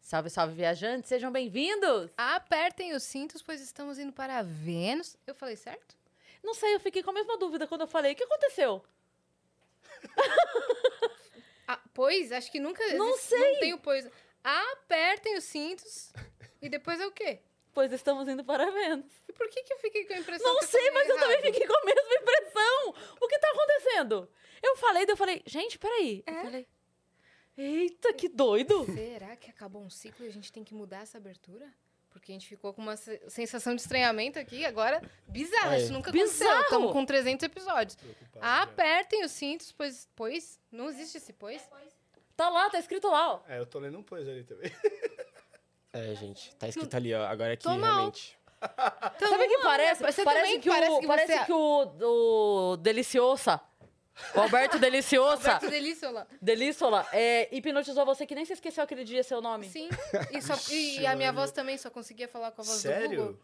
Salve, salve, viajantes, sejam bem-vindos! Apertem os cintos, pois estamos indo para Vênus. Eu falei certo? Não sei, eu fiquei com a mesma dúvida quando eu falei. O que aconteceu? Ah, pois, acho que nunca. Não sei. Não tenho pois. Apertem os cintos e depois é o quê? Pois estamos indo para Vênus. E por que, que eu fiquei com a impressão Não que sei, falei mas eu também errado? fiquei com a mesma impressão. O que tá acontecendo? Eu falei, daí eu falei, gente, peraí. Eu É? falei, eita, que doido. Será que acabou um ciclo e a gente tem que mudar essa abertura? Porque a gente ficou com uma se- sensação de estranhamento aqui agora. Bizarro, É. isso nunca Bizarro! aconteceu. Estamos com 300 episódios. Preocupado, Ah, né? já. Apertem os cintos, pois. Pois? Não existe esse pois? Tá lá, tá escrito lá, ó. É, eu tô lendo um pois ali também. É, gente, tá escrito ali, ó. Agora aqui, Toma realmente. Então, Sabe o que não, né? parece? Você parece também que, parece o, que parece você- é- que o, o Deliciosa, o Alberto Deliciosa, Alberto Delícia, olha lá. Delíciola, é, hipnotizou você que nem se esqueceu aquele dia seu nome. Sim. E, só- e Ixi, a minha mano. voz também só conseguia falar com a voz do Google. Sério?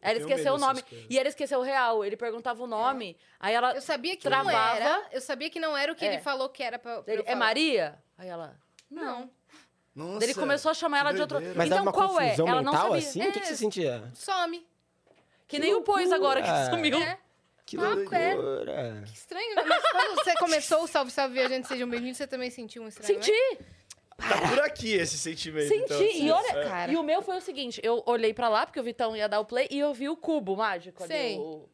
Ela Eu esqueceu o medo nome. dessas coisas. E ela esqueceu o real. Ele perguntava o nome. É. Aí ela. Eu sabia que Travava. não era. Eu sabia que não era o que É. ele falou que era pra. pra ele, eu é falar. Maria? Aí ela. Não. Nossa. Daí ele começou a chamar ela de outro. doideira. Mas então dava uma qual é? confusão Ela não mental, sabia. É, assim? O que, que você sentia? Some. Que nem o Pois agora que loucura. sumiu. É. Que Ah, é. loucura. Que estranho, né? Mas quando você começou o Salve Salve Viajantes Sejam Bem-vindos, você também sentiu um estranho. Senti, Tá por aqui esse sentimento. senti. então, assim, e olha, é. cara. e o meu foi o seguinte: eu olhei pra lá, porque o Vitão ia dar o play, e eu vi o cubo mágico ali. Sei. O,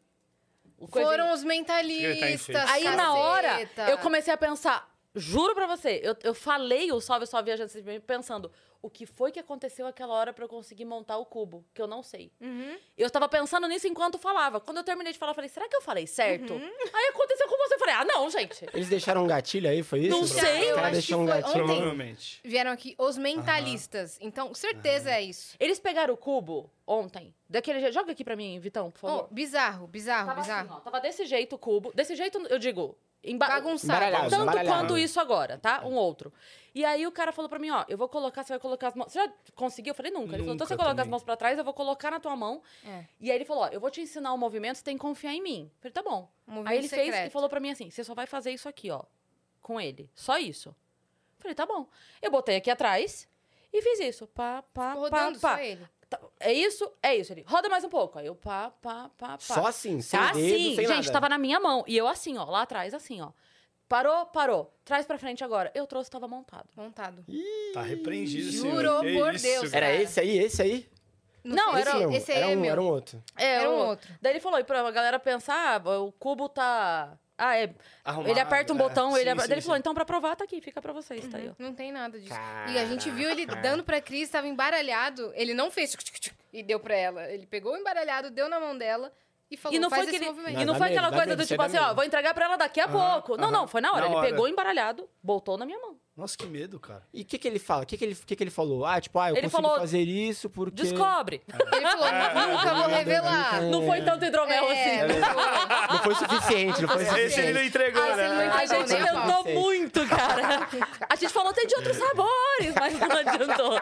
o coisinho. Foram os tá Ele mentalistas. tá Aí caceta. na hora, eu comecei a pensar, juro pra você, eu, eu falei o salve, salve, viajante, pensando, o que foi que aconteceu aquela hora pra eu conseguir montar o cubo? Que eu não sei. Uhum. Eu tava pensando nisso enquanto falava. Quando eu terminei de falar, eu falei, será que eu falei certo? Aí aconteceu com você, eu falei, ah, não, gente. Eles deixaram um gatilho aí, foi isso? Não sei, Os eu caras acho deixaram um que foi gatilho. ontem. Provavelmente. Vieram aqui os mentalistas. Então, certeza é isso. Eles pegaram o cubo ontem, daquele jeito, joga aqui pra mim, Vitão, por favor. Oh, bizarro, bizarro, tava assim, bizarro. ó, tava desse jeito o cubo, desse jeito, eu digo... Emba... Bagunçado. Embaralhado. Tanto embaralhado. quanto isso agora, tá? Um outro. E aí o cara falou pra mim, ó, eu vou colocar, você vai colocar as mãos. Você já conseguiu? Eu falei, nunca. Ele falou, então Nunca você coloca as também. mãos pra trás, eu vou colocar na tua mão. É. E aí ele falou, ó, eu vou te ensinar o movimento, você tem que confiar em mim. Eu falei, tá bom. Um movimento aí ele fez e secreto. falou pra mim assim, você só vai fazer isso aqui, ó, com ele. Só isso. Eu falei, tá bom. Eu botei aqui atrás e fiz isso. Pá, pá, Ficou pá, rodando pá. só ele. Tá, É isso? É isso. Ele roda mais um pouco. Aí eu pá, pá, pá, pá. Só assim, sem Tá dedo, assim, sem gente, nada. tava na minha mão. E eu assim, ó, lá atrás, assim, ó. Parou, parou. Traz pra frente agora. Eu trouxe, tava montado. Montado. Tá repreendido, Juro senhor. Que por isso, Deus, cara. Era esse aí, esse aí? É. Não, sei era- esse se- mesmo. Esse aí era, é um, meu. era um outro. É, Era um o- outro. Daí ele falou, e pra galera pensar, ah, o cubo tá... Ah, é. Arrumado, ele aperta um né? é. botão, Sim, ele... abre- sim, Daí ele sim. falou, então pra provar tá aqui, fica pra vocês, tá aí, ó. Não tem nada disso. E a gente viu ele Caraca. dando pra Cris, tava embaralhado. Ele não fez tchuc, tchuc, tchuc, e deu pra ela. Ele pegou o embaralhado, deu na mão dela e falou, E não, faz foi, esse aquele, movimento. e não Não, dá foi medo, aquela dá coisa medo, do isso aí tipo dá assim, ó, medo. vou entregar pra ela daqui a Aham, pouco. Não, não, aham. foi na hora. Na ele hora. pegou embaralhado, botou na minha mão. Nossa, que medo, cara. E o que, que ele fala? O que, que, ele, que, que ele falou? Ah, tipo, ah, eu Ele consigo falou, fazer isso porque... Descobre. Ele falou, nunca vou revelar. É, Não foi tanto hidromel assim. É, não foi. Não foi suficiente, não foi é, Esse ele não suficiente. entregou, Ah, esse ele não né? entregou. A gente nem a pau. tentou muito, cara. A gente falou, tem de outros sabores, mas não adiantou.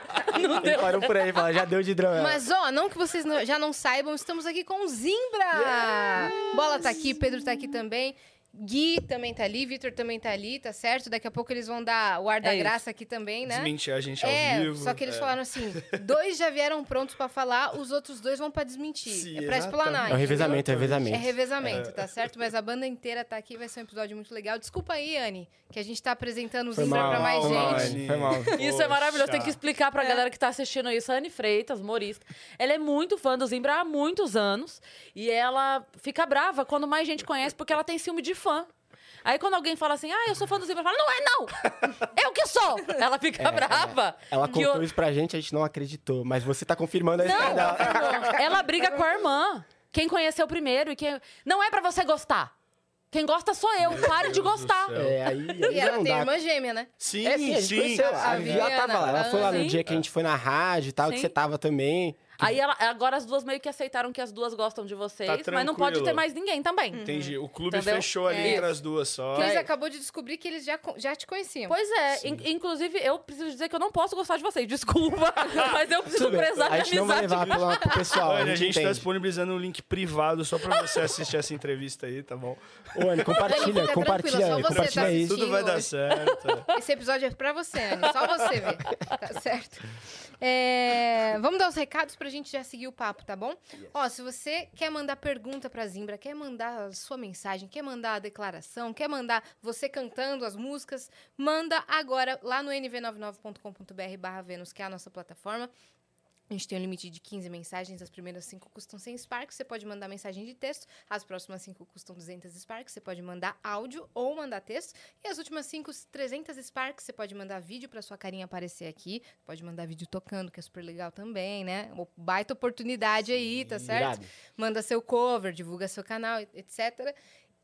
Não Ele deu. parou por aí e falou, já deu de hidromel. Mas, ó, não que vocês não- já não saibam, estamos aqui com o Zimbra! Bola tá aqui, Pedro tá aqui também. Gui também tá ali, Vitor também tá ali, tá certo? Daqui a pouco eles vão dar o ar da É isso. graça aqui também, né? Desmentir a gente ao É, vivo. só que eles é. falaram assim: dois já vieram prontos pra falar, os outros dois vão pra desmentir. Sim, é pra explanar. É um entendeu? revezamento, é um É revezamento. revezamento, tá certo? Mas a banda inteira tá aqui, vai ser um episódio muito legal. Desculpa aí, Anne, que a gente tá apresentando o Foi Zimbra mal, pra mais foi mal, gente. Anne. Foi mal. Isso é maravilhoso. Tem que Poxa. explicar pra galera que tá assistindo isso. A Anne Freitas, humorista. Ela é muito fã do Zimbra há muitos anos. E ela fica brava quando mais gente conhece, porque ela tem ciúme de fã. Aí quando alguém fala assim, ah, eu sou fã do Zimbra, ela fala, não é não! Eu que sou! Ela fica É. brava. Ela Que contou o- isso pra gente, a gente não acreditou. Mas você tá confirmando a história dela. Ela briga com a irmã. Quem conheceu primeiro e quem. Não é pra você gostar. Quem gosta sou eu. Pare de Deus do gostar. céu. É, aí, aí E ela não tem dá. irmã gêmea, né? Sim, É, sim, a gente sim. conheceu. A, A Vi, ela Viviana, tava lá. Ela ah, foi lá sim. no dia que a gente foi na rádio e tal, Sim. que você tava também. Aí ela- agora as duas meio que aceitaram que as duas gostam de vocês, Tá mas não pode tranquilo. ter mais ninguém também. Entendi. O clube Entendeu? fechou ali É. entre as duas só. Cris É. acabou de descobrir que eles já, co- já te conheciam. Então, Pois é, in- inclusive eu preciso dizer que eu não posso gostar de vocês, desculpa, mas eu preciso prezar a minha gente não vai amizade. levar pra, pro pessoal. Olha, a gente tá entende. disponibilizando um link privado só pra você assistir essa entrevista aí, tá bom? Ô, Anny, Fica compartilha, tranquila, só compartilha, você tá compartilha isso. assistindo. Tudo vai dar hoje. certo. Esse episódio é pra você, Anne. Só você ver. Tá certo? É, vamos dar os recados pra gente já seguir o papo, tá bom? Ó, se você quer mandar pergunta pra Zimbra, quer mandar a sua mensagem, quer mandar a declaração, quer mandar você cantando as músicas, manda agora lá no nv99.com.br barra Vênus, que é a nossa plataforma. A gente tem um limite de 15 mensagens, as primeiras 5 custam 100 Sparks, você pode mandar mensagem de texto, as próximas 5 custam 200 Sparks, você pode mandar áudio ou mandar texto, e as últimas 5, 300 Sparks, você pode mandar vídeo pra sua carinha aparecer aqui, pode mandar vídeo tocando, que é super legal também, né? Uma baita oportunidade aí, tá certo? Irado. manda seu cover, divulga seu canal, etc.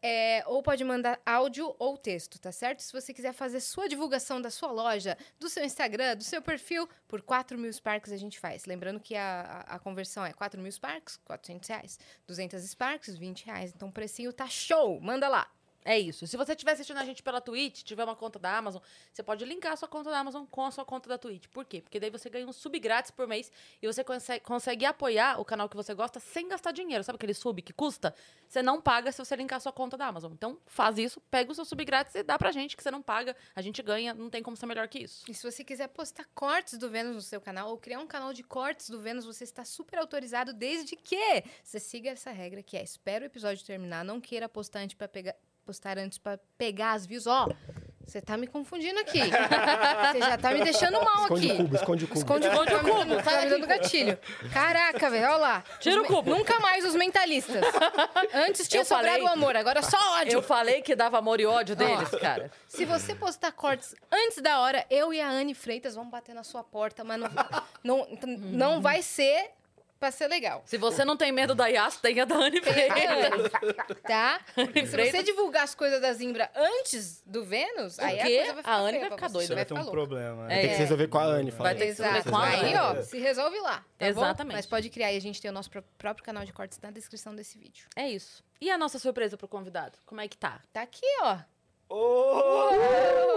É, ou pode mandar áudio ou texto, tá certo? Se você quiser fazer sua divulgação da sua loja, do seu Instagram, do seu perfil, por 4 mil Sparks a gente faz. Lembrando que a, a- a conversão é 4 mil Sparks, 400 reais. 200 Sparks, 20 reais. Então o precinho tá show, manda lá. É isso. Se você estiver assistindo a gente pela Twitch, tiver uma conta da Amazon, você pode linkar a sua conta da Amazon com a sua conta da Twitch. Por quê? Porque daí você ganha um sub grátis por mês e você consegue, consegue apoiar o canal que você gosta sem gastar dinheiro. Sabe aquele sub que custa? Você não paga se você linkar a sua conta da Amazon. Então faz isso, pega o seu sub grátis e dá pra gente que você não paga. A gente ganha, não tem como ser melhor que isso. E se você quiser postar cortes do Vênus no seu canal ou criar um canal de cortes do Vênus, você está super autorizado desde que você siga essa regra que é espera o episódio terminar, não queira postar antes para pegar postar antes para pegar as views, ó. Você tá me confundindo aqui. Você já tá me deixando mal Esconde o aqui. cubo, esconde o cubo. Esconde o Esconde o cubo, tá me dando gatilho. Caraca, velho, olha lá. Tira Os o men- cubo. Nunca mais os mentalistas. Antes tinha Eu sobrado falei. o amor, agora só ódio. Eu falei que dava amor e ódio deles, cara. Se você postar cortes antes da hora, eu e a Anne Freitas vamos bater na sua porta, mas não, não, então, não vai ser pra ser legal. Se você não tem medo da Yas, tenha da Anne Freitas. Tá? Porque se você Freitas. divulgar as coisas da Zimbra antes do Vênus, aí a quê? coisa vai ficar A Anne feia vai pra ficar você, doida, vai Você vai ter ficar um louco. problema. É. né? Tem que se resolver com a Anne, fala. Vai ter que se resolver Exato. com a Aí, Anne. ó, se resolve lá. tá bom? Exatamente. Mas pode criar e a gente tem o nosso pró- próprio canal de cortes na descrição desse vídeo. É isso. E a nossa surpresa pro convidado? Como é que tá? Tá aqui, ó. Ô,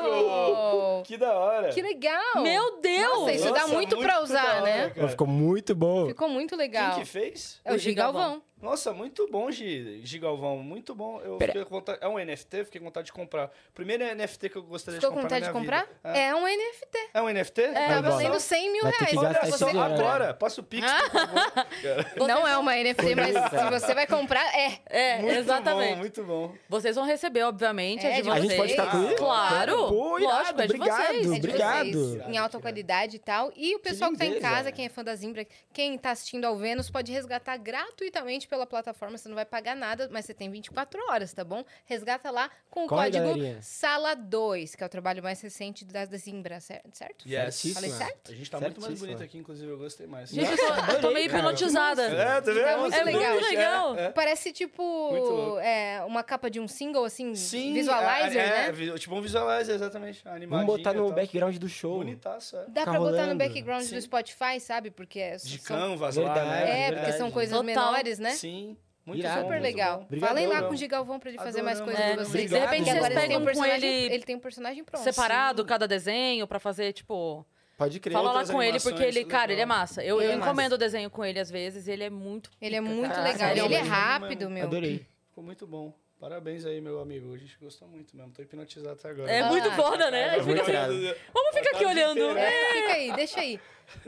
Oh, Que da hora. que legal! Meu Deus! Nossa, isso dá Nossa, muito, muito pra da usar, hora, né? cara. Ficou muito bom. Ficou muito legal. Quem que fez? É o O Gigalvão. Gigalvão. Nossa, muito bom, Gi, Gigalvão. Muito bom. Eu Pera. fiquei com vontade... É um NFT? Fiquei com vontade de comprar. Primeiro NFT que eu gostaria Ficou com de comprar vontade na de minha comprar? vida. É um NFT. É. É um NFT? É, Vai tá embora. valendo 100 mil Vai ter que reais. gastar Olha esse só, dinheiro, né? agora. Passa o Pix. Ah, por favor. Cara, Não é uma NFT, mas Bonita. se você vai comprar, é. É, muito exatamente. bom, muito bom. Vocês vão receber, obviamente, É, é de de vocês. A gente pode ficar com isso? Claro! Pô, irado, lógico, é de obrigado. É vocês. de Obrigado. vocês, em alta qualidade e tal. E o pessoal que, tá em lindeza. né? casa, quem é fã da Zimbra, quem tá assistindo ao Vênus, pode resgatar gratuitamente pela plataforma. Você não vai pagar nada, mas você tem 24 horas, tá bom? Resgata lá com o Corre, código galerinha. SALA2, que é o trabalho mais recente da, da Zimbra, cer- certo? Yes. Certíssimo. Falei certo? A gente tá muito mais Certíssimo. bonito aqui, inclusive. Eu gostei mais. Gente, eu tô, eu tô meio hipnotizada. É, tá vendo? Tá muito É legal. muito legal. Parece Muito tipo louco. é, uma capa de um single, assim, Sim. visualizer, é, né? É, vi- tipo um visualizer, exatamente. Vamos Animadinho botar e no tal. background do show. Bonitaço, é. Dá Ficar pra botar no rolando. background do Sim. Spotify, sabe? Porque é- De são- canvas lá, Verdade. É, né? É, porque são verdade. coisas Total. menores, né? Sim. Muito Irado. bom, Super muito legal. bom. Obrigadão, Falem lá não. com o Gigalvão pra ele fazer mais Adoramos. coisas É, de vocês. de repente Agora vocês ele tem um pegam com personagem, ele- tem um personagem pronto. Separado cada desenho pra fazer, tipo. Pode crer. Fala lá outras com ele, animações, porque ele, legal. cara, ele é massa. Eu, Ele eu é massa. encomendo o desenho com ele às vezes e ele é muito. Ele é pica, muito cara. legal. ele é Ele é um- rápido, meu. Adorei. Ficou muito bom. Parabéns aí, meu amigo. A gente gostou muito mesmo. Tô hipnotizado até agora. É Ah, muito cara. foda, né? A gente muito fica assim, irado. Vamos ficar aqui olhando. É, fica aí, deixa aí.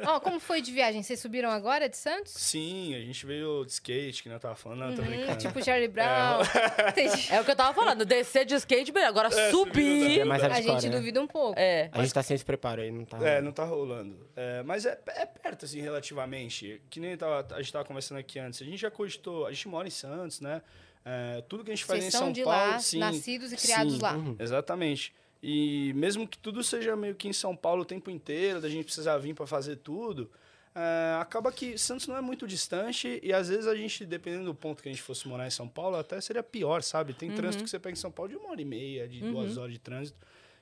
Ó, como foi de viagem? Vocês subiram agora de Santos? Sim, a gente veio de skate, que não tava falando, não, tô Hum, brincando. tipo Charlie Brown. Entendi. É o que eu tava falando, descer de skate, beleza. agora subir. É mais A gente hardcore, né? duvida um pouco. É. A gente tá sem esse preparo aí, não tá. É, não tá rolando. É, mas é, é perto, assim, relativamente. Que nem tava- a gente tava conversando aqui antes. A gente já custou. A gente mora em Santos, né? É, tudo que a gente faz Vocês em são São de Paulo. lá, sim, nascidos e criados sim, lá. Ah, uhum, Exatamente. E mesmo que tudo seja meio que em São Paulo o tempo inteiro, da gente precisar vir para fazer tudo, é, acaba que Santos não é muito distante e às vezes a gente, dependendo do ponto que a gente fosse morar em São Paulo, até seria pior, sabe? Tem trânsito que você pega em São Paulo de uma hora e meia, de duas horas de trânsito.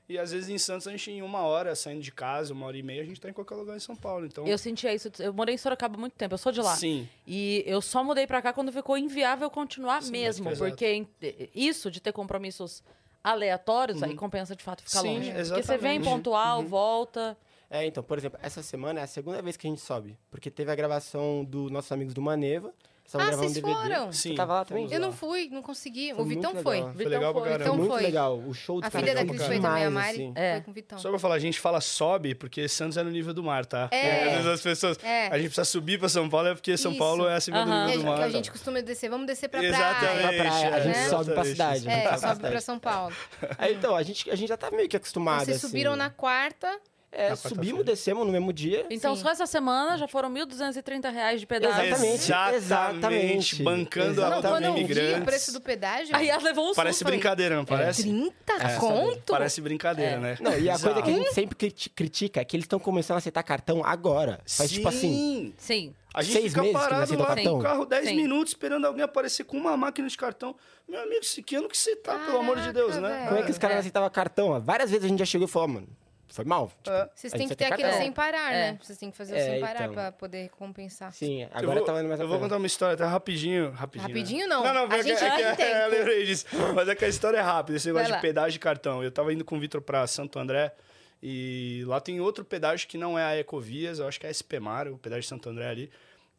E às vezes em Santos a gente, em uma hora, saindo de casa, uma hora e meia, a gente tá em qualquer lugar em São Paulo. Então, Eu sentia isso. Eu morei em Sorocaba há muito tempo, eu sou de lá. sim. E eu só mudei pra cá quando ficou inviável continuar Sim, mesmo. acho que é Porque em- eh, isso de ter compromissos aleatórios, aí compensa de fato ficar Uhum. Sim, longe. Porque você vem exatamente. Uhum. pontual, volta. É, então, por exemplo, essa semana é a segunda vez que a gente sobe. Porque teve a gravação dos nossos amigos do Maneva. Estavam Ah, gravando um vocês DVD. foram? Sim. Você tava lá também? Eu não fui, não consegui. Foi o Vitão muito foi. legal. Ah, Foi legal pra foi. caramba. Então Foi muito foi. legal. O show do A cara filha da foi Cris foi também, demais, a Mari. assim. É. Foi com o Vitão. Só pra falar, a gente fala sobe porque Santos é no nível do mar, tá? É. Às vezes as pessoas. É. A gente precisa subir pra São Paulo é porque São Isso. Paulo é acima do Aham. Que nível a do gente- mar. que a gente costuma descer. Vamos descer pra Exatamente. praia. Pra praia, a É. gente sobe pra Exatamente. cidade. É, não É, sobe pra sobe pra cidade. São Paulo. Aí, então, a gente, a gente já tá meio que acostumado, Vocês subiram assim. na quarta. É, Na subimos, quarta-feira. descemos no mesmo dia. Então, Sim. só essa semana já foram 1.230 reais de pedágio. Exatamente. Exatamente, exatamente. bancando a Não, Exatamente. quando eu vi o Imigrantes. preço do pedágio, Aí ela levou um Parece susto aí. brincadeira, não parece? 30 É. conto? Parece É. brincadeira, né? Não, e a Bizarro. coisa é que a gente sempre criti- critica é que eles estão começando a aceitar cartão agora. Faz tipo assim. Sim. Sim. A gente Seis fica meses que não parado aceita lá cartão? com o carro 10 Sim. minutos esperando alguém aparecer com uma máquina de cartão. Meu amigo, esse que ano que você tá, pelo amor de Deus, né? Caraca, Como é que os caras É. aceitavam cartão? ó? Várias vezes a gente já chegou e falou, "Ó, mano, foi mal. Tipo, Vocês A têm gente que vai ter ter aquele cartão. sem parar, É. né? Vocês têm que fazer o É, sem parar então. pra poder compensar. sim, Eu agora vou- tava indo mais a Eu vou pena. contar uma história, tá rapidinho. Rapidinho, né? Rapidinho não. Não, não, a porque gente é, que- tem né? é, eu tempo. lembrei disso. Mas é que a história é rápida, esse negócio Vai lá. de pedágio de cartão. Eu tava indo com o Vitor pra Santo André e lá tem outro pedágio que não é a Ecovias, eu acho que é a SP Mar, o pedágio de Santo André ali.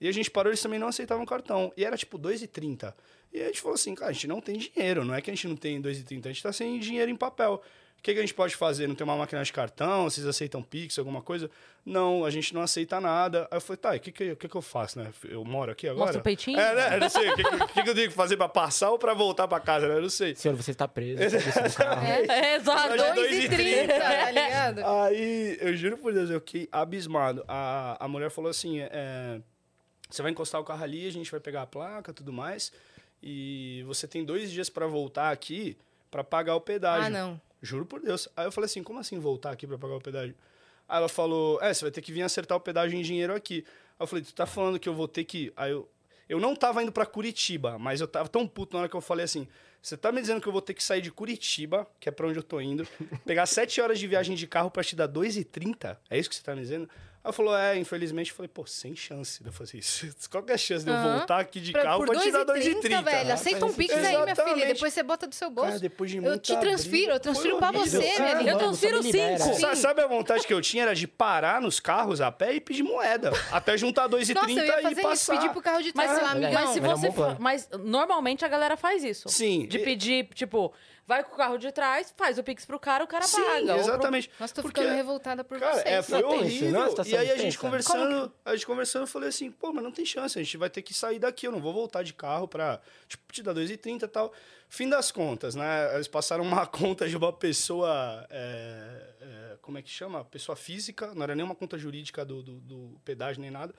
E a gente parou, eles também não aceitavam cartão. E era tipo 2,30. E a gente falou assim, cara, a gente não tem dinheiro, não é que a gente não tem 2,30, a gente tá sem dinheiro em papel. O que, que a gente pode fazer? Não tem uma máquina de cartão? Vocês aceitam Pix, alguma coisa? Não, a gente não aceita nada. Aí eu falei, tá, e o que, que, o que, que eu faço, né? Eu moro aqui agora? Mostra o peitinho? É, né? Eu não sei. O que, o que que eu tenho que fazer pra passar ou pra voltar pra casa, né? Eu não sei. Senhor, você está preso. desça do Ah, carro. É. É, exato. Dois e 2,30. 2,30, tá ligado? Aí, eu juro por Deus, eu fiquei abismado. A, a mulher falou assim: é, você vai encostar o carro ali, a gente vai pegar a placa tudo mais. E você tem dois dias pra voltar aqui pra pagar o pedágio. Ah, não. Juro por Deus. Aí eu falei assim, como assim voltar aqui pra pagar o pedágio? Aí ela falou, é, você vai ter que vir acertar o pedágio em dinheiro aqui. Aí eu falei, tu tá falando que eu vou ter que... Aí eu, eu não tava indo pra Curitiba, mas eu tava tão puto na hora que eu falei assim, você tá me dizendo que eu vou ter que sair de Curitiba, que é pra onde eu tô indo, pegar 7 horas de viagem de carro pra te dar 2,30? É isso que você tá me dizendo? Aí ela falou, é, infelizmente. Eu falei, pô, sem chance de eu fazer isso. Qual que é a chance de eu Aham. voltar aqui de Pra- carro por pra te dar 2,30, 2,30? velho. Aceita um Faz pix aí, minha filha. Exatamente. Depois você bota do seu Cara, bolso. depois de Eu muita te transfiro, briga, eu transfiro foi pra horrível. você, Cara, minha Eu linda. mano, você me transfiro libera. cinco. Sim. assim. Sa- Sabe a vontade que eu tinha? Era de parar nos carros a pé e pedir moeda. Até juntar 2,30 Nossa, eu ia fazer e isso, passar. pedir pro carro de Mas, trás, sei lá, mas amigão. se Mas é um você. bom plano. fa- mas normalmente a galera faz isso. Sim. De E- pedir, tipo, vai com o carro de trás, faz o pix pro cara, o cara Sim, paga. Ou pro- exatamente. Nossa, tô Porque, ficando revoltada por Cara, é, vocês. foi Não, tem isso, não é horrível. uma situação e aí a gente intensa. conversando, a gente conversando, eu falei assim, pô, mas não tem chance, a gente vai ter que sair daqui, eu não vou voltar de carro pra, tipo, te dar 2,30 e tal. Fim das contas, né? Eles passaram uma conta de uma pessoa, é, é, como é que chama? Pessoa física, não era nenhuma conta jurídica do, do, do pedágio nem nada.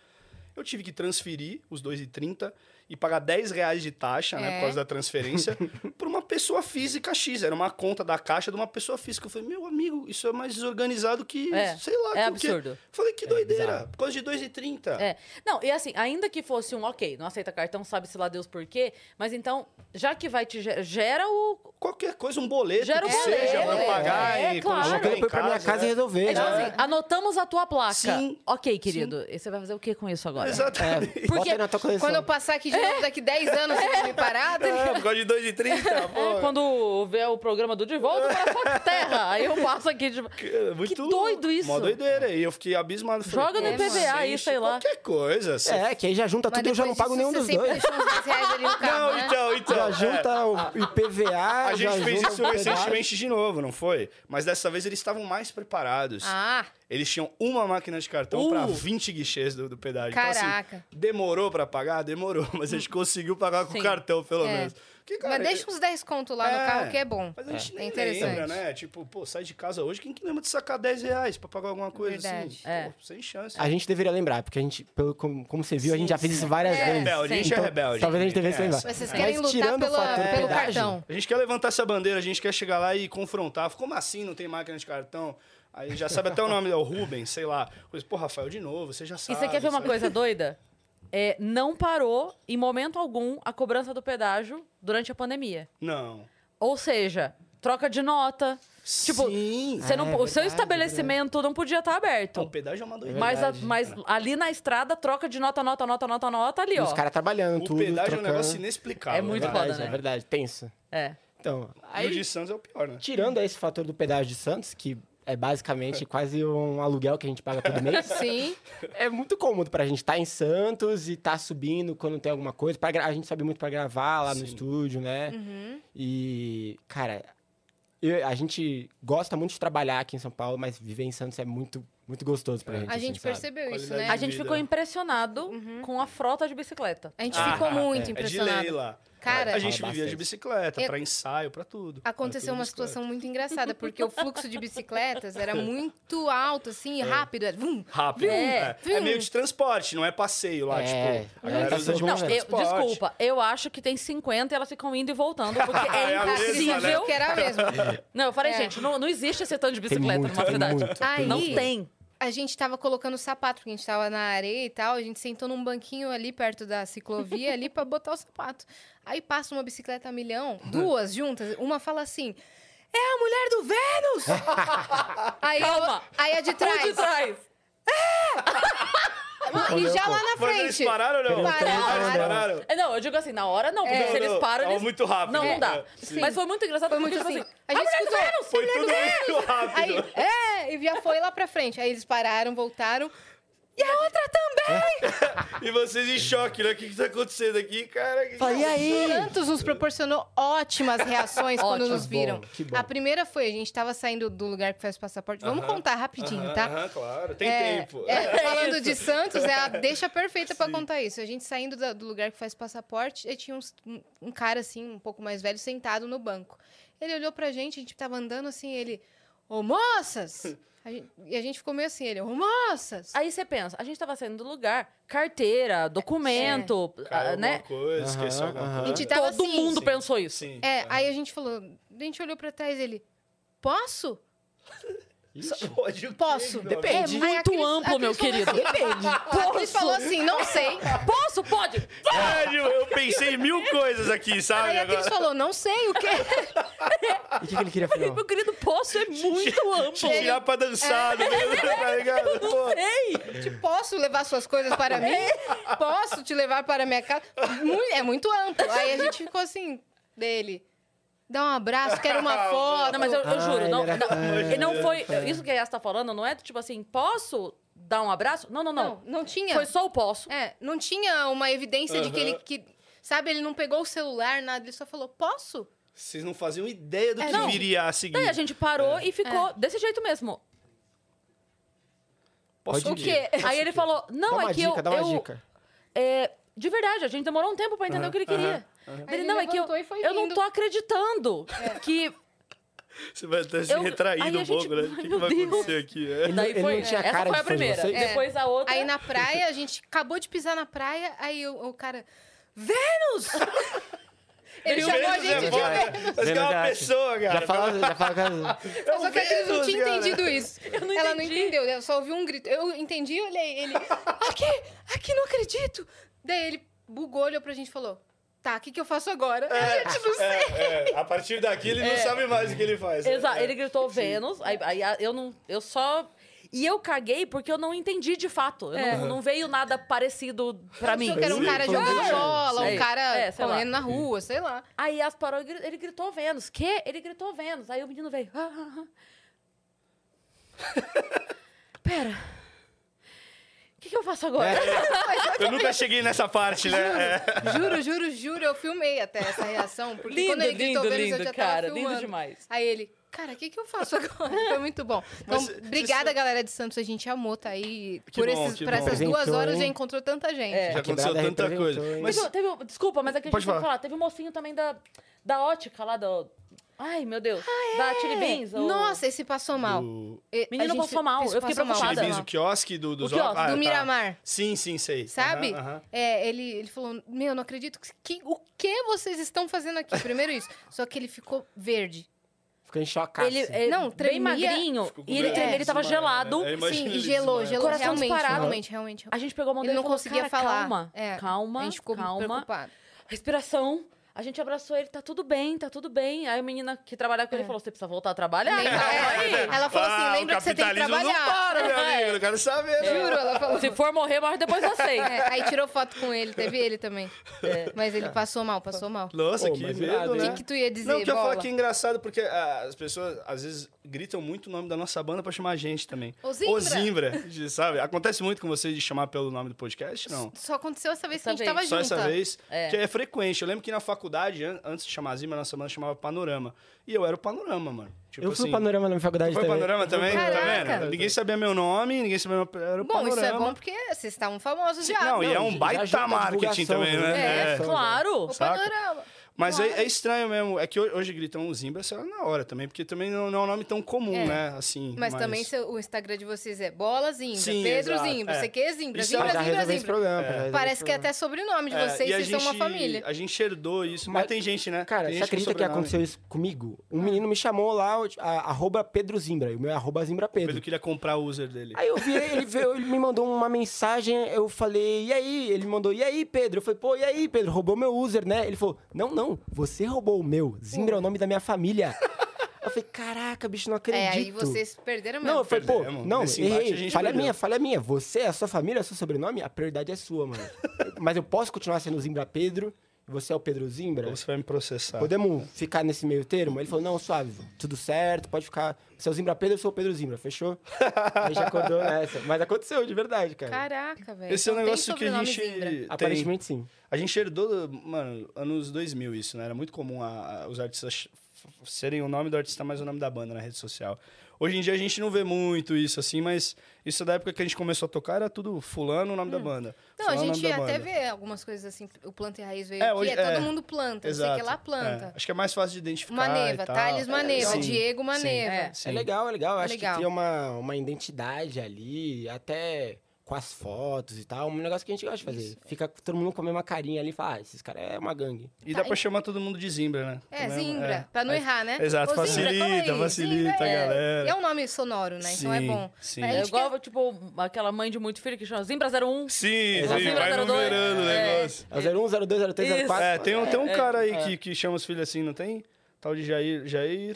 Eu tive que transferir os 2,30 e pagar 10 reais de taxa, né? É. Por causa da transferência, por uma pessoa física X. Era uma conta da caixa de uma pessoa física. Eu falei, meu amigo, isso é mais desorganizado que, É, sei lá, é que o quê. absurdo. Falei, que doideira. bizarro. Por causa de 2,30. É. Não, e assim, ainda que fosse um ok, não aceita cartão, sabe-se lá Deus por quê, mas então, já que vai te gera, gera o. Qualquer coisa, um boleto Gera um que seja boleto, pra eu pagar é, claro. e quando Eu chegar quero em ir pra minha casa... casa e né? resolver. É, tipo né? assim, anotamos a tua placa. Sim. Ok, querido. E você vai fazer o que com isso agora? Exatamente. É, Porque- bota aí na tua coleção. Quando eu passar aqui de novo daqui 10 anos, você vai me parar? tá ligado? É, por causa de 2,30, É, pô. quando vê o programa do De Volta para a Terra, aí eu passo aqui de. Que- é Muito doido isso. Mó doideira. E eu fiquei abismado. Falei, Joga no "Nossa, IPVA aí, gente, sei lá." Qualquer coisa. se- É, que aí já junta Mas tudo e eu já não depois pago disso, nenhum você dos sempre dois. deixou uns 10 reais ali no carro, Não, né? então, então. Já é. junta o IPVA, A já gente fez junta um isso o pedágio. recentemente de novo, não foi? Mas dessa vez eles estavam mais preparados. Ah, Eles tinham uma máquina de cartão Uh! pra 20 guichês do, do pedágio. Então, Caraca. assim, demorou pra pagar? Demorou, mas a gente conseguiu pagar com Sim. o cartão, pelo É. menos. Que, cara, mas deixa uns 10 conto lá no É. carro que é bom. Mas a gente É nem interessante. lembra, né? Tipo, pô, sai de casa hoje, quem que lembra de sacar 10 reais pra pagar alguma coisa Verdade. assim? É. Pô, sem chance. A gente deveria lembrar, porque a gente, pelo, como, como você viu, a gente já fez isso É. várias vezes. rebelde, a gente é Então, rebelde. Talvez a gente devesse É. lembrar. Mas vocês É. querem Mas lutar tirando o pela- fato do pelo pedágio, cartão. A gente quer levantar essa bandeira, a gente quer chegar lá e confrontar. Como assim não tem máquina de cartão? Aí já sabe até o nome, é o Rubens, sei lá. Coisa, Pô, Rafael, de novo, você já E sabe. você quer ver uma sabe? coisa doida? É, não parou, em momento algum, a cobrança do pedágio durante a pandemia. Não. Ou seja, troca de nota. Tipo, Sim. você não- É, o seu verdade, estabelecimento não podia estar Então, o aberto. pedágio é uma doideira. Mas, a- verdade. mas ali na estrada, troca de nota, nota, nota, nota, nota, ali, E ó. os caras trabalhando, O tudo, pedágio é um trocando. negócio inexplicável. É muito né? foda, verdade, né? É verdade, tenso. É. Então, E o de Santos é o pior, né? tirando esse fator do pedágio de Santos, que é basicamente quase um aluguel que a gente paga todo mês. Sim. É muito cômodo pra gente estar em Santos e estar subindo quando tem alguma coisa. Pra gra- A gente sobe muito pra gravar lá Sim. no estúdio, né? Uhum. E, cara, eu- a gente gosta muito de trabalhar aqui em São Paulo, mas viver em Santos é muito, muito gostoso É. pra gente. A gente assim, sabe? percebeu isso, Qualidade né? A de gente vida. ficou impressionado Uhum. com a frota de bicicleta. A gente Ah, ficou muito É de lei impressionado. lá. Cara, a gente Fala vivia de bastante. bicicleta, Eu- pra ensaio, pra tudo. Era Aconteceu tudo uma bicicleta. situação muito engraçada, porque o fluxo de bicicletas era muito alto, assim, e rápido. era vum. Rápido. É. É. É meio de transporte, não é passeio lá, É. tipo. A galera Tá usa de todo Não, mundo- transporte. eu, desculpa, eu acho que tem 50 e elas ficam indo e voltando, porque é É a mesma, impossível. né? Que era mesmo. Não, eu falei, É. gente, não, não existe esse tanto de Tem bicicleta muito, numa tem cidade. muito. Aí- Não Ih. tem. A gente tava colocando o sapato, porque a gente tava na areia e tal. A gente sentou num banquinho ali perto da ciclovia ali pra botar o sapato. Aí passa uma bicicleta a milhão, duas juntas, uma fala assim. É a mulher do Vênus! aí, Calma. a- aí a de O de trás. trás. E já lá na é Mas eles frente. pararam ou não? Pararam. né? Eles pararam. É, Não, eu digo assim, na hora não, porque Não, se eles não, param, é eles... muito rápido. Não, É, não dá. sim. Mas é foi muito engraçado, Foi porque, muito tipo assim. assim, A gente escutou. Foi tudo muito rápido. Aí, é, e já foi lá pra frente. Aí eles pararam, voltaram. E a outra também! E vocês em choque, né? O que que tá acontecendo aqui, cara? Que- tá Falei, e aí? Santos nos proporcionou ótimas reações quando Ótimo. nos viram. Bom, que bom. A primeira foi, a gente tava saindo do lugar que faz o passaporte. Vamos Aham, contar rapidinho, Aham, tá? aham, claro. Tem É, tempo. é, falando isso. de Santos, é a deixa perfeita pra contar isso. A gente saindo da- do lugar que faz passaporte, e tinha uns- um, um cara assim, um pouco mais velho, sentado no banco. Ele olhou pra gente, a gente tava andando assim, ele, ô moças! A gente- e a gente ficou meio assim, ele, ô moças! Aí você pensa, a gente tava saindo do lugar, carteira, documento, É. Caiu ah, né? alguma coisa, esqueceu Aham, alguma aham. coisa. A gente tava Todo assim. mundo Sim. pensou isso. Sim. É, aham. aí a gente falou, a gente olhou pra trás, ele, posso? Pode o quê, Posso. meu amigo? É Depende. Aí a muito Cris- a amplo, Cris meu falou assim, querido. A Cris Posso? falou assim, não sei. Posso? Pode? Sério, eu pensei em mil coisas aqui, sabe? Aí a Cris Agora. falou, não sei o quê. E o que, que ele queria falar? Meu querido, posso é muito amplo. Te tirar pra dançar, É. no meio do- tá ligado? Pô, Ei! Te posso levar suas coisas para mim? É. Posso te levar para minha casa? Mu- É muito amplo. Aí a gente ficou assim, dele. Dá um abraço, quero uma foto. Não, mas eu, eu Ah, juro, ele não, era não, fã. e não foi... Isso que a Yas tá falando não é tipo assim, posso dar um abraço? Não, não, Não, não. não tinha. Foi só o posso. É, não tinha uma evidência de que Aham. ele... Que, sabe, ele não pegou o celular, nada. Ele só falou, posso? Vocês não faziam ideia do É, que não. viria a seguir. Daí a gente parou e ficou desse jeito mesmo. Posso O ir? quê? Aí ele falou, não, dá uma é que dica, eu... dá uma eu- dica. é, de verdade, a gente demorou um tempo pra entender o que ele queria. Aí Ele, ele não, é que eu, levantou e foi eu não vindo." É. tô acretando que... Você vai estar se Eu- aí retraindo a um pouco, gente- né? O que, Ai, que meu vai Deus. acontecer aqui? É. E daí ele foi, não tinha essa cara foi a de fã de primeira. vocês? É. Depois a outra. Aí na praia, a gente acabou de pisar na praia. Aí o, o cara... Vênus! Ele Veio chamou a Vênus é gente de foda. Vênus. Mas que é uma pessoa, cara. Já fala, já fala com as- É um Só que a Cris não Vênus, tinha cara. entendido isso. não Ela não entendi. entendeu, eu só ouvi um grito. Eu entendi, olhei ele. Aqui, aqui, não acredito. Daí ele bugou, olhou pra gente e falou: Tá, o que, que eu faço agora? a gente não sei. É, é. A partir daqui ele não sabe mais o que ele faz. Exato, É. ele gritou Vênus, aí, aí a- eu não. Eu só. E eu caguei porque eu não entendi de fato. Eu É. não, não veio nada parecido pra mim. Achou que era um Sim, cara foi jogando isso. bola, um Sim. cara É, sei lá. correndo na rua, sei lá. Aí as parou e gri- ele gritou Vênus. Que? Ele gritou Vênus. Aí o menino veio. "Ah, ah, ah." Pera. O que, que eu faço agora? É. Eu nunca cheguei nessa parte, né? É. Juro, juro, juro, eu filmei até essa reação. Porque Lindo, quando ele lindo, gritou Vênus, eu lindo, já cara, lindo tava filmando. demais. Aí ele. Cara, o que, que eu faço agora? Foi muito bom. Então, Mas, obrigada, você- galera de Santos. A gente amou, tá aí. Que por bom, esses, que por essas bom. duas horas Apresentou. já encontrou tanta gente. É. Já aconteceu Quebrada tanta representou, coisa. hein? Mas Teve, teve um- desculpa, mas aqui a gente Pode tem que falar. falar. Teve um mocinho também da, da ótica lá do. Ai, meu Deus. Da Chili Beans. ou- Nossa, esse passou mal. o E- a Menino gente passou mal, fez- eu fiquei passou preocupada. mal. Chili Fada. Beans, o quiosque do, dos O quiosque, óculos? Ah, do tá. Miramar. Sim, sim, sei. Sabe? né? Aham, aham. É, ele, ele falou: Meu, não acredito. Que, que- o que vocês estão fazendo aqui? Primeiro isso. Só que ele ficou verde. Ficou em choque. Ele é Não, bem tremia. magrinho. Ficou com E ele, medo de ele tava desmaiar, gelado. né? Eu Sim, imagino e ele gelou, desmaiando. gelou. Coração realmente, disparado. realmente, realmente. A gente pegou a mão Ele dele não e falou, conseguia "Cara, falar. Calma, É, calma, a gente ficou calma. preocupado. Respiração. A gente abraçou ele, tá tudo bem, tá tudo bem. Aí a menina que trabalhava com ele É. falou: você precisa voltar a trabalhar? Lembra- é, ela falou assim: Ah, lembra o que você tem que capitalismo trabalhar. Não para, meu É. amigo. Eu quero saber. né? Juro, ela falou. Se for morrer, morre depois você. É, aí tirou foto com ele, teve ele também. É. Mas ele passou mal, passou mal. Nossa, Pô, que mas medo, irado, né? hein? O que tu ia dizer, Não, o que eu bola? falo aqui é engraçado, porque ah, as pessoas às vezes gritam muito o nome da nossa banda pra chamar a gente também. Ô, Zimbra. Ô, Zimbra, de- sabe? Acontece muito com vocês de chamar pelo nome do podcast? Não. Só aconteceu essa vez que a Essa gente tava Só junta. essa vez. É. Que é frequente. Eu lembro que na faculdade, an- antes de chamar Zimbra, a nossa banda chamava Panorama. E eu era o Panorama, mano. Tipo eu fui assim, panorama na minha faculdade Foi também. Panorama também? Tá Caraca. vendo? Ninguém sabia meu nome, ninguém sabia meu... Era o Bom, Panorama. isso é bom porque vocês estavam famosos Sim, já. não, e é um já baita ajuda a marketing divulgação, também, né? né? É, É. claro. O saca? panorama. Mas Claro. é, é estranho mesmo. É que ho- hoje gritam Zimbra, sei lá, na hora também, porque também não, não é um nome tão comum, É. né? Assim, Mas, também seu- o Instagram de vocês é Bola Zimbra, Sim, Pedro exato, Zimbra, é. você que é Zimbra, Isso Zimbra, já Zimbra, resolveu esse Zimbra. programa. já resolveu Parece esse que é problema. até sobrenome de É, vocês, e a vocês são uma gente- família. A gente herdou isso, mas, Mas- tem gente, né? Cara, você tem gente com acredita que sobrenome. aconteceu isso comigo? Um Ah. menino me chamou lá, o- a- arroba Pedro Zimbra, e o meu é arroba Zimbra Pedro. Pedro queria comprar o user dele. Aí eu vi, ele veio, ele me mandou uma mensagem, eu falei, e aí? Ele mandou, e aí, Pedro? Eu falei, pô, e aí, Pedro? Roubou meu user, né? Ele falou, não, não, você roubou o meu. Zimbra é o nome da minha família. eu falei, caraca, bicho, não É, acredito. aí vocês perderam mesmo. Não, eu falei, pô, Perdemos. não, Nesse embate a errei, gente falha perdeu. minha, falha minha. Você, é a sua família, o seu sobrenome, a prioridade é sua, mano. Mas eu posso continuar sendo Zimbra Pedro, e você é o Pedro Zimbra? Você vai me Tá. processar. Podemos ficar nesse meio termo? Ele falou, não, suave, tudo certo, pode ficar. Você é o Zimbra Pedro, eu sou o Pedro Zimbra, fechou? Aí já acordou nessa. Mas aconteceu, de verdade, cara. Caraca, velho. Esse é um Então tem negócio que a sobrenome gente. Zimbra. Tem, Aparentemente sim. A gente herdou, mano, anos 2000 isso, né? Era muito comum a- a- os artistas ch- f- serem o nome do artista mais o nome da banda na rede social. Hoje em dia a gente não vê muito isso, assim, mas isso da época que a gente começou a tocar era tudo fulano o nome da banda. Hum. Não, a fulano, o nome gente da até banda. vê algumas coisas assim, o Planta e Raiz veio É, aqui, hoje- é todo é. mundo planta, não sei o que lá planta. é. Acho que é mais fácil de identificar. Maneva, e tal. É, Thales Maneva, Sim, Diego Maneva. É. sim. É legal, é legal. É Acho legal. que cria uma, uma identidade ali, até com as fotos e tal. Um negócio que a gente gosta de fazer. Fica todo mundo com a mesma carinha ali e fala, ah, esses caras é uma gangue. E Tá, dá pra e- chamar todo mundo de Zimbra, né? É, Também, Zimbra, pra não errar, né? Exato, Ô, Zimbra, cola facilita, aí, facilita Zimbra, a é. galera. E é um nome sonoro, né? Então é Sim, bom. sim. Mas a É gente quer- igual, tipo, aquela mãe de muito filho que chama Zimbra 01. Sim, Exato. sim, tá Zimbra vai 02. numerando o É. negócio. É o 01, 02, 03, Isso. 04. É, tem um, tem um cara aí que, que chama os filhos assim, não tem? Tal de Jair. Jair.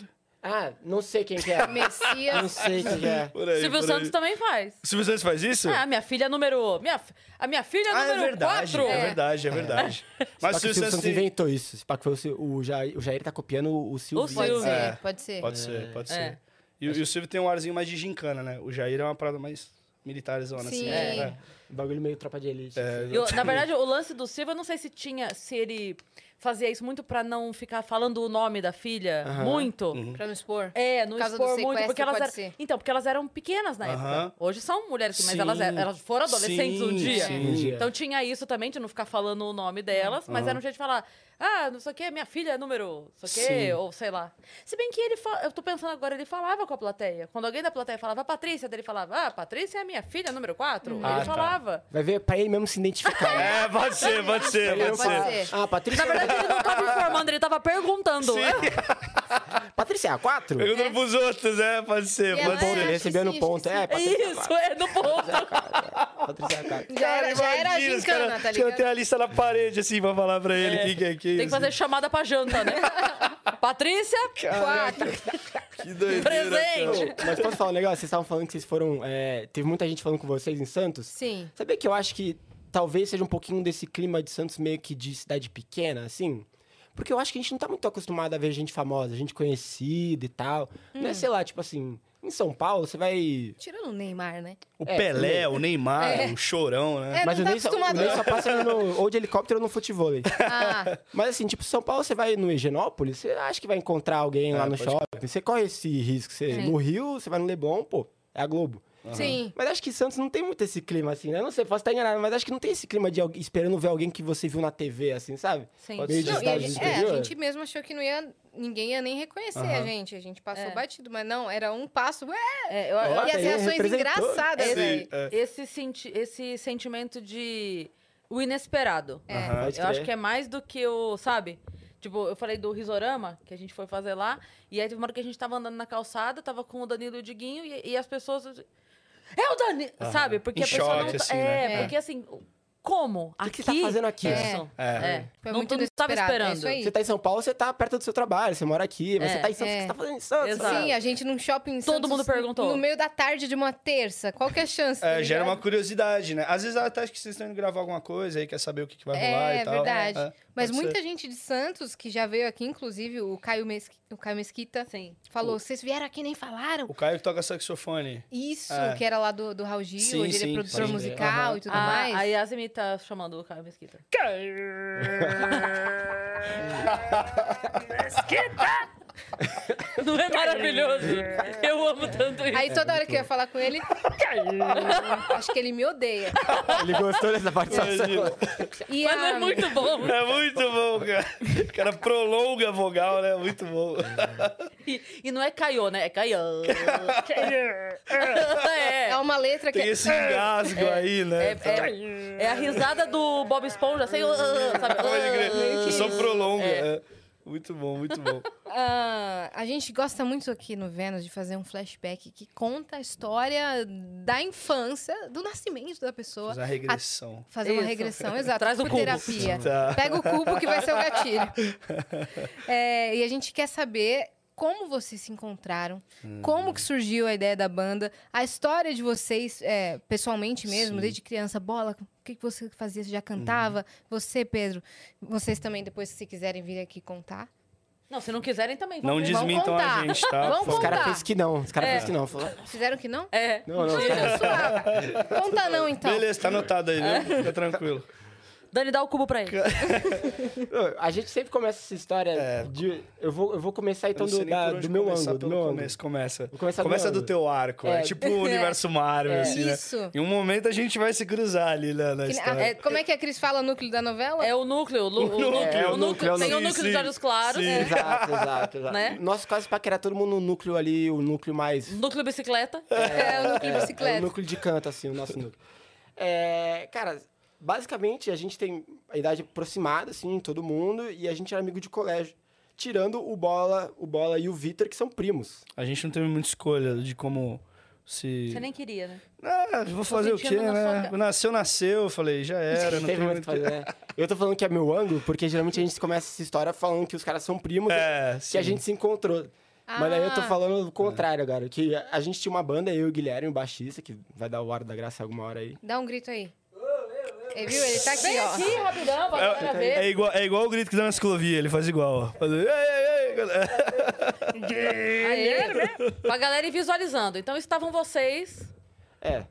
Ah, não sei quem que é. não Messias. sei quem que é. Por aí, Silvio por Santos aí. também faz. Silvio Santos faz isso? Ah, minha filha número. Minha, fi- a minha filha Ah, número 4. É verdade, é verdade. Mas Mas o o Silvio Santos tem- inventou isso. Esse papo foi o, Sil- o, Jair, o Jair tá copiando o Silvio. Pode Silvio. ser, É. pode ser. Pode ser, pode É. ser. E, o- e o Silvio tem um arzinho mais de gincana, né? O Jair é uma parada mais militarizona, assim. Sim. né? Bagulho meio tropa de É. elite. assim. Eu, na verdade, o lance do Silva, eu não sei se tinha, se ele fazia isso muito pra não ficar falando o nome da filha Aham. muito. Uhum. Pra não expor. É, não Por causa do expor muito, sequestro, porque elas pode eram, ser. Então, porque elas eram pequenas na Aham. época. Hoje são mulheres, mas Sim. elas, eram- elas foram adolescentes um Sim, dia. sim. Um dia. Então tinha isso também, de não ficar falando o nome delas, mas era um jeito de falar, ah, não sei o que, minha filha é número, não sei o Sim. que, ou sei lá. Se bem que ele, fa- eu tô pensando agora, ele falava com a plateia. Quando alguém da plateia falava, Patrícia, daí ele falava, ah, Patrícia é minha filha número 4. Ah, ele tá. falava. Vai ver pra ele mesmo se identificar. né? É, pode ser, pode ser, Ele pode não pode fala, ser. ser. Ah, Patrícia. Na verdade, É ele não tava informando, ele tava perguntando. Patrícia, a 4? Perguntando pros outros, é, pode ser, E pode ela ser. é- Ele recebeu Acho no que ponto. sim, É, É Patrícia. isso, é no ponto. Patrícia, a 4. Já era, já era a imagina, os gincana, cara- tá os cara ligado? tem a lista na parede, assim, pra falar pra ele quem que é quem. Tem que fazer chamada pra janta, né? Patrícia, Quatro. Que doideira, Presente. cara. Mas posso falar um negócio? Vocês estavam falando que vocês foram. é, teve muita gente falando com vocês em Santos? Sim. Sabia que eu acho que talvez seja um pouquinho desse clima de Santos meio que de cidade pequena, assim? Porque eu acho que a gente não tá muito acostumado a ver gente famosa, gente conhecida e tal. Hum. Não é, sei lá, tipo assim, em São Paulo você vai. Tirando o Neymar, né? O É, Pelé, também. o Neymar, É. o Chorão, né? É, mas não tá o Ney só, o acostumado, Ney não. só passa no, ou de helicóptero ou no futebol. Ah, Mas assim, tipo, São Paulo, você vai no Higienópolis, você acha que vai encontrar alguém lá É, no pode shopping. Você corre esse risco. Você, Sim. no Rio, você vai no Leblon, pô, é a Globo. sim. Mas acho que Santos não tem muito esse clima, assim, né? Não sei, posso estar enganado, mas acho que não tem esse clima de alguém, esperando ver alguém que você viu na TV, assim, sabe? Sim. Pode Meio Não, de ser. e a, cidade gente, do é, a interior. gente mesmo achou que não ia, ninguém ia nem reconhecer a Aham. gente. A gente passou É. batido, mas não, era um passo. Ué, É, eu- Ó, e as aí, reações representou. engraçadas, né? Sim. velho. É. esse, senti esse sentimento de o inesperado. Aham. Pode Eu acho crer. que é mais do que o, sabe? Tipo, eu falei do risorama que a gente foi fazer lá, e aí teve uma hora que a gente tava andando na calçada, tava com o Danilo e o Diguinho, e, e as pessoas. É o Danilo! Sabe? Porque Em a pessoa choque, não. tá- assim, é, né? porque assim. o- como? O que aqui? que você tá fazendo aqui? Isso. É. É. Foi não, muito não tava inesperado, é esperando. isso aí. Você tá em São Paulo, você tá perto do seu trabalho, você mora aqui, mas É, você tá em Santos, é. o que você tá fazendo em Santos? Exato. sabe? Sim, a gente num shopping em Todo Santos mundo perguntou. No meio da tarde de uma terça. Qual que é a chance? tá É, gera uma ligado? curiosidade, né? Às vezes até acho que vocês estão indo gravar alguma coisa aí, quer saber o que, que vai rolar É, e tal. verdade. Mas pode muita gente de Santos, que já veio aqui, inclusive o Caio, Mesqui- o Caio Mesquita, Sim. falou: vocês vieram aqui e nem falaram. O Caio que toca saxofone. Isso, É. que era lá do, do Raul Gil, Sim, onde ele sim, é produtor sim. musical Aham. e tudo Ah, mais. A Yasmin tá chamando o Caio Mesquita. Não é maravilhoso? Eu amo tanto isso. Aí toda hora que eu ia falar com ele, acho que ele me odeia. é. Ele gostou dessa participação. E Mas a- é muito bom. É muito bom, cara. O cara prolonga a vogal, né? Muito bom. E, e não é Caio, né? É Caio. é. é uma letra que. Tem esse engasgo aí, né? É, é- é a risada do Bob Esponja, assim, sem o. uh, Sabe? Uh, Pode crer. Você só prolonga. Ah, É. é. Muito bom, muito bom. Ah, a gente gosta muito aqui no Vênus de fazer um flashback que conta a história da infância, do nascimento da pessoa. Fazer a regressão. Fazer uma Isso. regressão, exato. Traz o por cubo. terapia. Tá. Pega o cubo que vai ser o gatilho. É, e a gente quer saber como vocês se encontraram, como que surgiu a ideia da banda, a história de vocês, é, pessoalmente mesmo, Sim. desde criança, bola, o que que você fazia? Você já cantava? Você, Pedro, vocês também, depois, se quiserem vir aqui contar. Não, se não quiserem também. Não vamos. desmintam a contar. gente, tá? Vamos Por Os favor. contar. caras fez que não, os caras É. fez que não. Falou, Fizeram que não? É. não, não, os caras- Tá suave. Conta não, então. É. Beleza, tá anotado aí, né? Fica tranquilo. Dani, dá o cubo pra ele. Ô, A gente sempre começa essa história de. Eu vou, eu vou começar então É. Eu não sei do, nem da- por onde do meu começar ângulo. Do pelo meu ângulo. começo, começa. Vou começar do começa meu do teu arco. É, É. tipo o universo Marvel, assim, né? É. Isso. Em um momento a gente vai se cruzar ali né, na Que- história. é, como é que a Cris fala núcleo da novela? É o núcleo. lu- o, núcleo, é, é o o núcleo, Tem sim, o núcleo sim, dos olhos claros. sim. é. Exato, exato, exato. Né? Nós quase paquerar todo mundo no núcleo ali, o núcleo mais. Núcleo bicicleta. É, o núcleo É o bicicleta. núcleo de canto, assim, o nosso núcleo. É, cara, basicamente a gente tem a idade aproximada, assim, todo mundo, e a gente era amigo de colégio. Tirando o Bola, o Bola e o Vitor, que são primos. A gente não teve muita escolha de como se. Você nem queria, né? Ah, vou fazer o vinte quê, anos na sua né? cara. Nasceu, nasceu, eu falei, já era, não tem Teve muito muito. o que fazer, né? Eu tô falando que é meu ângulo, porque geralmente a gente começa essa história falando que os caras são primos É, e sim. que a gente se encontrou. Mas aí eu tô Ah. falando o contrário, cara. Que a gente tinha uma banda, eu e o Guilherme, o baixista, que vai dar o ar da graça alguma hora aí. Dá um grito aí. É, viu? Ele tá aqui, Vem ó. aqui, rapidão, pra galera ver. É igual, é igual o grito que dá na ciclovia, ele faz igual, ó. Faz, ei, ei, ei, galera." é Aê, né? Pra galera ir visualizando. Então estavam vocês. É.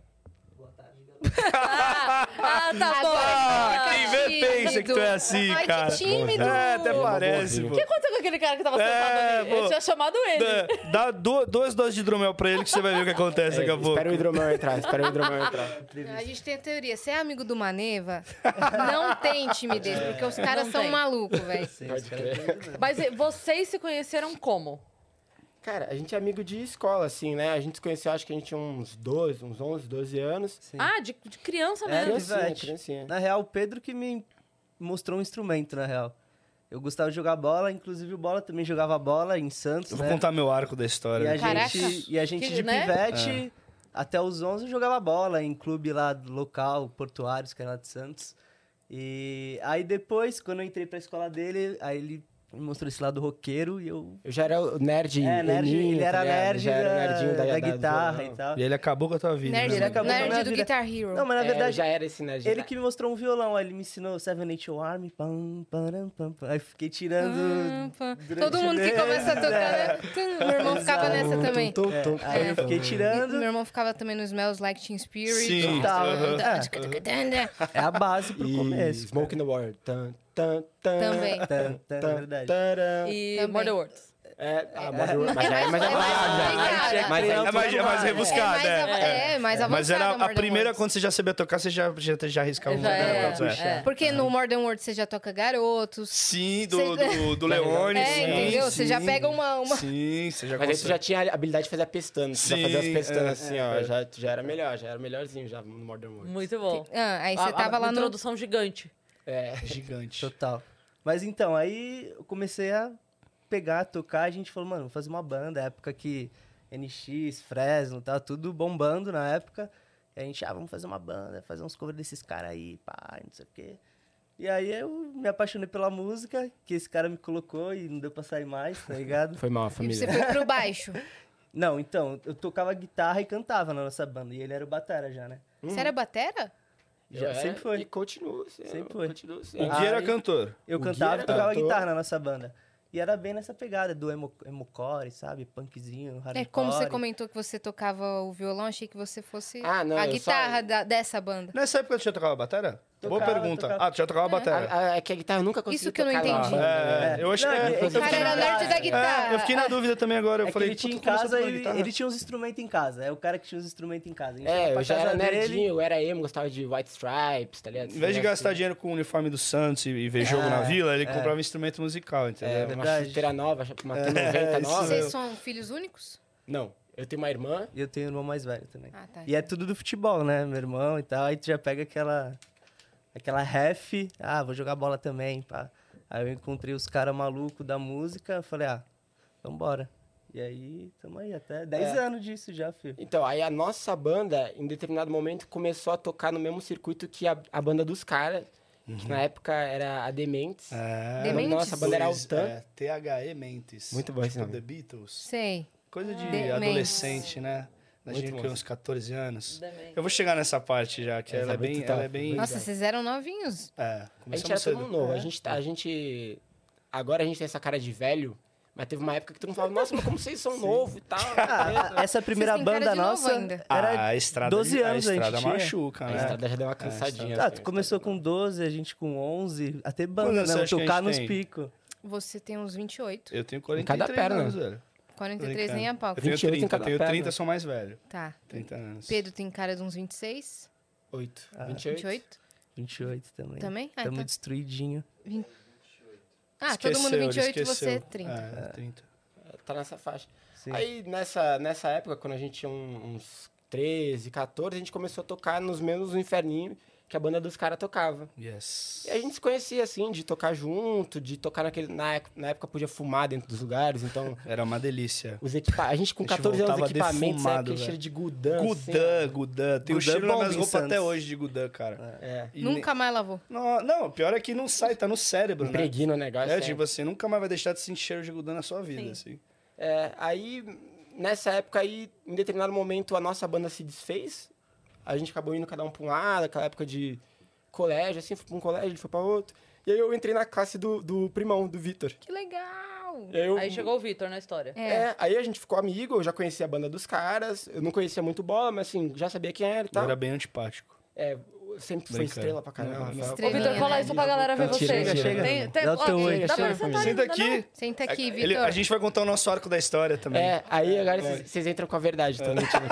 Ah, tá Agora- bom. Ah, Quem vê pensa que tu é assim, Ai, que cara. tímido. É, até parece, pô. O que aconteceu com aquele cara que tava É, sentado ali? pô. Eu tinha chamado ele. Dá, dá du- duas doses de hidromel pra ele que você vai ver o que acontece daqui a pouco. É, Espera o hidromel entrar, espera o hidromel entrar. A gente tem a teoria. Você é amigo do Maneva? Não tem timidez, porque É. os caras Não são tem. malucos, velho. Pode crer. Tá. Mas e, vocês se conheceram como? Cara, a gente é amigo de escola, assim, né? A gente se conheceu, acho que a gente tinha uns 12, uns 11, 12 anos. Sim. Ah, de, de criança É, mesmo. criancinha, pivete. criancinha. Na real, o Pedro que me mostrou um instrumento, na real. Eu gostava de jogar bola, inclusive o Bola também jogava bola em Santos, Eu né? vou contar meu arco da E história. a Caraca. gente, e a gente Que, de né? pivete, até os 11, eu jogava bola em clube lá do local, Portuários, que era lá de Santos. E aí depois, quando eu entrei pra escola dele, aí ele me mostrou esse lado roqueiro e eu... Eu já era o nerd. É, nerd, eninho, ele tá era ligado? nerd já era da- nerdinho da, né? da da- do guitarra então. violão. e tal. E ele acabou com a tua vida. Nerd, né? Ele acabou com a nerd minha do vida. Guitar Hero. Não, mas na É, verdade, já era esse nerd. Ele que me mostrou um violão, aí ele me ensinou Seven Nation Army, pam, param, pam, pam. Aí fiquei tirando. Pam, pam. durante Todo mundo que o começa a mês, tocar, é. né? Tum, Meu irmão ficava nessa também. Tum, É, tum, aí tum, eu tum. fiquei E Meu tirando. irmão ficava também no Smells Like Teen Spirit. Sim, Tá, aham. É a base pro E começo. Smoke in the World. Tan, tan, tan, Também. Tan, tan, é tan, verdade. taran. E Também. Murder Words. É, ah, mas eu- mas aí- mas É mais aí- complicado. mas aí- É mais, é mais É mais, rebuscada, ava- é. é, mais avançada. Mas era a Modern primeira, Words. quando você já sabia tocar, você já, já, já arriscava um Já pouco era, pra puxar. é. Porque no Modern World você já toca garotos. Sim, do, Você- do, do Leone, É, sim. entendeu? Você já sim. pega uma- uma- Sim, você já Mas aí tu consegue. já tinha a habilidade de fazer a pestana. Tu já Sim, fazia as é, pestanas assim, ó. é. Já, já era melhor, já era melhorzinho já no Modern World. Muito bom. Ah, aí você A- tava a lá no. Introdução gigante. É. Gigante. Total. Mas então, aí eu comecei a pegar, tocar, a gente falou, mano, vou fazer uma banda, época que NX, Fresno, tá tudo bombando na época. E a gente, ah, vamos fazer uma banda, fazer uns covers desses caras aí, pá, não sei o quê. E aí eu me apaixonei pela música, que esse cara me colocou e não deu pra sair mais, tá ligado? Foi mal, E você família. foi pro baixo. não, então, eu tocava guitarra e cantava na nossa banda. E ele era o Batera já, né? Você era batera? Já, Eu era sempre foi. É, E continua. assim, Sempre foi. Continua, O Gui sendo. Ah, era aí- cantor. Eu O cantava Gui e era tocava cantor. guitarra na nossa banda. E era bem nessa pegada do emo, emocore, sabe? Punkzinho, hardcore. É como você comentou que você tocava o violão, achei que você fosse Ah, não, a eu só- guitarra da- dessa banda. Nessa época tu já tocava batera? Boa Tocava, pergunta. tocava. Ah, tu já tocava batera. A- a- É que a guitarra eu nunca consegui Isso que eu não tocar lá. entendi. É, eu acho Não, que... é que- eu é que O cara fiquei era na- nerd da É, guitarra. É, eu fiquei na dúvida também agora. Eu É que falei, ele tinha em "Pô, tu começou a casa tocar e guitarra?" ele tinha uns instrumentos em casa. É o cara que tinha os instrumentos em casa. A gente ia É, pra eu já casa era dele, nerdinho, eu era emo, gostava de White Stripes, tá ligado? Em vez de gastar dinheiro com o uniforme do Santos e, e ver jogo na vila, ele comprava um instrumento musical, É, entendeu? uma verdade. chuteira nova, uma né? É, T90 isso nova. Vocês são filhos únicos? Não, eu tenho uma irmã. E eu tenho um irmão mais velho também. Ah, tá. E é tudo do futebol, né? Meu irmão e tal. Aí tu já pega aquela. Aquela ref. Ah, vou jogar bola também, pá. Aí eu encontrei os caras malucos da música. eu Falei, ah, vambora. E aí, tamo aí, até 10 É. anos disso já, filho. Então, aí a nossa banda, em determinado momento, começou a tocar no mesmo circuito que a, a banda dos caras, que na época era a Dementes. É. Dementes? Nossa, a banda era Altan. É, THE Mentes. Muito bom esse Tipo nome. The Beatles. Sei. Coisa de Dementes. adolescente, né? Da Muito gente que bom. tem uns 14 anos. Dementes. Eu vou chegar nessa parte já, que Essa ela é banda bem... tá- Ela é bem... Nossa, vocês eram novinhos. É, A gente começamos era cedo. todo mundo novo. É. A, gente, tá- a gente. Agora a gente tem essa cara de velho, mas teve uma época que todo mundo falava, nossa, mas como vocês são novos e tal. Ah, essa primeira têm cara banda de novo nossa ainda. Ah, era Ah, a estrada, 12 anos a a gente estrada tinha. machuca, a né? estrada já deu uma cansadinha. Tá, assim. tu né? começou com 12, a gente com 11, até banda, Quantos né? você acha que a Tocar gente nos tem? picos. Você tem uns 28. Eu tenho Em cada 43 perna. anos, velho. Tô 43 nem a brincando. pau. Eu tenho 28 em 30, cada tenho perna. 30, sou mais velho. Tá. 30 anos. Pedro tem cara de uns 26, 8. 28. 28 28 também. também? Ah, Tamo então. destruidinho. Vin- Ah, todo mundo Esqueceu, ele 28 e você esqueceu. 30. É, 30. Tá nessa faixa. Sim. Aí, nessa, nessa época, quando a gente tinha um- uns 13, 14, a gente começou a tocar nos mesmos inferninhos que a banda dos caras tocava. Yes. E a gente se conhecia, assim, de tocar junto, de tocar naquele... Na, época- na época podia fumar dentro dos lugares, então... Era uma delícia. Os equipa... A gente com A gente 14 anos, voltava os equipamentos, né, defumado, aquele velho. cheiro de gudan. assim, Gudan, Gudan. Tem o Gudan cheiro é bom, nas roupas Vincent. até hoje de Gudan, cara. ó. É. E Nunca mais lavou. ne- Não, não, pior é que não sai, tá no cérebro, né? Impregna o negócio. É, tipo assim, nunca mais vai deixar de sentir cheiro de Gudan na sua vida, assim. É, aí, nessa época aí, em determinado momento, a nossa banda se desfez. A gente acabou indo cada um pra um lado, aquela época de colégio, assim, fui pra um colégio, ele foi pra outro. E aí eu entrei na classe do, do primão, do Vitor. Que legal! E aí eu- Aí chegou o Vitor na história. É. É, aí a gente ficou amigo, eu já conhecia a banda dos caras, eu não conhecia muito bola, mas assim, já sabia quem era e Eu tal. era bem antipático. É, sempre foi Brincando. estrela pra caramba. Não, Rafael. Ô, Estrelinha, Vitor, cola né? isso pra galera ver você. Mentira, mentira. Tem, tem, Dá o ó, teu oi, dá pra chega, Tá sentar Senta ainda, não? aqui. Senta Tá aqui, É Ele- Vitor. a gente vai contar o nosso arco da história também. É, aí agora vocês- vocês entram com a verdade, tipo. tô mentindo.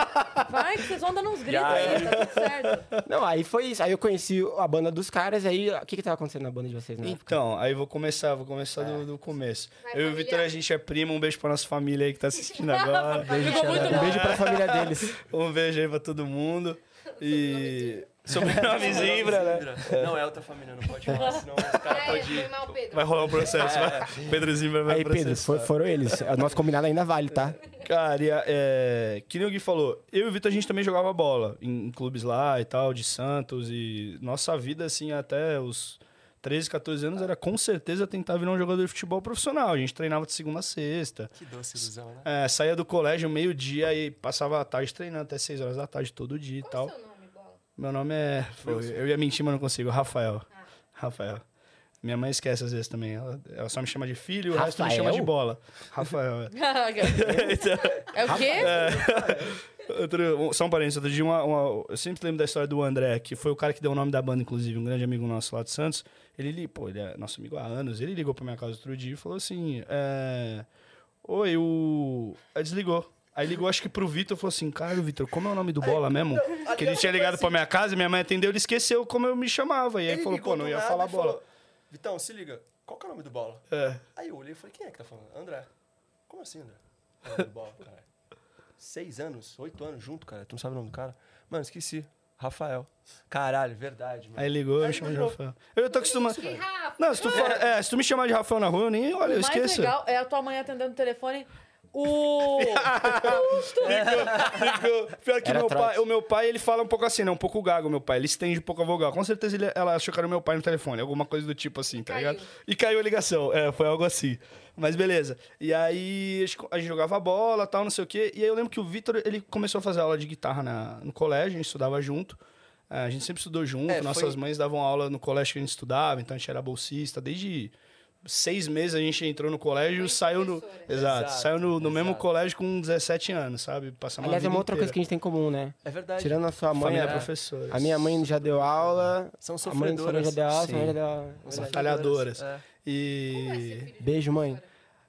Vai, que vocês vão dando uns gritos Já aí, tá tudo certo. Não, aí foi isso. Aí eu conheci a banda dos caras, aí o que que tava acontecendo na banda de vocês, né? Então, aí vou começar, vou começar É. do, do começo. eu e o Vitor, a gente é primo, um beijo pra nossa família aí que tá assistindo agora. Ficou muito Um bom. beijo pra família deles. Um beijo aí pra todo mundo. E. Sobrenome Zimbra, né? Não é outra família, não pode falar, senão os caras Ai, podem. foi mal, Pedro. tá Vai rolar um processo. Vai. Pedro Zimbra vai Aí, Pedro, processar. foi- foram eles. O nosso combinado ainda vale, tá? Cara, e a- é, que nem o Gui falou, eu e o Vitor, a gente também jogava bola em, em clubes lá e tal, de Santos. E nossa vida, assim, até os 13, 14 anos, era com certeza tentar virar um jogador de futebol profissional. A gente treinava de segunda a sexta. Que doce ilusão, né? É, saía do colégio meio-dia e passava a tarde treinando até 6 horas da tarde todo dia e é tal. Meu nome é. Foi- eu ia mentir, mas não consigo. Rafael. Rafael. Minha mãe esquece às vezes também. Ela, ela só me chama de filho e o resto me chama de Rafael? bola. Rafael. é. É o quê? Outro, um- só um parênteses, outro dia uma- uma- eu sempre lembro da história do André, que foi o cara que deu o nome da banda, inclusive, um grande amigo nosso lá de Santos. Ele, li- pô, ele é nosso amigo há anos, ele ligou pra minha casa outro dia e falou assim, é, oi, o... Aí desligou. Aí ligou, acho que pro Vitor, falou assim, caralho, Vitor, como é o nome do Bola mesmo? Que ele tinha ligado pra minha casa, minha mãe atendeu, ele esqueceu como eu me chamava. E aí falou, ligou pô, não do ia nada falar e falou, Bola. Vitão, se liga, qual que é o nome do bola? É. Aí eu olhei e falei, quem é que tá falando? André. Como assim, André? É o nome do bola, cara. Seis anos, oito anos junto, cara. Tu não sabe o nome do cara? Mano, esqueci. Rafael. Caralho, verdade, mano. Aí ligou, eu me chamou de Rafael. Eu tô acostumado... Não, se tu, for- é, se tu me chamar de Rafael na rua, eu nem olha, eu O mais esqueço. legal é a tua mãe atendendo o telefone. O. Ficou- ficou- Pior que Era meu trote. pai, o meu pai, ele fala um pouco assim, né? Um pouco gago, meu pai. Ele estende um pouco a vogal. Com certeza ele- ela achou que era o meu pai no telefone, alguma coisa do tipo assim, tá Caiu. ligado? E caiu a ligação. É, foi algo assim. Mas beleza. E aí acho que a gente jogava bola, tal, não sei o quê. E aí eu lembro que o Vitor, ele começou a fazer aula de guitarra na- no colégio, a gente estudava junto. É, A gente sempre estudou junto, É, foi- nossas mães davam aula no colégio que a gente estudava, então a gente era bolsista. Desde seis meses a gente entrou no colégio, Mãe saiu no. professora. Exato, Exato, saiu no, no mesmo exato. colégio com 17 anos, sabe? Passamos Aliás, é uma outra coisa que a gente tem em comum, né? É verdade. Tirando a sua a mãe, família a, é professora. a minha mãe já deu aula. São A mãe da sua mãe sofredoras. já deu aula, sua mãe Sim. já deu aula. São Batalhadoras. É. E Beijo, mãe.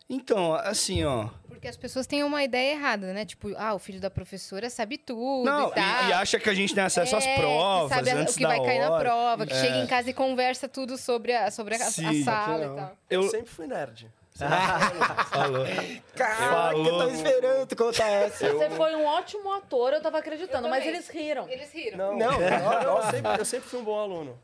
então, assim, ó. Porque as pessoas têm uma ideia errada, né? Tipo, ah, o filho da professora sabe tudo Não, e tal. e, e acha que a gente tem acesso às É, que provas sabe a- antes o que da vai hora. É. cair na prova, que chega em casa e conversa tudo sobre a, sobre a, a Sim. sala e tal. Eu Eu sempre fui nerd. falou. Ah, Caraca, eu tô Falou. esperando tu contar essa. Você foi um ótimo ator, eu tava acreditando, Eu mas também. eles riram. Eles riram. Não, Não. eu, eu sempre, eu sempre fui um bom aluno.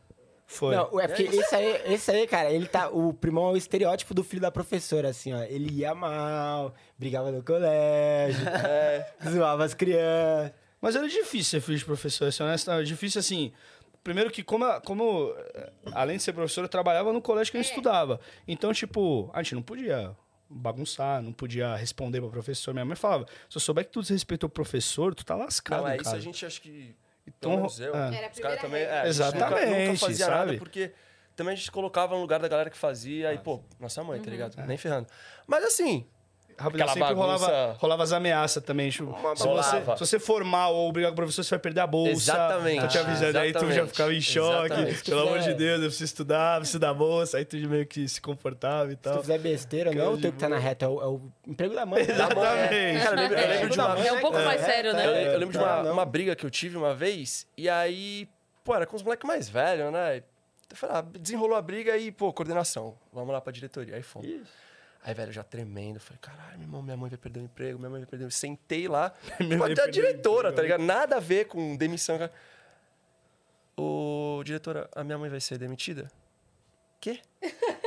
Foi. Não, é porque esse aí, esse aí, cara, ele tá. O primão é o estereótipo do filho da professora, assim, ó. Ele ia mal, brigava no colégio, É. zoava as crianças. Mas era difícil ser filho de professor, ser honesto. Era difícil, assim... Primeiro que, como, a- como eh, além de ser professor, eu trabalhava no É. colégio que eu estudava. Então, tipo, a gente não podia bagunçar, não podia responder pra professor. Minha mãe falava, se eu souber que tu desrespeitou o professor, tu tá lascado, Não, é cara. isso a gente acho que. Então, Então, menos eu, é. Era a os caras primeira também. regra. É, a gente Exatamente, Nunca, nunca fazia sabe? nada, porque também a gente colocava no lugar da galera que fazia e, pô, nossa mãe, tá Uhum. ligado? Nem ferrando. Mas assim, Rapidão, Aquela sempre bagunça- rolava, rolava as ameaças também. Tipo, se, você, rolava. se você for mal ou brigar com o professor, você vai perder a bolsa. Exatamente. Tô te avisando, aí tu já Exatamente. ficava em choque. Exatamente. Pelo amor de É. Deus, eu preciso estudar, preciso da bolsa. Aí tu meio que se comportava e Se tu tal. fizer besteira, não é o teu que tá na reta, é o, é o emprego da mãe. Exatamente. é. cara, eu lembro, eu lembro de uma. É um pouco mais sério, Eu, né? eu lembro de uma, Não, não. uma briga que eu tive uma vez, e aí, pô, era com os moleques mais velhos, né? Eu falei, ah, desenrolou a briga e, pô, coordenação, vamos lá pra diretoria. Aí fomos. Aí, velho, eu já tremendo, falei, caralho, meu irmão, minha mãe vai perder o emprego, minha mãe vai perder o emprego. Sentei lá, Minha pô, mãe da perdeu o emprego. diretora, né? tá ligado? Nada a ver com demissão. cara. Ô, diretora, a minha mãe vai ser demitida? Quê?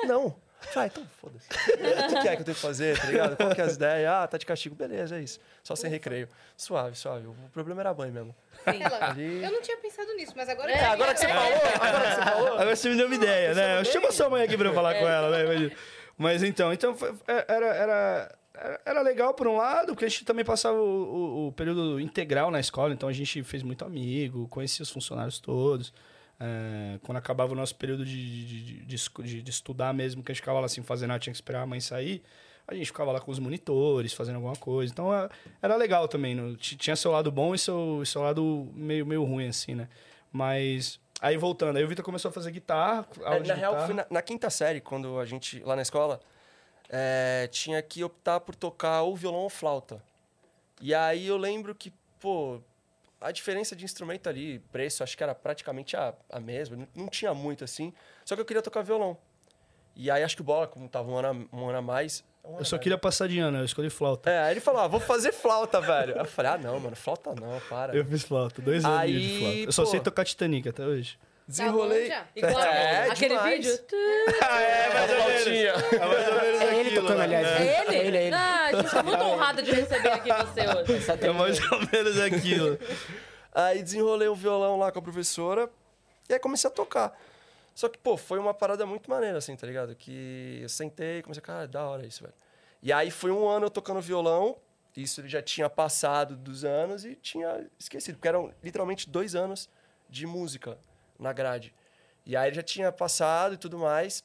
Não. Ah, então foda-se. O que que é que eu tenho que fazer, tá ligado? Qual que é as ideias? Ah, tá de castigo. Beleza, é isso. Só sem recreio. Suave, suave. O problema era a mãe mesmo. Ela- Ali- Eu não tinha pensado nisso, mas agora... É, agora Agora que você falou, agora que você falou. Agora você me deu uma ideia, né? Eu chamo a sua mãe aqui pra eu falar com ela, né? Imagina. Mas então, então foi- era, era, era- era legal por um lado, porque a gente também passava o, o- o período integral na escola, então a gente fez muito amigo, conhecia os funcionários todos. É, quando acabava o nosso período de, de- de- de esco- de- de estudar mesmo, que a gente ficava lá sem fazer nada, tinha que esperar a mãe sair, a gente ficava lá com os monitores, fazendo alguma coisa. Então é- era legal também. não- ti- Tinha seu lado bom e seu, seu lado meio, meio ruim, assim, né? Mas. Aí voltando, aí o Vitor começou a fazer guitarra. aula É, de na real, guitarra. foi na, na quinta série, quando a gente, lá na escola, é, tinha que optar por tocar ou violão ou flauta. E aí eu lembro que, pô, a diferença de instrumento ali, preço, acho que era praticamente a, a mesma, não, não tinha muito assim. Só que eu queria tocar violão. E aí acho que o Bola, como tava um ano, a- um ano a mais. um ano Eu a só mais, queria passar de ano, eu escolhi flauta. É, aí ele falou, ah, vou fazer flauta, velho. Aí eu falei, ah, não, mano, flauta não, para. Eu fiz flauta, dois anos É. Aí, de flauta. Eu só pô. sei tocar Titanic até hoje. Desenrolei. Tá bom já. Igual É, aquele demais. vídeo. Tu- É, mais ou menos. Flautinha. É mais ou menos É ele aquilo, tocando, né? aliás. É. É ele? Ele, ele. Ah, a gente tá muito honrada de receber aqui você hoje. Essa É tem- mais ou menos aquilo. Aí desenrolei o violão lá com a professora e aí comecei a tocar. Só que, pô, foi uma parada muito maneira, assim, tá ligado? Que eu sentei, comecei, cara, da hora isso, velho. E aí foi um ano eu tocando violão, isso ele já tinha passado dos anos e tinha esquecido, porque eram literalmente dois anos de música na grade. E aí ele já tinha passado e tudo mais.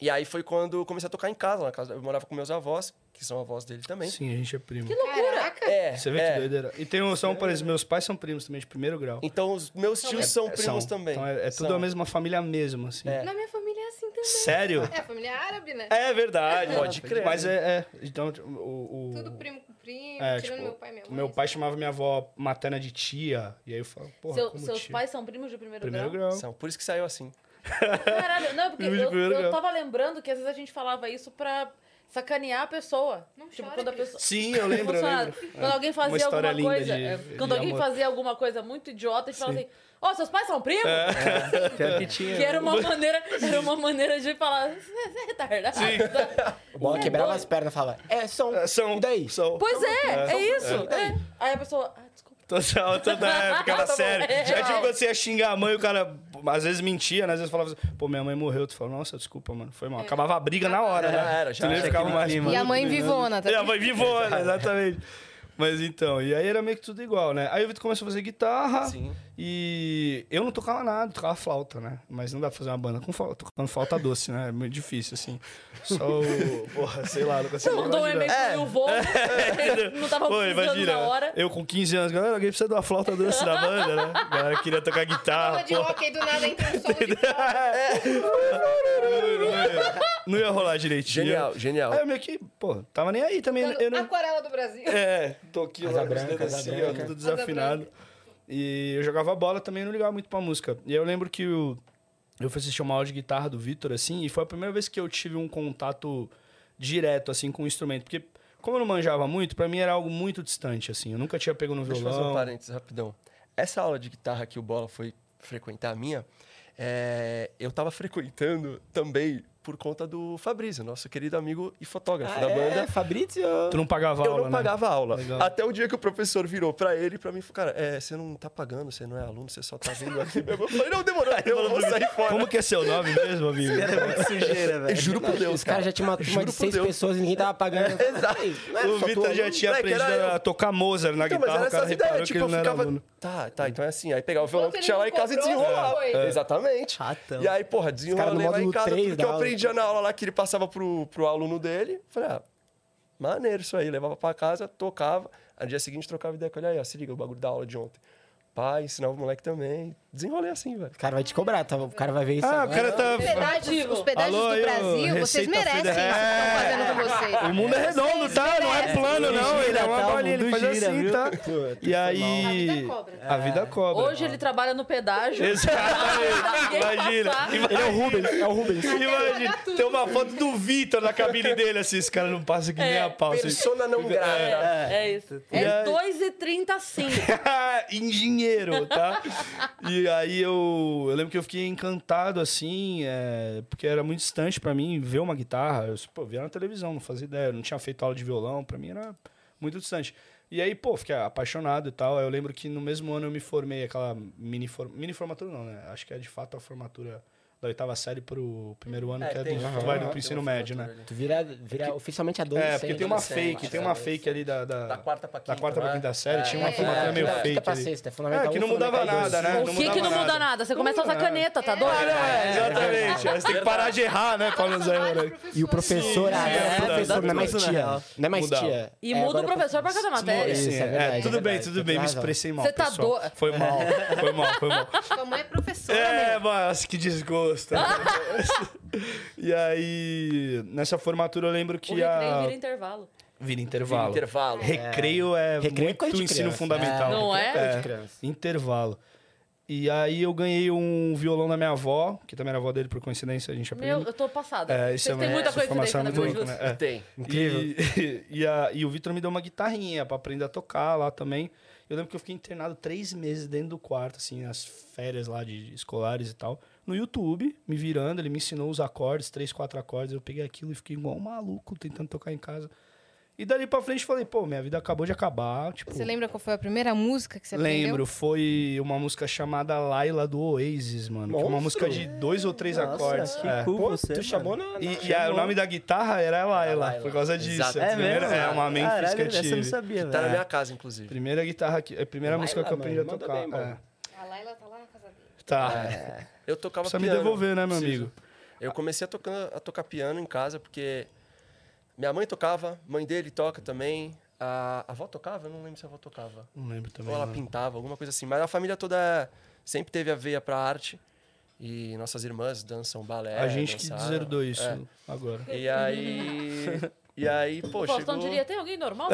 E aí foi quando eu comecei a tocar em casa, na casa. Eu morava com meus avós, que são avós dele também. Sim, a gente é primo. Caraca, É, Você vê é. que doideira. E tem um, são, por exemplo, meus pais são primos também, de primeiro grau. É, Então os meus tios são primos São. também. Então é, é tudo São. a mesma família mesmo, assim. É. na minha família é assim também. Sério? É, a família árabe, né? É verdade. Pode crer. Mas é, é. Então, o... o- Tudo primo com primo, É, tirando tipo, meu pai né? e minha mãe. Meu pai chamava minha avó materna de tia, e aí eu falo, porra, Seu- como seus tia? pais são primos de primeiro, Primeiro grau? grau. São, por isso que saiu assim. Caralho, não, porque Primos de eu, primeiro eu grau. tava lembrando que às vezes a gente falava isso pra sacanear a pessoa. Não tipo, chora, quando a Cris. pessoa. Sim, eu lembro, eu Emocionado. lembro. Quando alguém Uma fazia história alguma linda coisa. de- é, de quando alguém amor. fazia alguma coisa muito idiota, a gente falava assim, ó, seus pais são primos? Pior que tinha. Que era uma maneira, era uma maneira de falar, você você é retardado. O bola quebrava as pernas e falava, é, são. É, são, E daí? são. Pois é, é, isso. E daí? é. Aí a pessoa, ah, desculpa. Total, toda a época Tá da bom, série. é. É tipo quando você ia xingar a mãe, o cara pô, às vezes mentia, né? às vezes falava assim, pô, minha mãe morreu. Tu falava, nossa, desculpa, mano, foi mal. Acabava a briga na hora, né? Já era, já Tu nem era ficava aquele mais clima. E a puto, mãe né? vivona, tá? E a mãe vivona, exatamente. Mas então, e aí era meio que tudo igual, né? Aí o Vitor começou a fazer guitarra Sim. e eu não tocava nada, tocava flauta, né? Mas não dá pra fazer uma banda com flauta, tocando flauta doce, né? É muito difícil, assim. Só o... Porra, sei lá, não Você consigo mandou um imaginar. e-mail pro Will Voo, não tava Pô, precisando imagina, na hora. eu com 15 anos, galera, alguém precisa de uma flauta doce da banda, né? A galera queria tocar guitarra, Aula de pô. hockey do nada entra um solo de flauta. Não ia rolar direitinho. Genial, genial. Aí eu meio que, pô, tava nem aí também. Eu não... Aquarela do Brasil. É, tô aqui Casa lá, branca, branca, casa assim, ó, branca. tudo desafinado. E eu jogava bola também, não ligava muito pra música. E aí eu lembro que o- eu fui assistir uma aula de guitarra do Vitor, assim, e foi a primeira vez que eu tive um contato direto, assim, com o instrumento. Porque, como eu não manjava muito, pra mim era algo muito distante, assim. Eu nunca tinha pego no Deixa eu fazer um violão. parênteses rapidão. Essa aula de guitarra que o Bola foi frequentar, a minha, é, eu tava frequentando também por conta do Fabrício, nosso querido amigo e Ah, fotógrafo é? da banda. Fabrício. tu não pagava Eu aula, não né? pagava aula. Legal. Até o dia que o professor virou pra ele e pra mim e falou: Cara, é, você não tá pagando, você não é aluno, você só tá vindo aqui mesmo. Eu falei: Não, demorou, eu vou sair fora. Como que é seu nome mesmo, amigo? Era muito sujeira, Eu velho. juro por Deus, Os caras já tinham uma turma Juro de por seis Deus. pessoas e ninguém tava pagando. Exato. Não era o só tu, Vitor já aluno. tinha Moleque, aprendido era eu. a tocar Mozart na Então, mas guitarra, era o cara essas ideias, reparou tipo, que eu ele não era ficava. aluno. Tá, tá, então é assim. Aí pegava o violão que ele tinha lá não em casa e cobrou, desenrolava. É. foi. Exatamente. Ah, então. Ratão. E aí, porra, desenrolei lá em módulo casa três tudo da que eu aula. aprendia na aula lá que ele passava pro, pro aluno dele. Falei, ah, maneiro isso aí. Levava pra casa, tocava. Aí, no dia seguinte, trocava ideia com ele. Aí, ó, se liga, o bagulho da aula de ontem. Pai, ensinava o moleque também. Desenrolei assim, velho. O cara vai te cobrar, tá? o cara vai ver isso. Ah, o agora. cara tá... Hospedagem, os pedágios Alô, do aí, ó, Brasil, vocês Receita merecem isso que estão fazendo com vocês. O mundo é redondo, tá? Não é plano, não. Ele é uma tá? O bolinha, ele mundo faz gira, assim, viu? tá? E aí... A vida cobra. A vida é cobra. Hoje ele trabalha no pedágio. Exatamente. Ninguém Imagina. passar. Imagina. Ele é o Rubens, é o Rubens. Imagina. Tem uma foto do Vitor na cabine dele, assim. Esse cara não passa que nem É. a pau. assim. Persona não É, grata. é isso. E É aí? 2,35. engenheiro, tá? E aí eu, eu lembro que eu fiquei encantado, assim, é, porque era muito distante pra mim ver uma guitarra. Eu pô, via na televisão, não fazia ideia. Eu não tinha feito aula de violão, pra mim era muito distante. E aí, pô, fiquei apaixonado e tal. Aí eu lembro que no mesmo ano eu me formei, aquela mini, for- mini formatura não, né? Acho que é de fato a formatura da oitava série pro primeiro ano, que é do, tem- vai do tem pro ensino uma médio, né? formatura ali. Tu vira, vira oficialmente adolescente. É, porque tem uma adolescente, fake, tem uma fake ali da... né? Da quarta pra quinta, Da quarta pra né? quinta série, É. tinha uma É, formatura é, meio é, fake quinta pra ali. sexta, é fundamental É, que um, não mudava fundamental dois. nada, né? O que que não muda nada? Você começa a usar caneta, tá doido? É, exatamente. Aí Você tem que parar de errar, né, pra não usar É herói. E o professor, Sim, ah, sim, é, é, professor, dá não é mais tudo, na tia. real. Não é mais Mudava. tia. E É, muda agora o professor pra cada matéria. Isso, é verdade, tudo é bem, verdade, tudo tem bem, me razão. expressei mal, Você tá pessoal. doido. tá Foi mal, foi mal, foi mal. Sua mãe é professora, É, né? mas que desgosto. e aí, nessa formatura eu lembro O que recreio a... vira intervalo. Vira Vira intervalo. Intervalo. Recreio é, Recreio é muito coisa de ensino criança. fundamental. Não é? Coisa de criança. Intervalo. E aí eu ganhei um violão da minha avó, que também era avó dele, por coincidência, a gente aprendeu. Meu, eu tô passada. É, isso Vocês têm é uma- muita essa coisa informação dentro é da muito coisa. louca, né? É. Tem. E, e, a- e o Vitor me deu uma guitarrinha pra aprender a tocar lá também. Eu lembro que eu fiquei internado três meses dentro do quarto, assim, as férias lá de escolares e tal. No YouTube, me virando, ele me ensinou os acordes, três, quatro acordes. Eu peguei aquilo e fiquei igual um maluco tentando tocar em casa. E dali pra frente eu falei, pô, minha vida acabou de acabar. Tipo, Você lembra qual foi a primeira música que você aprendeu? Lembro, foi uma música chamada Laila do Oasis, mano. Que é uma Monstro. música de dois ou três Nossa, acordes. que é. cool Pô, você, tu mano. chamou na... na- E, e aí, o nome da guitarra era Laila, Laila. por causa disso. Exato. A É primeira- mesmo? é uma Memphis Caralho, que eu Essa eu não tive. sabia, Tá na velho. minha casa, inclusive. Primeira guitarra que, é a primeira Laila, música que eu aprendi mano, a mandou tocar. bem, mano. é. A Laila tá lá na casa dele. Tá. É. É. Eu tocava Precisa me piano. devolver, né, meu Preciso. amigo? Eu comecei a tocar, a tocar piano em casa porque minha mãe tocava, mãe dele toca também. A, a avó tocava? Eu não lembro se a avó tocava. Não lembro também. Ou ela não. pintava, alguma coisa assim. Mas a família toda sempre teve a veia pra arte. E nossas irmãs dançam balé. a gente que dançaram. deserdou isso né? É. agora. E aí. E aí, pô, O Faustão chegou... diria, tem alguém normal?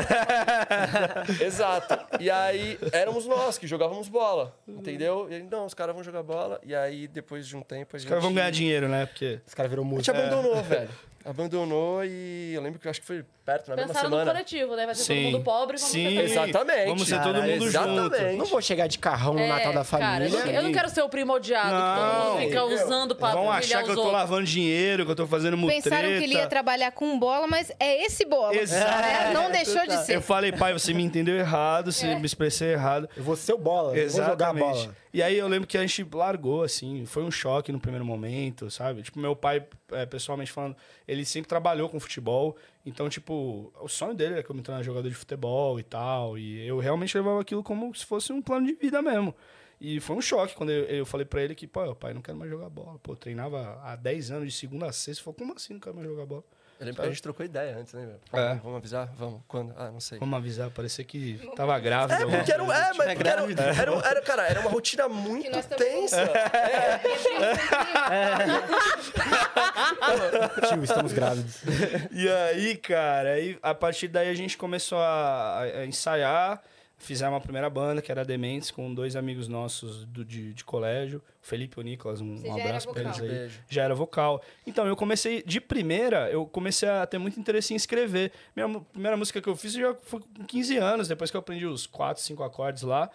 Exato. E aí éramos nós que jogávamos bola, entendeu? E ele, não, os caras vão jogar bola. E aí, depois de um tempo, a gente. Os caras vão ganhar dinheiro, né? Porque. Os caras viram A gente música. abandonou, velho. abandonou e eu lembro que eu acho que foi perto, na mesma Pensaram no semana. coletivo, né? Vai ser todo Sim. mundo pobre, vamos Sim. ser todo mundo- Exatamente. Vamos ser todo mundo exatamente. Não vou chegar de carrão no É, Natal da cara, eu família. não- eu não quero ser o primo odiado, que todo Não, mundo fica usando pra Vão humilhar achar os que eu tô outros. lavando dinheiro, que eu tô fazendo mutreta. Pensaram que ele ia trabalhar com bola, mas é esse bola. Exato. É, não deixou de ser. É. Eu falei, pai, você me entendeu errado, você me expressei errado. Eu vou ser o bola, eu vou jogar a bola. E aí eu lembro que a gente largou, assim, foi um choque no primeiro momento, sabe? Tipo, meu pai, é, pessoalmente falando, ele sempre trabalhou com futebol, então, tipo, o sonho dele era que eu me tornasse jogador de futebol e tal, e eu realmente levava aquilo como se fosse um plano de vida mesmo. E foi um choque quando eu, eu falei pra ele que, pô, pai, não quero mais jogar bola. Pô, eu treinava há 10 anos de segunda a sexta, ele falou, como assim não quero mais jogar bola? Eu lembro que a gente trocou ideia antes, né, meu? É. Vamos avisar? Vamos. Quando? Ah, não sei. Vamos avisar, parecia que tava grávida. É, alguma porque era, um- coisa. é, mas porque era, um- era, um- era, cara, era uma rotina muito nós também- tensa. Tio, estamos grávidos. E aí, cara, aí, a partir daí a gente começou a, a ensaiar. Fizemos uma primeira banda, que era Dementes, com dois amigos nossos do- de, de colégio, o Felipe e o Nicolas. Um, Você um já era abraço pra eles vocal. aí. Beijo. Já era vocal. Então, eu comecei, de primeira, eu comecei a ter muito interesse em escrever. Minha mu- primeira música que eu fiz já foi com 15 anos, depois que eu aprendi os quatro, cinco acordes lá.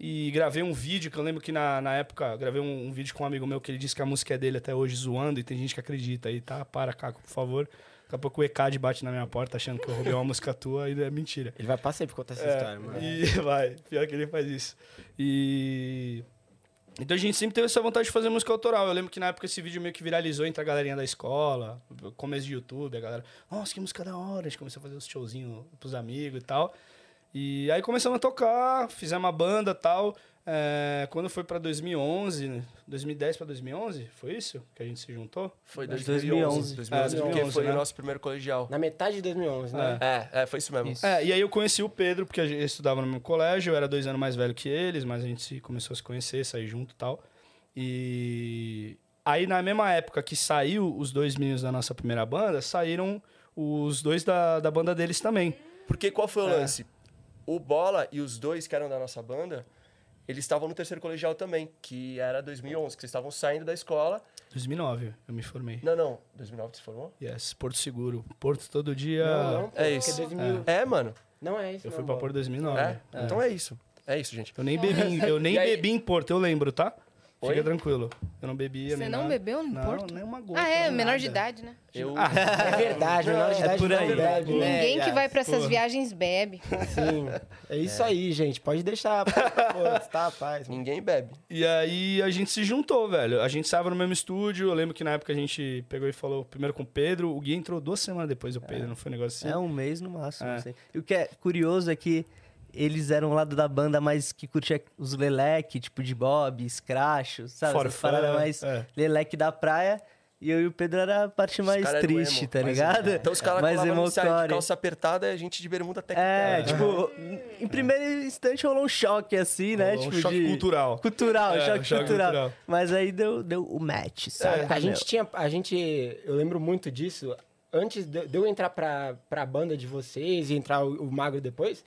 E gravei um vídeo, que eu lembro que na, na época, eu gravei um, um vídeo com um amigo meu que ele disse que a música é dele até hoje, zoando, e tem gente que acredita aí, tá? Para, Caco, por favor. Daqui a pouco o ECAD bate na minha porta achando que eu roubei uma música tua e é mentira. Ele vai passar por contar essa história, mano. É, E vai, pior que ele faz isso. E. Então a gente sempre teve essa vontade de fazer música autoral. Eu lembro que na época esse vídeo meio que viralizou entre a galerinha da escola, começo de YouTube, a galera, nossa, que música da hora. A gente começou a fazer os showzinhos pros amigos e tal. E aí começamos a tocar, fizemos uma banda e tal. É, quando foi pra 2011, né? 2010 pra 2011, foi isso que a gente se juntou? Foi Acho que 2011. 2011, 2011, porque 2011, foi né? o nosso primeiro colegial. Na metade de 2011, né? É, é, foi isso mesmo. Isso. É, e aí eu conheci o Pedro, porque a gente- eu estudava no mesmo colégio, eu era dois anos mais velho que eles, mas a gente se- começou a se conhecer, sair junto e tal. E aí, na mesma época que saiu os dois meninos da nossa primeira banda, saíram os dois da, da banda deles também. Porque qual foi o É. lance? O Bola e os dois que eram da nossa banda, eles estavam no terceiro colegial também, que era 2011, que vocês estavam saindo da escola. 2009, eu me formei. Não, não, 2009 você formou? Yes, Porto Seguro. Porto todo dia. Não, não, pô, É porque isso. 2000. É, mano. Não é isso, eu não, fui pra bola. Porto 2009. É? Então é isso. É isso, gente. Eu nem bebi, eu nem E aí- bebi em Porto, eu lembro, tá? Oi? Fica tranquilo. Eu não bebia, Você nem não nada. bebeu no não, Porto? nem uma gota. Ah, é, menor de nada. idade, né? Eu... É verdade, menor de idade por não aí. bebe, né? Ninguém que Yes. vai pra essas viagens bebe. Sim. É isso aí, gente. Pode deixar. Pô, pô, tá, rapaz. Ninguém bebe. E aí a gente se juntou, velho. A gente estava no mesmo estúdio. Eu lembro que na época a gente pegou e falou primeiro com o Pedro. O Gui entrou duas semanas depois do Pedro, não foi um negócio assim? É um mês no máximo. É. assim. E o que é curioso é que eles eram o lado da banda mais que curtia os leleque, tipo de Bob, Scratch, sabe? Forfã, Essas paradas mais é. leleque da praia. E eu e o Pedro era a parte mais cara eram triste, emo, tá mais ligado? Então os caras mais colavam no ensaio de emocore. calça apertada e a gente de bermuda até que É, tipo, em primeiro instante rolou um choque, assim, né? Rolou um tipo, choque de- cultural. Cultural, É, choque, um choque cultural. cultural. Mas aí deu, deu o match, sabe? É, A gente tinha. A gente. Eu lembro muito disso. Antes de de eu entrar pra, pra banda de vocês e entrar o, o Magro depois,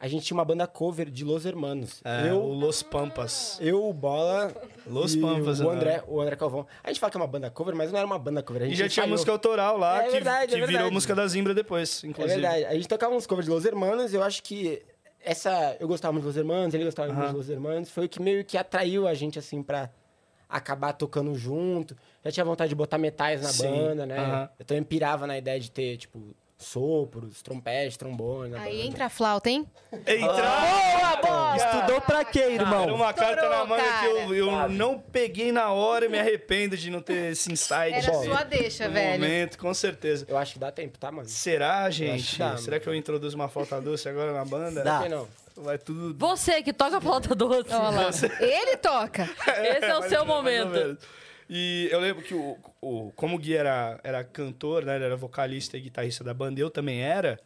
a gente tinha uma banda cover de Los Hermanos. É, eu, o Los Pampas. eu, o Bola. Los e Pampas, o né? André, o André Calvão. A gente fala que é uma banda cover, mas não era uma banda cover. A E gente já tinha ensaiou. música autoral lá, É que, verdade, que é virou verdade. música da Zimbra depois, É inclusive. verdade. A gente tocava uns covers de Los Hermanos, eu acho que essa. Eu gostava muito de Los Hermanos, ele gostava muito de Los Hermanos. Foi o que meio que atraiu a gente, assim, pra acabar tocando junto. Já tinha vontade de botar metais na Sim, banda, né? aham. Eu também pirava na ideia de ter, tipo, sopros, trompetes, trombone. Na Aí banda. entra a flauta, hein? Ah, Entrava! Estudou pra quê, irmão? Era uma carta na Estourou, manga que eu, cara. eu não peguei na hora e me arrependo de não ter esse insight. Era dele sua deixa, no velho. momento, com certeza. Eu acho que dá tempo, tá, mano? Será, acho gente? que dá, Será que eu introduzo uma falta doce agora na banda? Dá. Por que não? Vai tudo Você que toca flauta doce. Olha lá. Ele toca. Esse é o Mais seu ou menos, mais ou momento. menos. E eu lembro que, o, o- como o Gui era, era cantor, né? Ele era vocalista e guitarrista da banda, eu também era.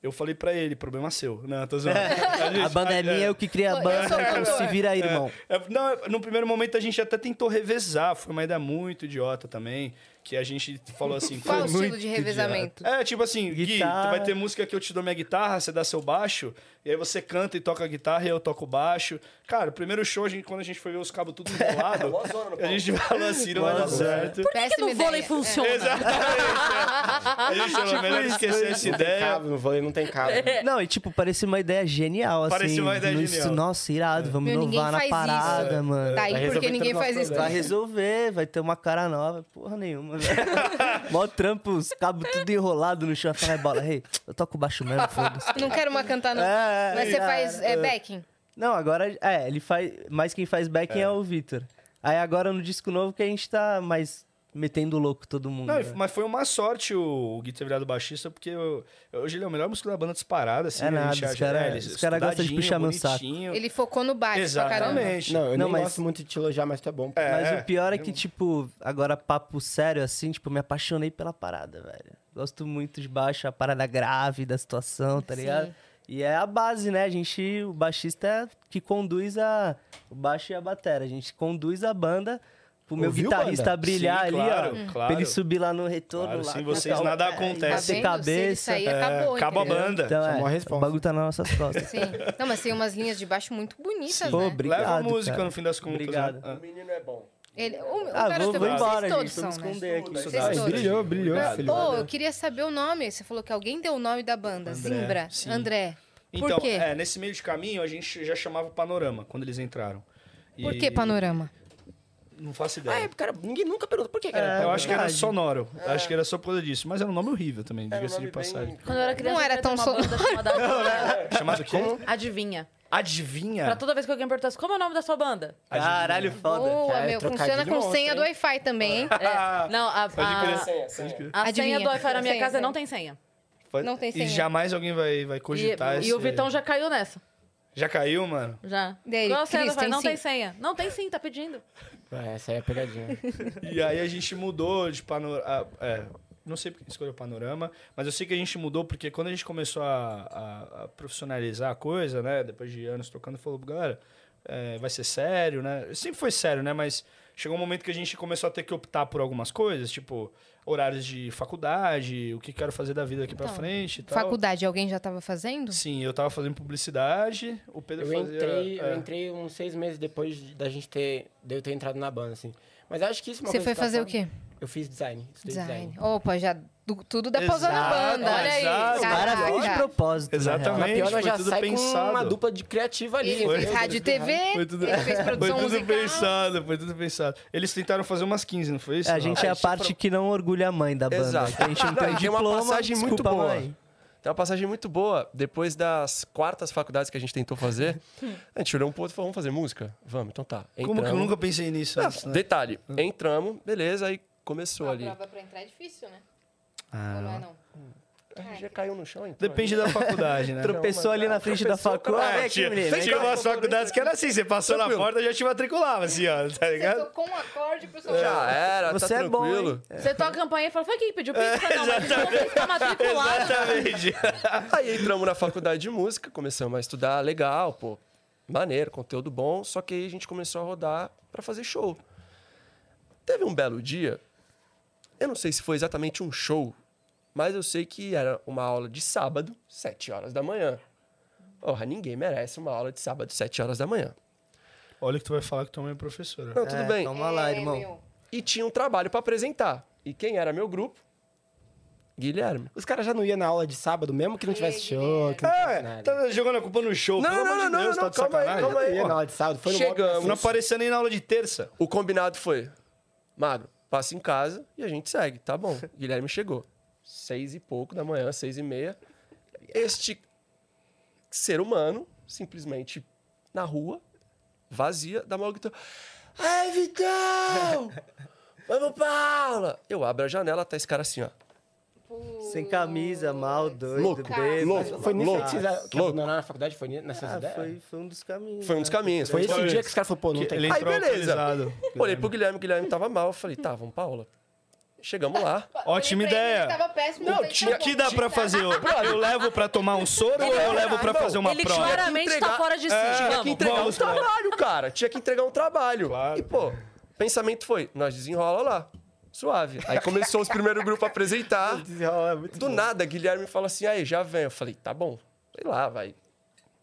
Eu falei pra ele, problema seu. Não, tô zoando. A banda é minha, eu que criei a Eu banda. sou então cantor. se vira aí, irmão. É, não, no primeiro momento a gente até tentou revezar, foi uma ideia muito idiota também, que a gente falou assim... Qual pô, o estilo de revezamento? É, tipo assim, Gui, Guitarra. tu vai ter música que eu te dou minha guitarra, você dá seu baixo, e aí você canta e toca a guitarra e eu toco o baixo. Cara, o primeiro show, a gente, quando a gente foi ver os cabos tudo enrolado, Mó zona no a gente falou assim, não vai dar certo. Por que, que no vôlei funciona? Exatamente. é. A gente falou, melhor esquecer essa Não tem ideia. cabo, não vou, não tem cabo. É. É. Não, e tipo, parecia uma ideia genial, assim. Parecia uma ideia no- genial. É. Tá Nossa, irado, vamos Meu, ninguém inovar na faz parada, isso. Tá Daí mano. Vai porque resolver ninguém todos os faz isso. Vai resolver, vai ter uma cara nova. Porra nenhuma, velho. Mó trampo, os cabos tudo enrolado no chão. Fala, "Ai, bola, hey, eu toco baixo mesmo, foda-se. Não quero uma cantar, não. É, Mas é, você é, faz é, é. backing. Não, agora, é, ele faz. Mas quem faz backing é, o Vitor. Aí agora no disco novo que a gente tá mais metendo louco todo mundo. Não, né? mas foi uma sorte o, o Gui ter virado baixista, porque eu- hoje ele é o melhor músico da banda disparado, assim. É a gente nada, os acha, cara- né, ele os cara gostam de estudadinho, puxar meu saco. bonitinho. Ele focou no baixo pra caramba. Exatamente. Não, eu Não, não mas- gosto muito de te elogiar, mas tu é bom. pô. Mas É, o pior é que, eu- tipo, agora papo sério, assim, tipo, me apaixonei pela parada, velho. Gosto muito de baixo, a parada grave da situação, tá ligado? E é a base, né? A gente, o baixista é que conduz a. O baixo e a bateria. A gente conduz a banda pro meu Ouviu, guitarrista banda? brilhar Sim, ali, claro, ó. claro. Pra ele subir lá no retorno. Claro, lá, sem tá, vocês Então, tá, nada é, acontece. bater Tá vendo? Se ele cabeça. sair, É, acabou. acaba a entendeu? banda. Então, Isso é é, uma resposta. o bagulho tá nas nossas costas. Sim. Não, mas tem umas linhas de baixo muito bonitas, Pô, né? obrigado, Leva a música cara. no fim das contas. Obrigado. né? Ah. O menino é bom. Ele, o, o Ah, cara vou, também, vocês vou embora, todos gente. Vamos são, né? esconder aqui. Vocês Estudar. Ah, todos. Brilhou, brilhou, Obrigado. filho. Ô, eu queria saber o nome. Você falou que alguém deu o nome da banda. Zimbra. sim. André. Por Então, quê? é, nesse meio de caminho, a gente já chamava Panorama, quando eles entraram. Por E- que Panorama? Não Ah, faço ideia. é, cara, ninguém nunca pergunta por que, cara. É, eu acho que era verdade. sonoro. Acho que era só por causa disso. Mas era um nome horrível também, Era um diga-se nome de passagem. bem- Quando eu era criança, Não eu era queria tão ter uma banda chamada Adivinha. Chamado o quê? Adivinha. Adivinha? Pra toda vez que alguém perguntasse, como é o nome da sua banda? Caralho, foda. Boa, Cara, meu. trocadilho Funciona com monstro, senha hein? do Wi-Fi também, hein? Ah, É, não, a, a, Senha, senha. a Adivinha. senha do Wi-Fi na minha Senha, casa senha. não tem senha. Foi- Não tem senha. E jamais alguém vai, vai E, cogitar tá esse... e o Vitão já caiu nessa. Já caiu, mano? Já. E aí, Qual a senha do Cris, Wi-Fi? tem Não sim. tem senha. Não tem sim, tá pedindo. É, essa aí é a pegadinha. E aí a gente mudou de panorama. É, não sei porque escolheu panorama, mas eu sei que a gente mudou porque quando a gente começou a, a- a profissionalizar a coisa, né? Depois de anos tocando, falou, galera, é, vai ser sério, né? Sempre foi sério, né? Mas chegou um momento que a gente começou a ter que optar por algumas coisas, tipo horários de faculdade, o que quero fazer da vida aqui pra Então, frente e tal. Faculdade, alguém já tava fazendo? Sim, eu tava fazendo publicidade, o Pedro Eu fazia... entrei, é. eu entrei uns seis meses depois de- da gente ter, de eu ter entrado na banda, assim. Mas acho que isso é uma Você coisa foi que tá fazer o falando. quê? Eu fiz design. Estudei design. Design. Opa, já du- tudo da pausa na Exato, banda. Olha aí. exato. Cara, Caraca. foi de propósito. na real. Exatamente. Na pior, Foi nós já tudo sai pensado. com uma dupla de criativa ali. Ele entendeu? fez rádio e TV, Foi tudo, ele fez foi produção tudo musical. pensado, foi tudo pensado. Eles tentaram fazer umas 15, não foi isso? Ah, A gente é a Isso foi- parte que não orgulha a mãe da banda. Exato. que A gente não tem e tem um diploma, uma passagem muito desculpa, boa. mãe. Tem uma passagem muito boa. Depois das quartas faculdades que a gente tentou fazer, a gente olhou um pro outro e falou, vamos fazer música? Vamos, então tá. Como que eu Entramos. nunca pensei nisso Ah, antes, né? Detalhe, entramos, beleza, aí começou ali. prova pra entrar é difícil, né? Tá. Ou não é não? A RG caiu no chão, entrou. Depende da faculdade, né? Tropeçou ali na frente da Ah, faculdade. É, Olha aqui, tinha, menino. tinha vem cá. umas faculdades que era assim, você passou na porta e já te matriculava, assim, ó, tá Você ligado? É. tocou um acorde pro seu Então Já era, Você tá é bom, hein? tranquilo. Você toca a campanha e fala, foi quem que pediu pizza? Não, mas não tem que ficar matriculado. Exatamente. Aí entramos na faculdade de música, começamos a estudar, legal, pô, maneiro, conteúdo bom. Só que aí a gente começou a rodar pra fazer show. Teve um belo dia, eu não sei se foi exatamente um show, mas eu sei que era uma aula de sábado, 7 horas da manhã. Porra, ninguém merece uma aula de sábado, 7 horas da manhã. Olha que tu vai falar que tu é minha professora. Não, tudo É, bem. Calma lá, irmão. E tinha um trabalho pra apresentar. E quem era meu grupo? Guilherme. Os caras já não iam na aula de sábado, mesmo que não tivesse show, que não tivesse É, nada. tá jogando a culpa no show, Não, pelo não, amor de não, Deus, não, tá de calma aí, sacanagem. calma aí. Não ia na aula de sábado, foi no modo Chegamos. Não apareceu nem na aula de terça. O combinado foi: Magro, passa em casa e a gente segue. Tá bom. Guilherme chegou. Seis e pouco da manhã, seis e meia. Este ser humano, simplesmente na rua, vazia, da mal gritou: Ai, Vitão! Vamos pra aula! Eu abro a janela, tá esse cara assim, ó. Sem camisa, mal, doido, Louco, bêbado. louco. Foi nisso Louco. que vocês que Louco. abandonaram na faculdade? Foi nessa Ah, ideias? foi, foi um dos caminhos. Foi um dos né? caminhos. Foi esse Foi. dia que os caras falaram, pô, não tem Ele Aí, entrou beleza. alcoolizado. Olhei pro Guilherme, o Guilherme tava mal. eu Falei, tá, vamos pra aula. Chegamos lá. Ótima Falei pra ele ideia. que tava péssimo, Não, falei, tá tinha, bom, que dá pra tá. fazer? Eu, eu levo pra tomar um soro ou eu levo pra Não, fazer uma Ele prova? claramente tá entregar- É, fora de si. Tinha que Vamos. entregar vamos, um trabalho, cara. Tinha que entregar um trabalho. Claro. E, pô, pensamento foi, nós desenrola lá. Suave. Aí começou os primeiros grupos a apresentar. Desenrola, é muito Do nada, Guilherme fala assim, aí, já vem. Eu falei, tá bom. Sei lá, vai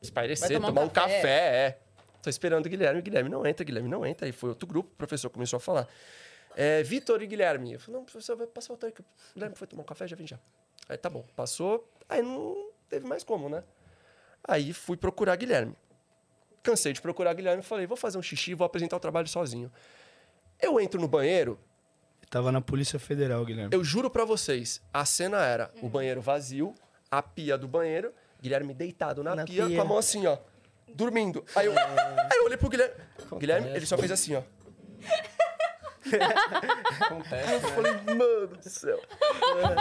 espairecer, Vai tomar, um café. é. Tô esperando o Guilherme. Guilherme não entra, Guilherme não entra. Aí foi outro grupo, o professor começou a falar. É, Vitor e Guilherme. Eu falei, não, professor, vai passar o tanque. Guilherme foi tomar um café, já vem já. Aí tá bom, passou. Aí não teve mais como, né? Aí fui procurar Guilherme. Cansei de procurar Guilherme. Falei, vou fazer um xixi, vou apresentar o trabalho sozinho. Eu entro no banheiro, Tava na Polícia Federal, Guilherme. eu juro pra vocês, a cena era o banheiro vazio, a pia do banheiro, Guilherme deitado na, Na pia, pia. com a mão assim, ó, dormindo. Aí eu, aí eu olhei pro Guilherme. Guilherme, ele só fez assim, ó. Aí eu falei, mano do céu.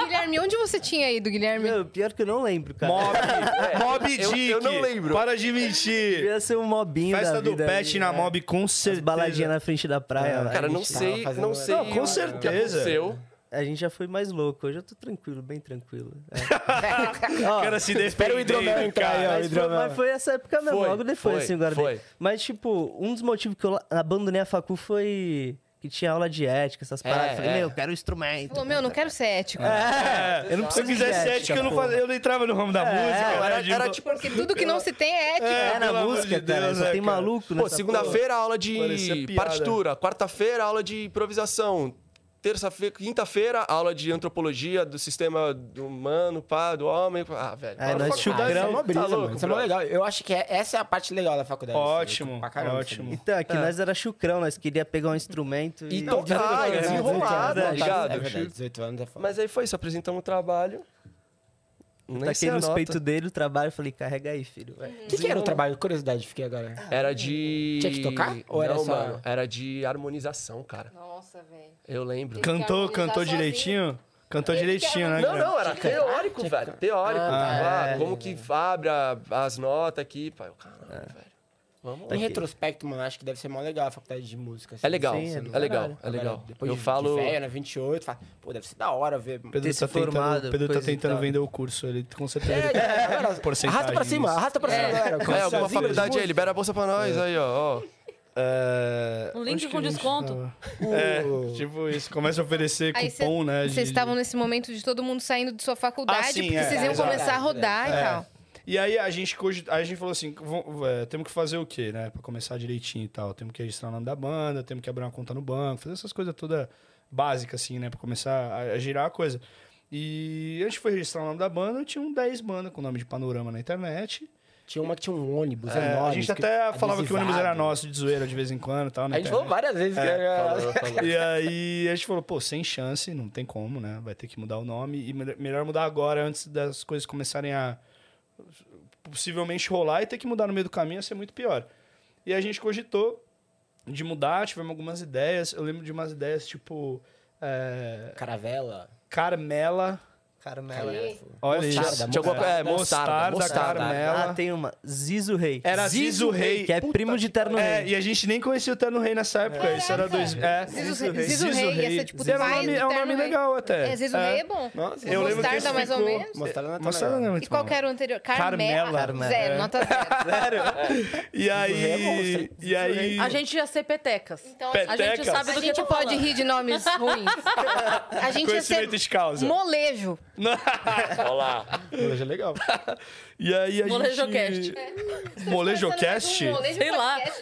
Guilherme, onde você tinha ido, Guilherme? Meu, pior que eu não lembro, cara. Mob, Tá. Mob eu- Dick. eu não lembro. Para de mentir. Devia ser um mobinho Festa da do vida pet ali, na né? Mob, com As certeza. baladinhas na frente da praia. né? lá, Cara, a não gente- sei, fazendo- não sei. Não, com o que certeza. aconteceu. A gente já foi mais louco. Hoje eu tô tranquilo, bem tranquilo. É. O cara se defendeu. Espera o hidromel entrar aí, ó, o Mas foi, hidromel. mas foi essa época mesmo, Foi, logo depois, foi, assim, eu guardei. foi. Mas, tipo, um dos motivos que eu la- abandonei a facu foi que tinha aula de ética, essas paradas. É, Eu falei, é. meu, eu quero instrumento. Falou, meu, não quero ser ético. É, eu não preciso preciso Se eu quisesse de ética, eu não, ética, fazia, eu não entrava no É, ramo da música. Não, né, era, de- era tipo Porque tudo que não se tem é ético. É, É, pelo na amor música, de cara. Deus, só é, tem cara. maluco Pô, nessa segunda-feira aula Parecia de piada. partitura, quarta-feira aula de improvisação, terça-feira, quinta-feira aula de antropologia do sistema do humano, pá, do homem, pá. ah, velho. É, para nós pra estudamos. Ah, caralho. isso é Grão, uma brisa, tá louco, mano. Isso é mó brother. legal. Eu acho que é- essa é a parte legal da faculdade. assim, eu Ótimo, curto pra caramba, ótimo. sabe? Então, aqui nós era chucrão, nós queria pegar um instrumento e... E tocar, e É, desenrolar, tá 18 anos, ligado? É verdade, 18 anos é foda. Mas aí foi isso, apresentamos o trabalho. Nem sei Taquei a nos nota. tá peitos dele o trabalho, falei, carrega aí, filho. vai. Uhum. O que, que era o trabalho? Curiosidade, fiquei agora. Era de. Tinha que tocar? Ou era Não, só- mano, era de harmonização, É. cara. Nossa, velho. Eu lembro. Cantou, Ele quer cantou harmonizar direitinho? Cantou Ele quer direitinho, né? Não, Guilherme? não, era teórico, velho. Teórico. Ah, Ah, é. como que abre a- as notas aqui, pai? Eu, Caralho, velho. Vamos lá. Em retrospecto, mano, acho que deve ser mó legal a faculdade de música. assim. tá É legal, Sim, é é, do legal, Caralho. é legal. Agora, Depois Eu de, falo. De velho, né, 28, fala, pô, deve ser da hora ver. Pedro Ter tá se formado, tentando, Pedro tá coisa e tentando tal. vender o curso, ele com certeza. É, ele- galera, Porcentagem arrasta pra cima, disso. arrasta pra cima, galera. É, alguma Sozinho, faculdade aí, música. libera a bolsa pra nós aí, ó. ó. É, Um link onde que com a gente desconto. tava? O- É, tipo isso, começa a oferecer Aí cê- cupom, né? de- Vocês estavam nesse momento de todo mundo saindo de sua faculdade, Ah, sim, porque é, vocês iam é, começar a verdade, rodar e tal. E aí a gente, cogit- a gente falou assim, "Vom- é, temos que fazer o quê, né? Pra começar direitinho e tal. Temos que registrar o nome da banda, temos que abrir uma conta no banco, fazer essas coisas toda básica assim, né? Pra começar a, a girar a coisa. E antes de foi registrar o nome da banda, tinham 10 bandas com nome de panorama na internet. Tinha uma que tinha um ônibus É, enorme. a gente escrito- até falava que o ônibus era adesivado. nosso, de zoeira, de vez em quando e tal. na A gente internet. falou várias vezes É, que era. E aí a gente falou, pô, sem chance, não tem como, né? Vai ter que mudar o nome. E mel- melhor mudar agora, antes das coisas começarem a possivelmente rolar e ter que mudar no meio do caminho ia ser muito pior. E a gente cogitou de mudar, tivemos algumas ideias. Eu lembro de umas ideias tipo. é, Caravela. tá Carmela. Né, Carmela. Olha Mostarda, isso. mostarda. É, mostarda, mostarda. Carmela. Ah, tem uma. Zizo Rei. Era Zizo Rei. Que é primo de Terno É, Rei. e a gente nem conhecia o Terno Rei nessa época. Isso era dois. É, Zizo Rei. Zizo Rei, essa, tipo, Era um vai nome, do é um Terno nome Rei. legal até. É, às vezes o rei é bom. Nossa, Eu lembro que Mostarda, isso mais ou ficou- menos. Mostraram na Mostarda não é muito E qual bom. que era o anterior? Carmela. né? Carmela. Zero, É. nota zero. E é bom, aí. sim. E aí. A gente ia ser petecas. Então, a gente Petecas. sabe a do que gente tá pode falando. rir de nomes ruins. A gente ia ser Conhecimento de causa. molejo. Hoje é legal. E aí a Molejocast. tá gente. É. Molejocast? um Sei lá. né?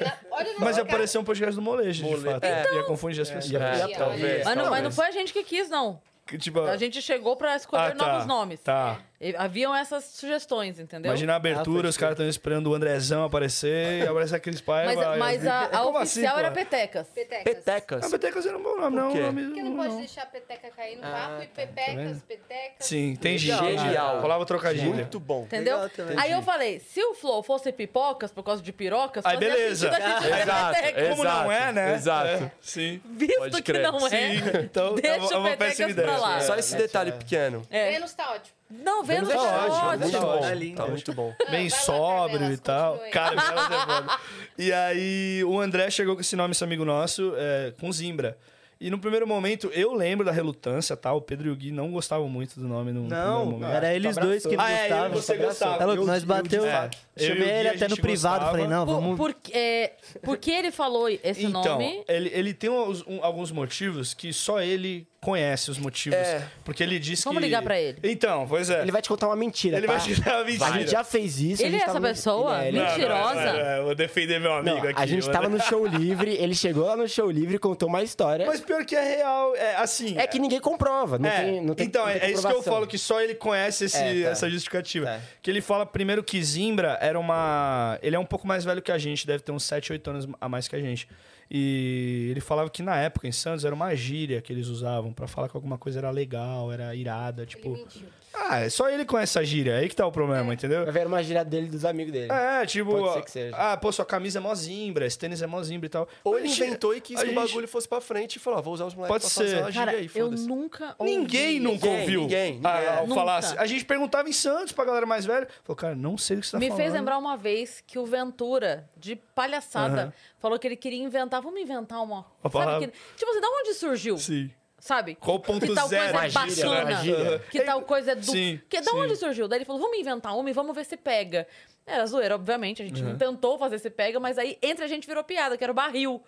Mas apareceu um podcast do molejo, de fato. É, Ia Então, confundir as pessoas. ia- É, Ia- talvez. Ah, Mas não, mas não talvez. foi a gente que quis, não. Que, Tipo, Então A gente chegou pra escolher ah, tá, novos nomes. Tá. E Haviam essas sugestões, entendeu? Imagina a abertura, Ah, os caras estão esperando o Andrezão aparecer, e aparece a Cris Paiva. Mas, e mas eu- a, a Como assim, oficial pô? era petecas. Ah, Petecas. Petecas era um bom nome, não. quê? um nome- Porque não Uhum. pode deixar a peteca cair no Ah, tá papo e pepecas, petecas. Sim, entendi. Genial. Rolava trocadilho. Muito bom. Entendeu? Legal também. Aí eu falei, se o Flow fosse pipocas por causa de pirocas, Aí fazia beleza. sentido a gente ser Exato, peteca. Como não é, né? Exato. É, sim. Visto Pode que crer. não é, Sim, então, é deixa uma- é o uma né? petecas péssima pra ideia. lá. Só esse detalhe pequeno. É. Menos tá ótimo. Não, Vênus é Tá ótimo, ótimo. muito Tá bom. ótimo, lindo. Tá muito bom. Ah, vai bem lá, sóbrio Carmelas, e tal. continue. Cara, Carmelas é foda. E aí, o André chegou com esse nome, esse amigo nosso, é, com Zimbra. E no primeiro momento, eu lembro da relutância, tá? O Pedro e o Gui não gostavam muito do nome no primeiro Não, momento. era eles dois que ele Ah, é, eu e gostava. você gostava. Tá louco? Eu- nós eu, bateu. de fato. Eu e o chamei Gui, ele a até no gente privado, gostava. falei, não, Por, vamos. por, é, por que ele falou esse Então, nome? ele, ele tem uns- um- alguns motivos que só ele conhece os motivos. É. Porque ele diz Vamos que... ligar pra ele. Então, pois é. Ele vai te contar uma mentira, Ele tá? vai tirar a mentira. A gente já fez isso. a Ele gente é essa tava no- pessoa? Ele é, ele é. Não, não, Mentirosa. não, não, não, eu vou defender meu amigo Não, aqui. a gente mano. tava no show livre, ele chegou lá no show livre, contou uma história. Mas pior que é real, é assim... é que ninguém comprova, não é, tem. Não tem então, não é- tem é isso que eu comprovação. falo, que só ele conhece esse- É, tá. essa justificativa. Tá. Que ele fala primeiro que Zimbra era uma... Ele é um pouco mais velho que a gente, deve ter uns 7, 8 anos a mais que a gente. E ele falava que na época, em Santos, era uma gíria que eles usavam pra falar que alguma coisa era legal, era irada, Ele tipo... mentiu. É. Ah, é só ele conhece essa gíria, aí que tá o problema, entendeu? Vai ver uma gíria dele e dos amigos dele. É, tipo, Pode ser que seja. ah, pô, sua camisa é mó zimbra, esse tênis é mó zimbra e tal. Ou A ele gente- inventou e quis a que o gente- bagulho fosse pra frente e falou, ah, vou usar os moleques Pode pra ser. fazer uma Cara, gíria aí, eu foda-se. nunca ouvi. Ninguém nunca Ninguém, ouviu ninguém, ninguém. a- ao Nunca. falar assim. A gente perguntava em Santos pra galera mais velha. Falou, cara, não sei o que você tá Me falando. fez lembrar uma vez que o Ventura, de palhaçada, Aham. falou que ele queria inventar, vamos inventar uma. sabe palavra. que- tipo assim, da onde surgiu? Sim. Sabe? Qual o ponto que tal coisa zero? é Uma gíria, né? bacana. Gíria. Que tal coisa é do. Sim, que da sim. onde surgiu? Daí ele falou, vamos inventar uma e vamos ver se pega. Era zoeira, obviamente. A gente tentou fazer se pega, mas aí entre a gente virou piada, que era o barril.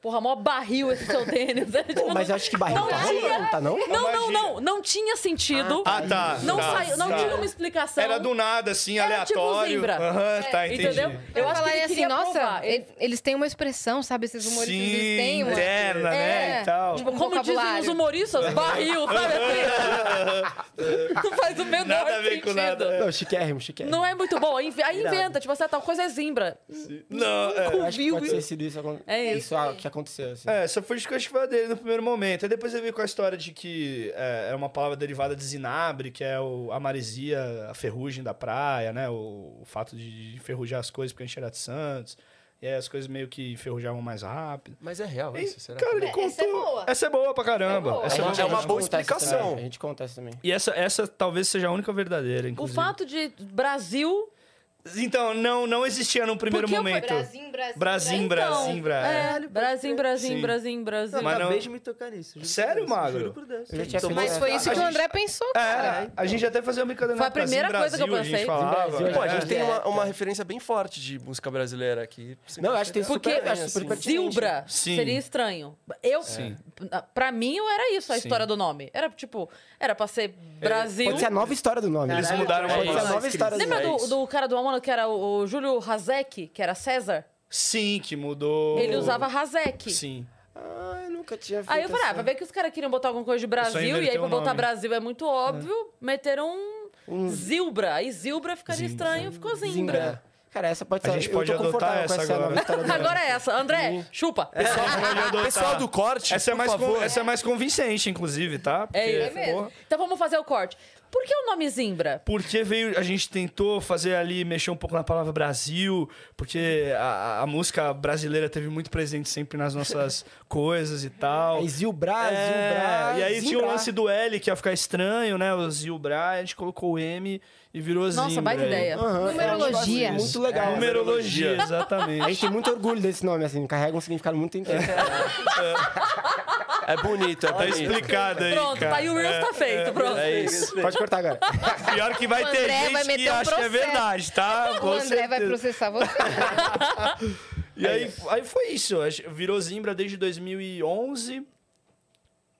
Porra, mó barril esse seu tênis. Era, tipo, Pô, mas eu acho que barriga não tá tinha- rolando, tá não? Não, uma não, gíria. não. Não tinha sentido. Ah, tá. Não, tá, saiu, não tá. tinha uma explicação. Era do nada, assim, Era tipo aleatório. zimbra. Aham, tá, entendi. Entendeu? Eu acho que ele assim, queria nossa, provar. Ele- e- eles têm uma expressão, sabe? Esses humoristas, Sim, eles têm uma... interna, né, e tal. Tipo, um Como dizem vocabulário. os humoristas, barril, sabe assim? Não faz o menor Nada a ver sentido. com nada, é. Não, chiquérrimo, chiquérrimo. Não é muito bom. Aí inve- aí inventa, tipo, essa tal coisa é zimbra. Não, é. Eu acho que pode ter sido isso, acon- É isso a- que aconteceu, assim. É, só foi justificativa dele no primeiro momento. Aí depois ele veio com a história de que é, é uma palavra derivada de zinabre, que é o- a maresia, a ferrugem da praia, né? O, o fato de enferrujar as coisas porque a gente era de Santos. E aí as coisas meio que enferrujavam mais rápido. Mas é real isso, será? Cara, ele É, contou... essa é boa. Essa é boa pra caramba. É boa. Essa é É uma- boa pra uma caramba. boa conta essa explicação. também, A gente conta essa também. E essa, essa talvez seja a única verdadeira, O inclusive. fato de Brasil. Então, não, não existia no primeiro Por que eu fui momento. Brasil, Brasil, Brasil, Brasil, Brasil. então. É, Brasil, Brasil, Sim. Brasil, Brasil. Eu Mas não- acabei de me tocar nisso. juro por Sério, Deus, Magro? Juro por Deus. Eu já tinha Tomou- Então, Mas foi isso A que o gente- André pensou, cara. É, a gente até fazia uma brincadeira Foi a né? Brasil, primeira coisa que eu Brasil, a gente pensei. né? falava. Brasil, Pô, a É. gente tem uma, Direto. uma referência bem forte de música brasileira aqui. Não, eu acho que tem Porque super, eu acho super pertinente. Zilbra assim. Sim. seria estranho. Eu, Sim. pra mim, eu era isso a Sim. É, história do nome. Era tipo, era pra ser Brasil. Pode ser a nova história do nome. Eles né? mudaram Pode a ser a voz. nova história do Lembra nome. do, isso. do cara do Amona que era o, o Júlio Hazek, que era César? Sim, que mudou. Ele usava Hazek. Sim. Ah, eu nunca tinha feito Aí eu falei, ah, essa. vai ver que os caras queriam botar alguma coisa de Brasil, e aí inverteu pra o botar nome. Brasil é muito óbvio, meteram um, Zilbra. Aí Zilbra ficaria Zimbra. estranho, ficou Zimbra. Zimbra. Cara, essa pode A ser. gente eu pode tô adotar confortável essa com essa agora. nova história do nome. Agora é essa, André, chupa. Pessoal do corte, Essa é, Tipo, por mais con- favor. essa é mais convincente, inclusive, tá? Porque, É isso. mesmo. porra, Então vamos fazer o corte. Por que o nome Zimbra? Porque veio, a gente tentou fazer ali, mexer um pouco na palavra Brasil, porque a, a música brasileira teve muito presente sempre nas nossas coisas e tal. É Zilbra, Zilbra. É, e aí tinha o Zimbra. lance do L que ia ficar estranho, né? O Zilbra, a gente colocou o M e virou Zimbra. Nossa, baita aí. ideia. Aham, é, Numerologia. tipo assim, Muito É, legal. Numerologia, A gente exatamente. tem muito orgulho desse nome, assim, carrega um significado muito intenso. É bonito, é Tá bonito. explicado aí, Pronto, cara. tá aí o Reels tá feito, pronto. É isso. Pode cortar agora. Pior que vai O ter André gente vai que meter um acha que é processo. verdade, tá? O Com André vai certeza. processar você. E aí, aí foi isso. acho- Virou Zimbra desde 2011.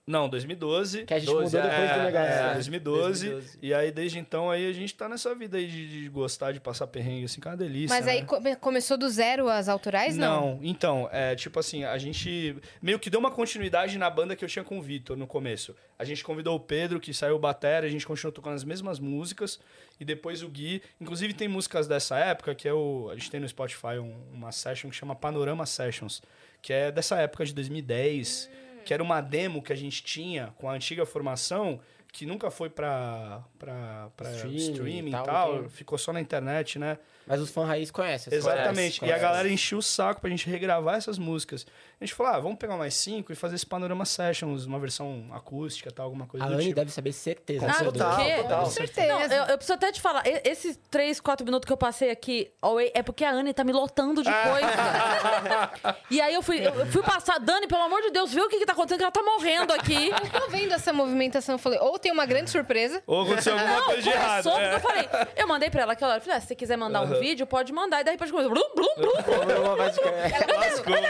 Não, 2012. Que a gente mudou depois do negócio. É, 2012, 2012. E aí, desde então, aí a gente tá nessa vida aí de, de gostar de passar perrengue, assim, que é uma delícia. Mas aí né? come- começou do zero as autorais, não? Não, então, é tipo assim, a gente meio que deu uma continuidade na banda que eu tinha com o Vitor no começo. A gente convidou o Pedro, que saiu o batera, a gente continuou tocando as mesmas músicas, e depois o Gui. Inclusive tem músicas dessa época, que é o. A gente tem no Spotify um- uma session que chama Panorama Sessions, que é dessa época de 2010, que era uma demo que a gente tinha com a antiga formação. que nunca foi pra, pra, pra Streaming streaming, e e tal, tal, então. ficou só na internet, né? Mas os fãs raiz conhecem. assim. Exatamente. Conhece, E a conhece. galera encheu o saco pra gente regravar essas músicas. A gente falou, ah, vamos pegar mais cinco e fazer esse Panorama Sessions, uma versão acústica, tal, alguma coisa A do Anne tipo. deve saber certeza. Ah, absoluta. do quê? total. Com certeza. Não, eu, eu preciso até te falar, e- esses três, quatro minutos que eu passei aqui, away, é porque a Anne tá me lotando de coisa. e aí eu fui, eu eu fui passar, Dani, pelo amor de Deus, viu o que, que tá acontecendo? Que ela tá morrendo aqui. Eu tô vendo essa movimentação, eu falei, ou tem uma grande surpresa, Ou aconteceu alguma Não, coisa de errado. começou, é. porque eu falei. Eu mandei pra ela aquela hora. eu Falei, ah, se você quiser mandar um vídeo, pode mandar. E daí depois começou. Blum, blum, blum, blum.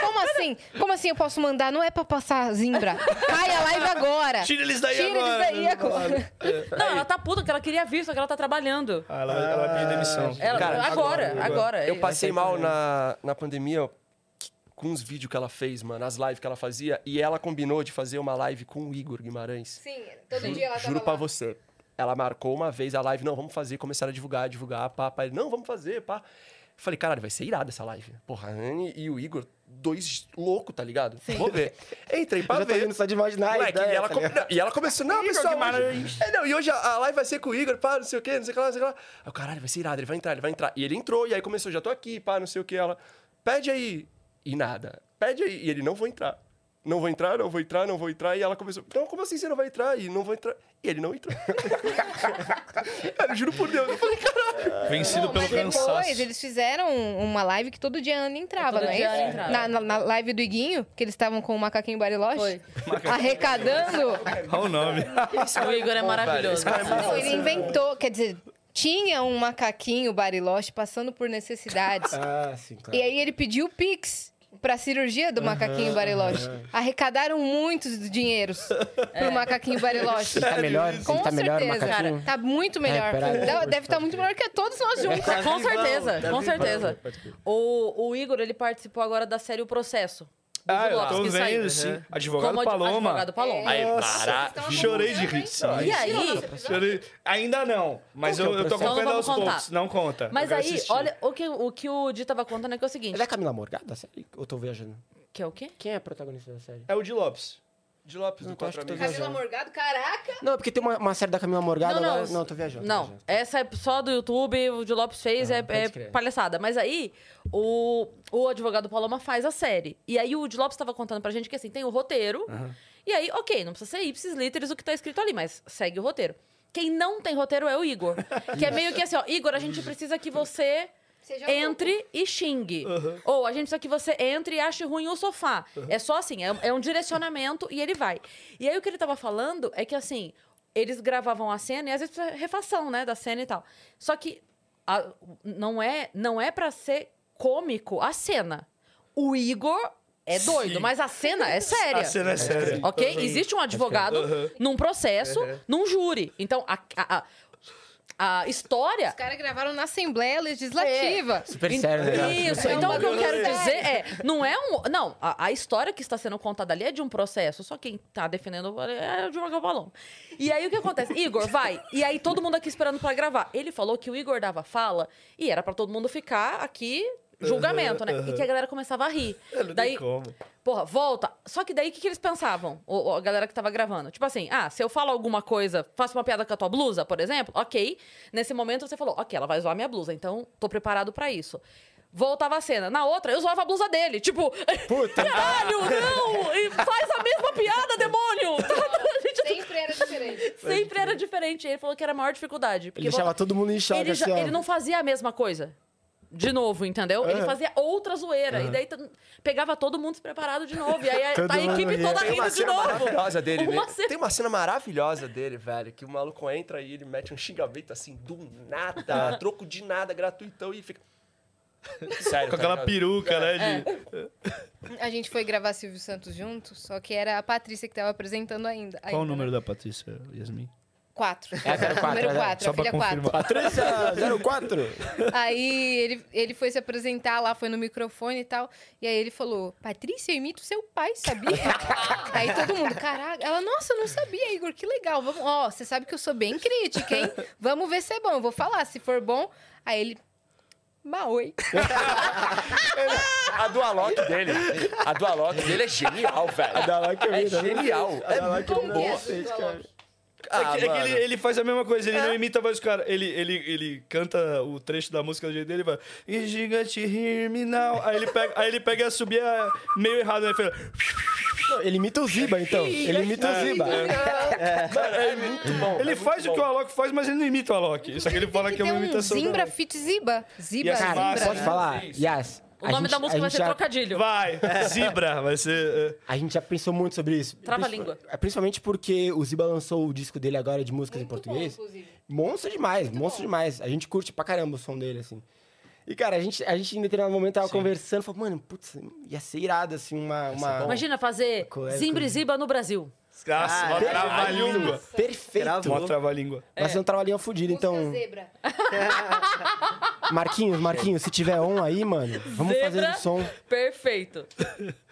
Como assim? Como assim eu posso mandar? Não é pra passar zimbra. Cai a live agora. Tira eles daí Tira eles agora. daí é agora. Não, ela tá puta, porque ela queria vir, só que ela tá trabalhando. Ah, ela, ela vai pedir demissão. Ela- Cara, agora, agora, Eu passei Essa- mal na, na pandemia com os vídeos que ela fez, mano, as lives que ela fazia. E ela combinou de fazer uma live com o Igor Guimarães. Sim, todo Juro, dia ela juro pra você. Ela marcou uma vez a live, não, vamos fazer, começaram a divulgar, divulgar, pá, pá. Ele, não, vamos fazer, pá. Falei, caralho, vai ser irada essa live. Porra, a Anne e o Igor, dois loucos, tá ligado? Vou ver. Entrei pra Eu já tô ver. rindo só de imaginar a Moleque, ideia, e, ela tá com- ligado? não, e ela começou, não, Igor pessoal, Guimarães. hoje... É, não, e hoje a, a live vai ser com o Igor, pá, não sei o quê, não sei o que lá, não sei o que lá. Aí o caralho, vai ser irado, ele vai entrar, ele vai entrar. E ele entrou, e aí começou, já tô aqui, pá, não sei o que. Ela, pede aí. E nada. Pede aí. E ele, não vou entrar. Não vou entrar, não vou entrar, não vou entrar. E ela começou, não, como assim você não vai entrar? E não vou entrar. E ele não entrou. Cara, eu juro por Deus. Eu falei, caralho. Vencido Não, pelo mas depois cansaço. eles fizeram uma live que todo dia a Ana entrava, Todo não é dia a isso? Ana entrava. Na, na- na live do Iguinho, que eles estavam com o macaquinho bariloche, Foi. arrecadando. Olha o nome. O Igor é maravilhoso. Não, ele inventou, quer dizer, tinha um macaquinho bariloche passando por necessidades. Ah, sim, claro. E aí ele pediu Pix pra cirurgia do macaquinho bariloche. Arrecadaram muitos dinheiros pro macaquinho bariloche. Tá melhor? Sim, Com tá melhor o certeza, macaquinho? É, Tá muito melhor. recuperado. Dá- deve estar muito melhor que todos nós juntos. Com certeza, tá com vivão. certeza. O, o Igor, ele participou agora da série O Processo. do Ah, Gil eu Lopes, tô que saiu. vendo, sim. Como Advogado ad- Paloma. Advogado Paloma. Aí, Nossa, Então, para. Chorei de rir. E aí, Chorei. Ainda não, mas Qual que eu, é o eu tô processo? Então acompanhando não aos vamos poucos. contar. Não conta. eu mas quero aí, assistir. olha, o que, o que o Di tava contando é que é o seguinte, Ela é a Camila Morgado da série? Ou tô viajando? que é o quê? Quem é a protagonista da série? É o de Lopes. De Lopes, Não, do eu acho Quatro que tô Amigos. viajando. Morgado, caraca! Não, é porque tem uma, uma série da Camila Morgado Não, não, agora. os- Não, tô viajando. tô Não, viajando. essa é só do YouTube, o de Lopes fez, é, pode é crer. palhaçada. Mas aí, o, o advogado Paloma faz a série. E aí, o de Lopes tava contando pra gente que, assim, tem o roteiro. E aí, ok, não precisa ser ipsis literis o que tá escrito ali, mas segue o roteiro. Quem não tem roteiro é o Igor. que é meio que assim, ó, Igor, a gente precisa que você entre e xingue. Ou a gente precisa que você entre e ache ruim o sofá. É só assim, é, é um direcionamento e ele vai. E aí o que ele tava falando é que assim, eles gravavam a cena e às vezes precisa refação, né, da cena e tal. Só que a- não é não é para ser cômico a cena. O Igor é doido, mas a cena é séria. A cena é séria. Ok? Existe um advogado num processo, num júri. Então, a, a, a- a história Os caras gravaram na Assembleia Legislativa. Super sério, né? isso, É um então o que eu bagulho quero sério. dizer é, não é um. Não, a, a história que está sendo contada ali é de um processo, só quem tá defendendo é o Diogo Balão. E aí o que acontece? Igor, vai. E aí todo mundo aqui esperando pra gravar. Ele falou que o Igor dava fala e era pra todo mundo ficar aqui. Julgamento, né? E que a galera começava a rir. Não Daí, tem como. Porra, volta. Só que daí o que, que eles pensavam? O, o- a galera que tava gravando. Tipo assim, ah, se eu falo alguma coisa, faço uma piada com a tua blusa, por exemplo, ok. Nesse momento você falou, ok, ela vai zoar minha blusa, então tô preparado pra isso. Voltava a cena. Na outra, eu zoava a blusa dele. Tipo, caralho, não! E faz a mesma piada, demônio! A gente Sempre era diferente. sempre era diferente. Ele falou que era a maior dificuldade. Ele deixava todo mundo em choque, Ele, já- assim, ó. ele não fazia a mesma coisa. De novo, entendeu? Ele fazia outra zoeira. E daí t- pegava todo mundo despreparado de novo. E aí a, Todo tá a mundo equipe ria. toda Tem uma rindo de cena novo. maravilhosa dele, Uma né? cena- Tem uma cena maravilhosa dele, velho, que o maluco entra e ele mete um xingamento assim, do nada, a troco de nada, gratuitão, e fica. Sério. Com tá aquela ligado? peruca, né? de- A gente foi gravar Silvio Santos junto, só que era a Patrícia que tava apresentando ainda. Qual o ainda, número né? da Patrícia, Yasmin? Quatro. É, era quatro, número né? 4, a Só pra filha 4. confirmar. Patrícia 04! Aí ele, ele foi se apresentar lá, foi no microfone e tal. E aí ele falou: Patrícia, eu imito seu pai, sabia? aí todo mundo, caraca. Ela, nossa, eu não sabia, Igor, que legal. Vamos, ó, você sabe que eu sou bem crítica, hein? Vamos ver se é bom. Eu vou falar, se for bom. Aí ele. Maoi. A do Alok dele. A do Alok dele é genial, velho. Dá lá que eu É vi, né? genial. É muito Como que é boa. essa do Alok? Ah, é que, é que mano. ele, ele faz a mesma coisa, ele não imita a voz do cara. Ele, ele, ele canta o trecho da música do jeito dele e vai. "E Gigante hear me now. Aí ele pega, aí ele pega e subir é meio errado, aí ele fala. Ele imita o Ziba, então. Ele imita o Ziba. É muito bom. Ele é muito faz o bom. que o Alok faz, mas ele não imita o Alok. Só que ele fala Tem que é ter uma um imitação. do Zimbra Alok. fit Ziba. Ziba, Yes, Zimbra. Cara, é né? assim, pode falar? Yas. O a nome da gente- a música vai gente ser já- Trocadilho. Vai, Zibra, vai ser. é, A gente já pensou muito sobre isso. Trava a Princip- língua. é, Principalmente porque o Ziba lançou o disco dele agora de músicas em português. monstro demais, monstro demais. A gente curte pra caramba o som dele, assim. E, cara, a gente, a gente em determinado momento tava conversando, falou, mano, putz, ia ser irado, assim, uma... uma... Imagina fazer Co- é, Zimbre co- Ziba no Brasil. É. Nossa, mó Perfeito. trava-língua. Perfeito. Gravou. Mó trava-língua. Vai É. ser um trabalhinho fudido, então... Zebra. Marquinhos, Marquinhos, se tiver um aí, mano, vamos fazer Zebra. um É, som. Perfeito.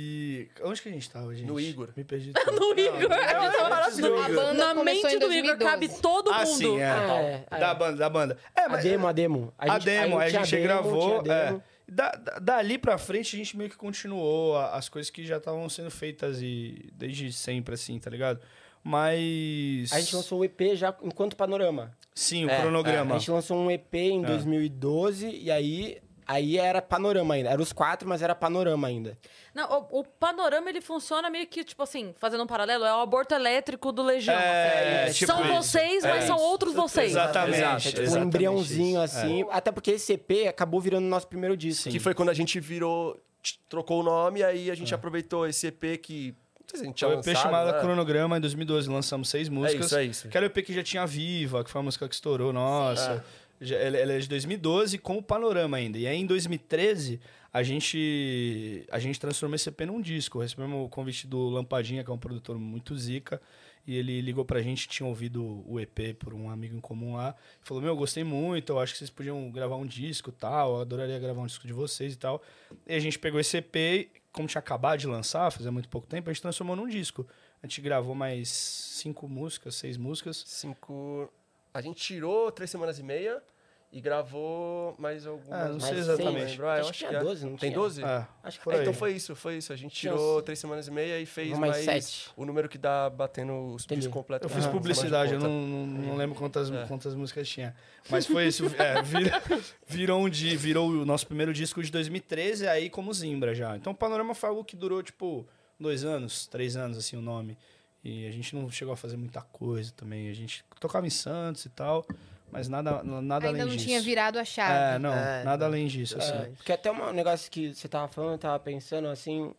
E. Onde que a gente tava, gente? No Igor. Me perdi. tudo. No Igor. A banda Na começou mente em do Igor 2012. cabe todo Ah, mundo. sim, é. É, é. Da banda, da banda. É, A mas- demo, a demo. A, demo, aí a tinha gente demo, gravou. tinha demo. é. Da- da- dali pra frente, a gente meio que continuou a- as coisas que já estavam sendo feitas e desde sempre, assim, tá ligado? Mas. A gente lançou o EP já enquanto panorama. Sim, o É, Um cronograma. É. A gente lançou um EP em 2012 e aí, aí era panorama ainda. Era os quatro, mas era panorama ainda. Não, o, o panorama ele funciona meio que, tipo assim, fazendo um paralelo, é o aborto elétrico do Legião. É, assim. tipo são isso. vocês, É mas são isso. outros vocês. Exatamente. Exato, é tipo um um exatamente É. embriãozinho assim. Até porque esse EP acabou virando o nosso primeiro disco. Que foi quando a gente virou, t- trocou o nome, aí a gente aproveitou esse EP que. Não sei se a gente tinha Foi É. o EP lançado, chamado né? Cronograma, em 2012 lançamos seis músicas. isso, é isso. Que era o EP que já tinha Viva, que foi a música que estourou, nossa. Já- Ela, ela é de 2012 com o Panorama ainda. E aí em 2013 a gente, a gente transformou esse EP num disco. Recebemos o convite do Lampadinha, que é um produtor muito zica. E ele ligou pra gente, tinha ouvido o EP por um amigo em comum lá. Falou, meu, eu gostei muito, eu acho que vocês podiam gravar um disco e tal, eu adoraria gravar um disco de vocês e tal. E a gente pegou esse EP, como tinha acabado de lançar, fazia muito pouco tempo, a gente transformou num disco. A gente gravou mais cinco músicas, seis músicas. Cinco. A gente tirou três semanas e meia e gravou mais algumas. Ah, não sei mais exatamente. seis, lembro. Ah, eu Acho que tinha é. 12, não Tem tinha? 12? É, Acho que por É, aí. então foi isso, foi isso. A gente Tinha tirou uns- três semanas e meia e fez Mais mais, sete. o número que dá batendo os discos completos. Eu fiz publicidade, eu não, não, não lembro quantas, quantas músicas tinha. Mas foi isso. É, vira- virou, um di- virou o nosso primeiro disco de 2013, aí como Zimbra já. Então o Panorama foi algo que durou, tipo, dois anos, três anos, assim, o nome. E a gente não chegou a fazer muita coisa também. A gente tocava em Santos e tal, mas nada, nada além Ainda não disso. tinha virado a chave. É, não, É, nada não. além disso, assim. É, porque até uma- um negócio que você tava falando, eu tava pensando assim.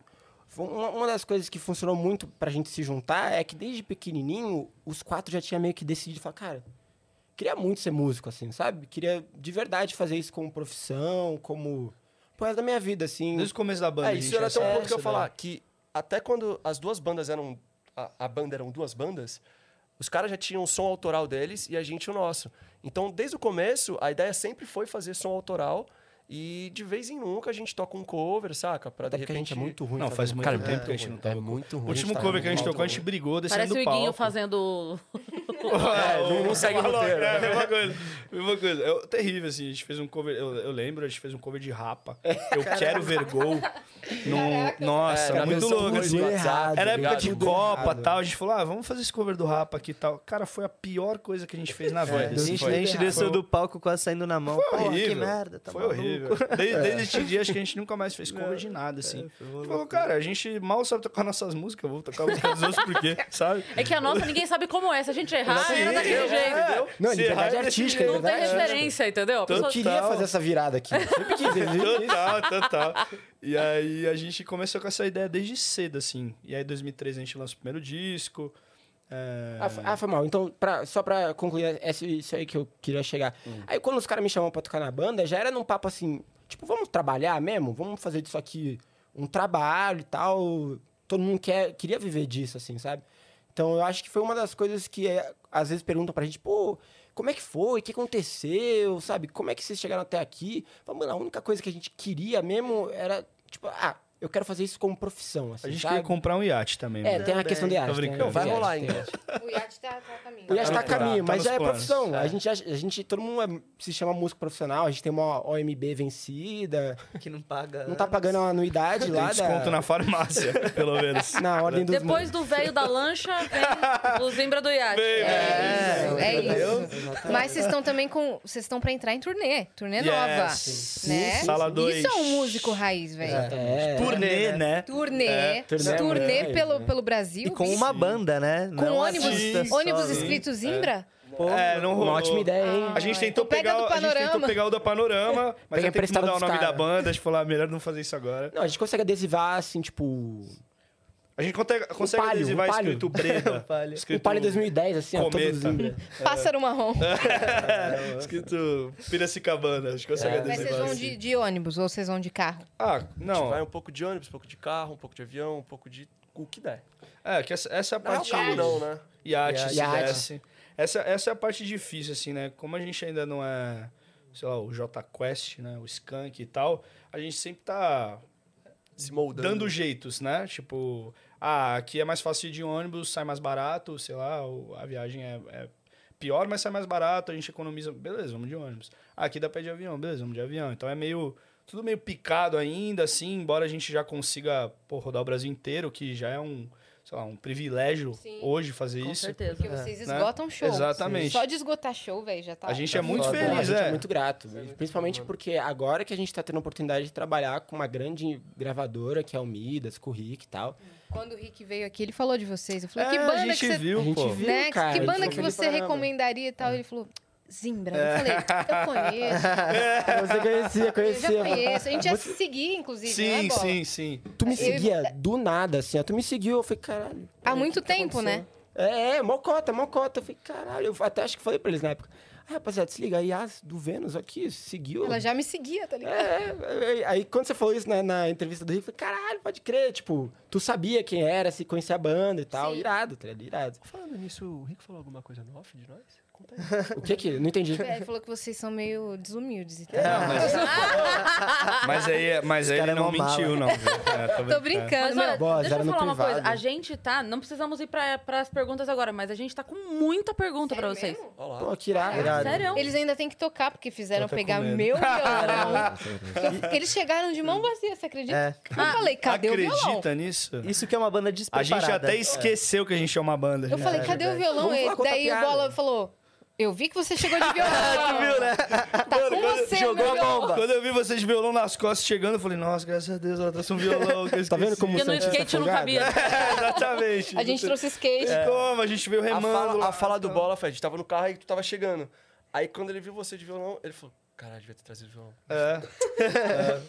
foi Uma, uma das coisas que funcionou muito pra gente se juntar é que desde pequenininho, os quatro já tinham meio que decidido falar, cara, queria muito ser músico, assim, sabe? Queria de verdade fazer isso como profissão, como. Pro resto da minha vida, assim. Desde o começo da banda. É, a isso gente era já até um sabia ponto que eu ia isso né? falar, daí. que até quando as duas bandas eram. A, a banda eram duas bandas, os caras já tinham o som autoral deles e a gente o nosso. Então, desde o começo, a ideia sempre foi fazer som autoral e de vez em nunca a gente toca um cover, saca? Pra Até de porque repente. a gente é muito ruim. Não, sabe? faz muito Cara, é tempo que a gente muito não ruim. tava. É muito ruim, O último tá cover que a gente muito tocou, a ruim. gente brigou descendo Parece o do Iguinho Tá palco. fazendo. É, não- não segue o Alok, roteiro. É, mesma coisa. Mesma coisa. É terrível, assim. A gente fez um cover... Eu, eu lembro, a gente fez um cover de Rapa. Eu quero ver gol. No- nossa, É, É, muito canção louco, muito né? Tipo, assim. errada, Era época tá ligado? de Tudo Copa errado. e tal. A gente falou, ah, vamos fazer esse cover do Rapa aqui e tal. Cara, foi a pior coisa que a gente É, fez na vida. A assim, gente, foi- a gente desceu foi- do palco quase saindo na mão. Foi Porra, horrível. que merda, tá foi maluco. horrível. Desde, desde esse dia, acho que a gente nunca mais fez cover de nada, assim. A gente falou, cara, a gente mal sabe tocar nossas músicas, eu vou tocar a música dos outros por quê, sabe? É que a nossa ninguém sabe como é. Se a gente errar, Sim, era daquele eu- jeito. entendeu? Não, Se liberdade errar, é desse artística, jeito. Não tem liberdade artística. referência, entendeu? A Tanto Eu pessoa- queria Total. fazer um essa virada aqui. Eu Sempre quis, eu vi isso. Total, total. E aí a gente começou com essa ideia desde cedo, assim. E aí em 2013 a gente lança o primeiro disco. é, Ah, f- Ah, foi mal. Então, pra- só pra concluir, é isso- isso aí que eu queria chegar. Aí, quando os caras me chamam pra tocar na banda, já era num papo assim, tipo, vamos trabalhar mesmo? Vamos fazer disso aqui um trabalho e tal. Todo mundo quer, queria viver disso, assim, sabe? Então, eu acho que foi uma das coisas que é, às vezes perguntam pra gente, pô, como é que foi? O que aconteceu? Sabe? Como é que vocês chegaram até aqui? Fala, Mano, a única coisa que a gente queria mesmo era, tipo, ah, eu quero fazer isso como profissão, assim, A gente sabe? queria comprar um iate também. É, mano. tem a questão de Tô arte. brincando. Não, vai rolar ainda. O iate tá, tá a caminho. O Yacht Tá tá a no plano, caminho, tá mas nos já é planos. profissão. A, gente, já- a gente, todo mundo é- se chama músico profissional, a gente tem uma OMB vencida, Que não paga. não tá pagando a anuidade Tem lá desconto da, na farmácia, pelo menos. na ordem dos Depois do velho da lancha, vem o Zimbra do Iate. É, é isso. Mas vocês estão também com. Vocês estão pra entrar em turnê. Turnê É nova. Yes. Né? Sala dois. Isso é um músico raiz, velho. É, Turnê, né? Turnê. turnê turnê amanhã, pelo, né? pelo Brasil. E com bicho. uma banda, né? Com Não ônibus. artista só, ônibus né? escrito Zimbra? É, não rolou. uma ótima ideia, hein? A gente tentou Então pega pegar, do a gente tentou Panorama. É. pegar o da Panorama, mas Pega eu tenho que emprestado mudar o dos nome da cara. banda. A gente falou, ah, melhor não fazer isso agora. Não, a gente consegue adesivar, assim, tipo... A gente consegue, consegue palio, adesivar um palio. escrito preta. palio. O escrito, Palio é 2010, assim, ó, todo Cometa. Zimbra. Pássaro marrom. é, escrito Piracicabana. A gente É. consegue Mas adesivar. vocês vão assim. de, de ônibus ou vocês vão de carro? Ah, A gente vai não. um pouco de ônibus, um pouco de carro, um pouco de avião, um pouco de... O que der. É, que essa, essa é a Não é o parte... carro não, né? Iate, se Iate. desse. Essa, essa é a parte difícil, assim, né? Como a gente ainda não é, sei lá, o J Quest, né? O Skank e tal, a gente sempre tá Se moldando. dando jeitos, né? Tipo, ah, aqui é mais fácil ir de ônibus, sai mais barato, sei lá, o- a viagem é, é pior, mas sai mais barato, a gente economiza. Beleza, vamos de ônibus. Ah, aqui dá pé de avião, beleza, vamos de avião. Então é meio. Tudo meio picado ainda, assim, embora a gente já consiga pô, rodar o Brasil inteiro, que já é um, sei lá, um privilégio Sim. hoje fazer Com isso. certeza. Porque vocês né? esgotam show. Exatamente. Só de esgotar show, velho, já tá. A gente Tá é muito foda, a feliz, gente é. é. muito grato. principalmente porque agora que a gente tá tendo a oportunidade de trabalhar com uma grande gravadora, que é o Midas, com o Rick e tal. Quando o Rick veio aqui, ele falou de vocês. Eu falei, É, que a banda gente que você. viu, a gente pô. viu, né? Que- cara. a que gente banda viu que aquele você programa. recomendaria e tal? Ele falou, Zimbra. Eu falei, eu conheço. Você conhecia, Eu já conhecia. conheço. A gente ia se seguir, inclusive, né, Sim, Bola? sim, sim. Tu me seguia do nada, assim, ó. Tu me seguiu, eu falei, caralho. Há peraí, muito o que tá tempo, né? acontecendo? É, é, mocota, mocota. Eu falei, caralho. Eu até acho que falei pra eles na época. Ah, rapaziada, desliga aí, as do Vênus aqui, seguiu. Ela já me seguia, tá ligado? É, é, aí quando você falou isso na, na entrevista do Rick, eu falei, caralho, pode crer, tipo, tu sabia quem era, se conhecia a banda e tal, Sim. irado, tá ligado? Irado. Falando nisso, o Rico falou alguma coisa no off de nós? Conta aí. O que que? Não entendi. É, Ele falou que vocês são meio desumildes e tal. Mas aí, mas aí cara ele é não mó mala. mentiu, não. viu? É, Tô brincando, Mas olha, meu. Boa, deixa zero eu no falar uma coisa. privado. A gente tá. Não precisamos ir para as perguntas agora, mas a gente tá com muita pergunta pra vocês. mesmo? Olha lá. Pô, que irado. Irado. Sério? Eles ainda têm que tocar, porque fizeram Tô até pegar com medo. meu violão. Que Eles chegaram de mão vazia, você acredita? É. Eu Ah, falei, cadê o violão? Acredita nisso? Isso que é uma banda A despreparada. gente até esqueceu que a gente é uma banda. Eu já. falei, cadê o violão? Vamos Ele- lá contar Daí o piada. Bola falou, eu vi que você chegou de violão. Tá com você, meu Jogou a violão. bomba. Quando eu vi vocês de violão nas costas chegando, eu falei, nossa, graças a Deus, ela trouxe um violão. Que eu Tá vendo esqueci. como Porque no o Santista skate eu não folgado? cabia. É, exatamente. É. A gente trouxe skate. Como? A gente veio A remando. fala, lá. a fala do Bola foi, a gente tava no carro e tu tava chegando. Aí quando ele viu você de violão, ele falou, caralho, devia ter trazido violão. É.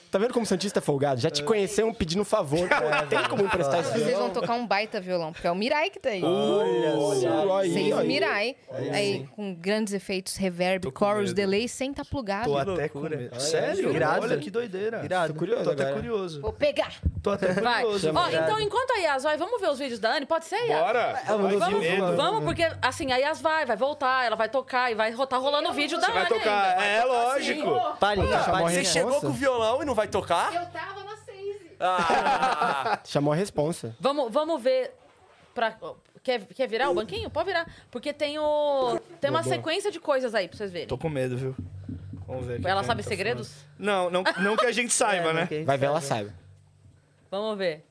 Tá vendo como o Santista é folgado? Já te conheceu um pedindo um favor. Não tem como emprestar esse Vocês violão. vão tocar um baita violão, porque é o Mirai que tá aí. Olha Olha só. aí, Seis olha aí. Mirai, aí com grandes efeitos, reverb, Tô com chorus, medo. delay, sem tá plugado. Tô até com loucura. medo. Olha, Sério? irado. Olha que doideira. Irado. Tô curioso Tô até agora. curioso. Vou pegar! Tô até Vai. Ó, curioso. então enquanto a Yas vai, vamos ver os vídeos da Anne? Pode ser, Yas? Bora! É, Ai, que Vamos, medo. vamos, porque assim, a Yas vai, vai voltar, ela vai tocar e vai tá rolando o vídeo da Você vai Anne tocar. ainda. É, lógico. Palhinha, Você palhinha. chegou com o violão e não vai tocar? Eu tava na 6. Ah, Chamou a responsa. Vamos, vamos ver. Pra, quer, quer virar o banquinho? Pode virar. Porque tem o. Tem uma sequência de coisas aí pra vocês verem. Tô com medo, viu? Vamos ver. aqui Ela quem sabe tá segredos? falando. Não, não, não que a gente saiba, né? Vai ver, ela sabe. Vamos ver.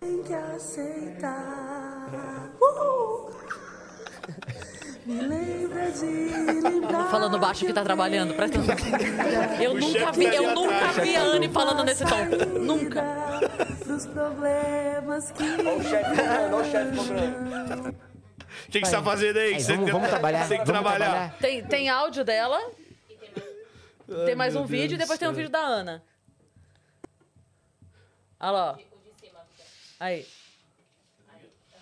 tem que aceitar. Uhul. Me lembra de lembrar. Falando baixo que tá trabalhando, presta atenção. Eu nunca chefe vi, tá ali eu nunca atrás, vi a Anne falando nesse tom. Nunca. Dos problemas que o é. chefe cobrando, olha o chefe cobrando. O que, que você tá fazendo aí? Aí, Você vamos, tem- vamos trabalhar. Você tem que vamos trabalhar. Tem, tem áudio dela. Tem mais meu um Deus vídeo e do depois tem um céu. vídeo da Ana. Olha lá. ó. Aí.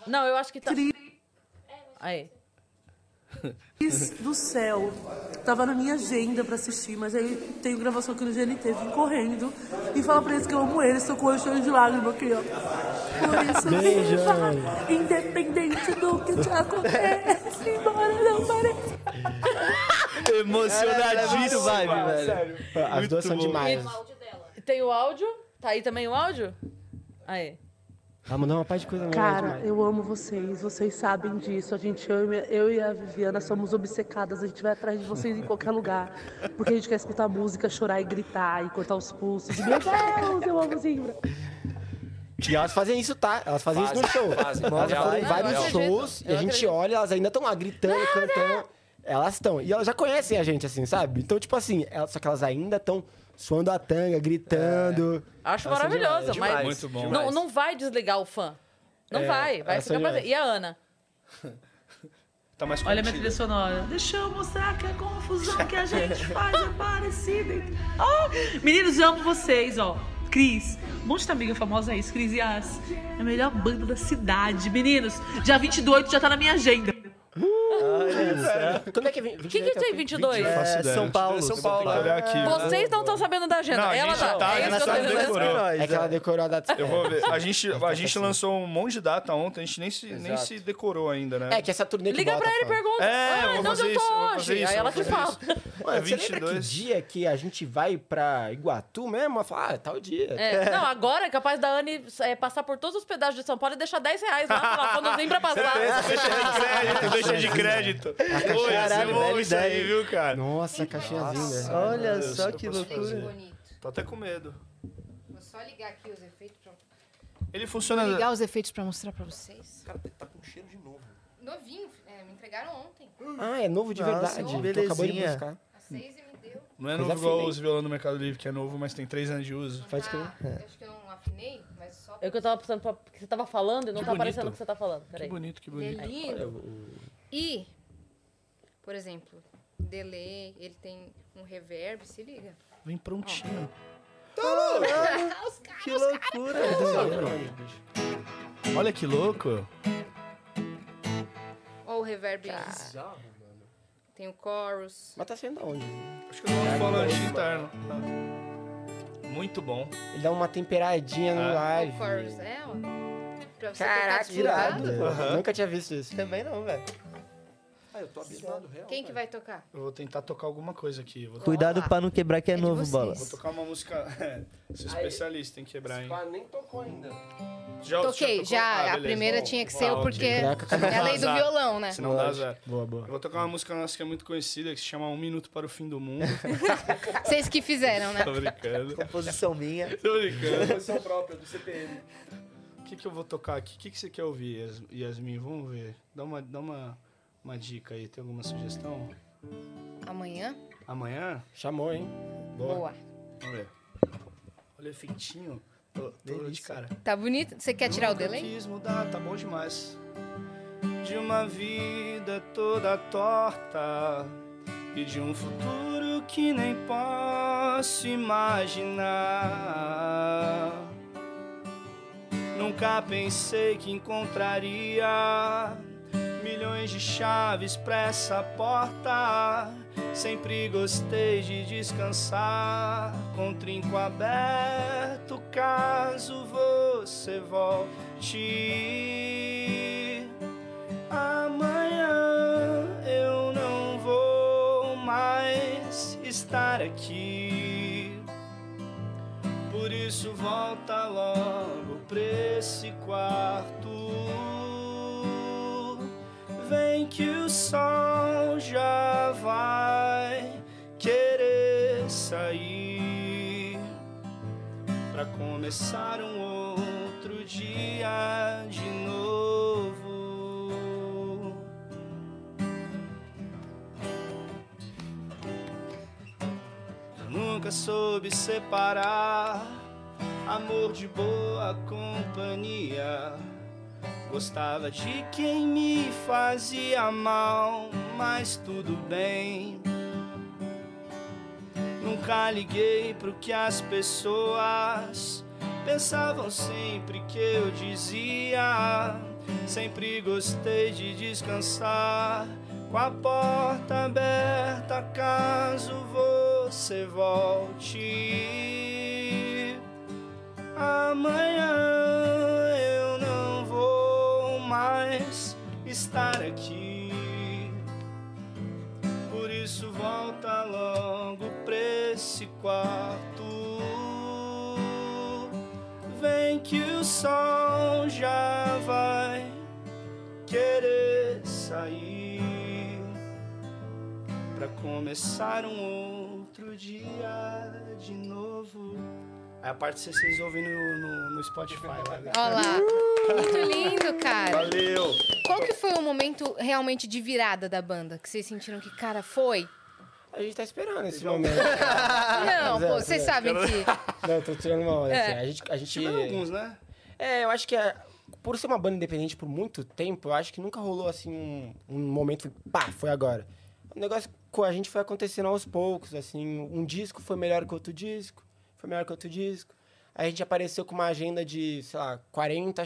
Não, eu acho que tá. Aí. Diz do céu. Tava na minha agenda pra assistir, mas aí tenho gravação aqui no GNT, vim correndo e fala pra eles que eu amo eles, tô com o olho cheio de lágrima aqui, ó. Por isso Beijo. viva, independente do que te acontece, embora não pareça. Emocionadíssimo. Vibe, velho. As duas Muito são bom. demais. Tem o áudio. Tá aí também o áudio? Aí. Ah, mandou uma parte de coisa mesmo. Cara, eu amo vocês, vocês sabem disso. A gente, eu, e minha- eu e a Viviana somos obcecadas, a gente vai atrás de vocês em qualquer lugar. Porque a gente quer escutar música, chorar e gritar e cortar os pulsos. E, Meu Deus, eu amo Zimbra. E elas fazem isso, tá? Elas fazem isso no Fazem, show. fazem. Elas já Real, foram em real, vários real. shows e a gente olha, elas ainda estão lá gritando, cantando. Elas estão. E elas já conhecem a gente, assim, sabe? Então, tipo assim, elas- só que elas ainda estão suando a tanga, gritando. Acho é Elas são maravilhosa, demais. mas. Muito bom. Não, demais. não vai desligar o fã. Não É, vai, vai elas ficar são pra... demais. E a Ana? Tá mais Olha minha contida. trilha sonora. Deixa eu mostrar que a confusão que a gente faz é parecida. Oh, meninos, eu amo vocês, ó. Cris, um monte de amiga famosa é isso, Cris e as. É a melhor banda da cidade. Meninos, dia 28 já tá na minha agenda. Quando é que vem? O que, que tem 22? É, faço ideia. São Paulo. São Paulo. Olha aqui. Vocês não estão sabendo da agenda. Não, a Ela gente não. tá, é isso ela que eu tá tô dizendo. decorando. É que ela decorou a data. Eu vou ver. A gente, a gente assim. lançou um monte de data ontem, a gente nem se, nem se decorou ainda, né? É que essa turnê que Liga bota, pra ele e fala. pergunta. É, eu ah, vou onde fazer eu tô isso, eu vou hoje? fazer isso, Aí eu ela vou te fazer fala. isso. Mano, É você lembra que 22. dia que a gente vai pra Iguatu mesmo? Ela fala, ah, é tal dia. É, Não, agora é capaz da Anne é, passar por todos os pedaços de São Paulo e deixar 10 reais lá falar, quando vem pra passar. É, Deixa de crédito, deixa de crédito. Pô, ia ser Caralho, bom bela isso aí, ideia. viu, cara? Nossa, caixinhazinha. Olha Meu Deus, só eu que posso loucura. fazer. Tô até com medo. Vou só ligar aqui os efeitos pra... Ele funciona... Vou ligar os efeitos pra mostrar pra vocês. Cara, tá com cheiro de novo. Novinho, é, me entregaram ontem. Ah, é novo de Nossa, verdade. que Tu acabou de belezinha. buscar. A seis e me deu. Não é Coisa novo igual fina, os violão do Mercado Livre, que é novo, mas tem três anos de uso. Não Pode tá- crer. Acho que eu não afinei, mas só... É o que eu tava pensando, pra- que você tava falando e não Que tá bonito. aparecendo o que você tá falando. Que Peraí. bonito, que Ele é bonito. lindo. E, por exemplo, delay, ele tem um reverb, se liga. Vem prontinho. Tá Ah, Que loucura. Olha que louco. Ó o reverb. Tá. Tem o chorus. Mas tá saindo aonde? Acho que eu tô falando interno. Muito bom. Ele dá uma temperadinha no Ó live. o chorus, é, ó. Pra você tá tocar Caraca, irado. desligado. Nunca tinha visto isso. Também não, velho. Ah, eu tô abismado, real. Quem que vai tocar? Eu vou tentar tocar alguma coisa aqui. Vou, to- Cuidado pra não quebrar que é, de novo, vocês. bola. vou tocar uma música. é, Sou especialista em quebrar, hein? Esse cara nem tocou ainda. Já, Toquei, tocou? já. a Ah, beleza. primeira Bom, tinha que bom, ser eu, ok. porque Caraca, é a lei do Azar. violão, né? Senão dá zero. Boa, boa. Eu vou tocar uma música nossa que é muito conhecida, que se chama Um Minuto para o Fim do Mundo. Tá. Vocês que fizeram, né? Tô brincando. Composição minha. Tô brincando. Posição própria do CPM. O que, que eu vou tocar aqui? O que, que você quer ouvir, Yas- Yasmin? Vamos ver. Dá uma, dá uma, uma dica aí. Tem alguma sugestão? Amanhã, Amanhã? Chamou, hein? boa. Vamos ver. Olha, feitinho. Tô, tô de Delícia. cara. Tá bonito? Você quer tirar o Nunca delay? quis mudar, tá bom demais. De uma vida toda torta e de um futuro que nem posso imaginar. Nunca pensei que encontraria milhões de chaves pra essa porta. Sempre gostei de descansar com o trinco aberto, caso você volte. Amanhã eu não vou mais estar aqui. Por isso volta logo pra esse quarto. Vem que o sol já vai querer sair pra começar um outro dia de novo. Eu nunca soube separar amor de boa companhia. Gostava de quem me fazia mal, mas tudo bem. Nunca liguei pro que as pessoas pensavam sempre que eu dizia. Sempre gostei de descansar com a porta aberta caso você volte. Amanhã eu não vou mais estar aqui. Por isso volta logo pra esse quarto. vem que o sol já vai querer sair pra começar um outro dia de novo. Aí a parte vocês ouvem no, no, no Spotify lá. né? Olha lá. Muito lindo, cara. Valeu! Qual que foi o momento realmente de virada da banda? Que vocês sentiram que, cara, foi? A gente tá esperando esse momento. Não, pô, vocês sabem que... Não, tô tirando uma onda. assim. A gente. A gente Tivemos alguns, né? É, eu acho que é- por ser uma banda independente por muito tempo, eu acho que nunca rolou assim um, um momento, pá, foi agora. O negócio com a gente foi acontecendo aos poucos, assim, um disco foi melhor que outro disco, foi melhor que outro disco. Aí a gente apareceu com uma agenda de, sei lá, 40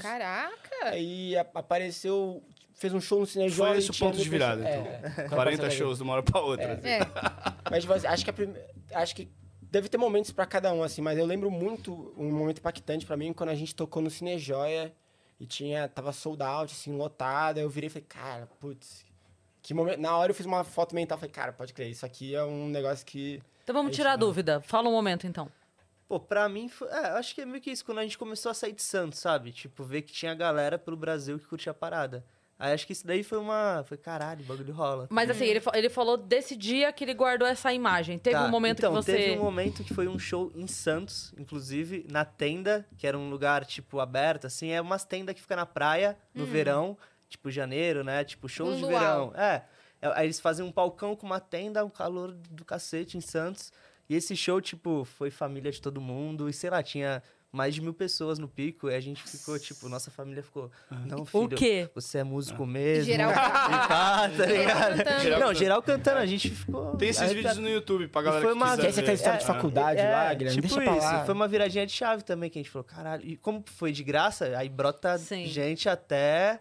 Caraca. Aí a- apareceu, fez um show no Cine Foi esse o ponto de virada, então. 40 shows de uma hora pra outra. É. É, Mas tipo, assim, acho que a prime- acho que deve ter momentos pra cada um assim, mas eu lembro muito um momento impactante pra mim quando a gente tocou no Cinejoia e tinha tava sold out assim, lotado, aí eu virei e falei, cara, putz, que momento, na hora eu fiz uma foto mental, falei, cara, pode crer, isso aqui é um negócio que Então É vamos tirar a dúvida. Fala um momento, então. Pô, pra mim, foi... é, eu acho que é meio que isso, quando a gente começou a sair de Santos, sabe? Tipo, ver que tinha galera pelo Brasil que curtia a parada. Aí acho que isso daí foi uma... Foi caralho, o bagulho rola. Mas assim, ele, fa- ele falou desse dia que ele guardou essa imagem. Teve Tá, um momento então, que você. teve um momento que foi um show em Santos, inclusive, na tenda, que era um lugar, tipo, aberto, assim. É umas tendas que fica na praia, Hum. no verão, tipo, janeiro, né? Tipo, shows Um de luau. verão. É. É, Aí eles fazem um palcão com uma tenda, um calor do cacete em Santos. E esse show, tipo, foi família de todo mundo. E sei lá, tinha mais de mil pessoas no pico. E a gente ficou, tipo, nossa família ficou. Ah. Não, filho. O quê? Você é músico mesmo. Geral- E pá, tá ligado? cantando. Não, geral cantando. A gente ficou. Tem esses arrepiado. vídeos no YouTube pra É. E galera foi que uma- tá quiser Esquece ver. aquela história de É. faculdade lá, Guilherme, tipo deixa pra isso. lá. Foi uma viradinha de chave também que a gente falou, caralho. E como foi de graça, aí brota Sim. gente até.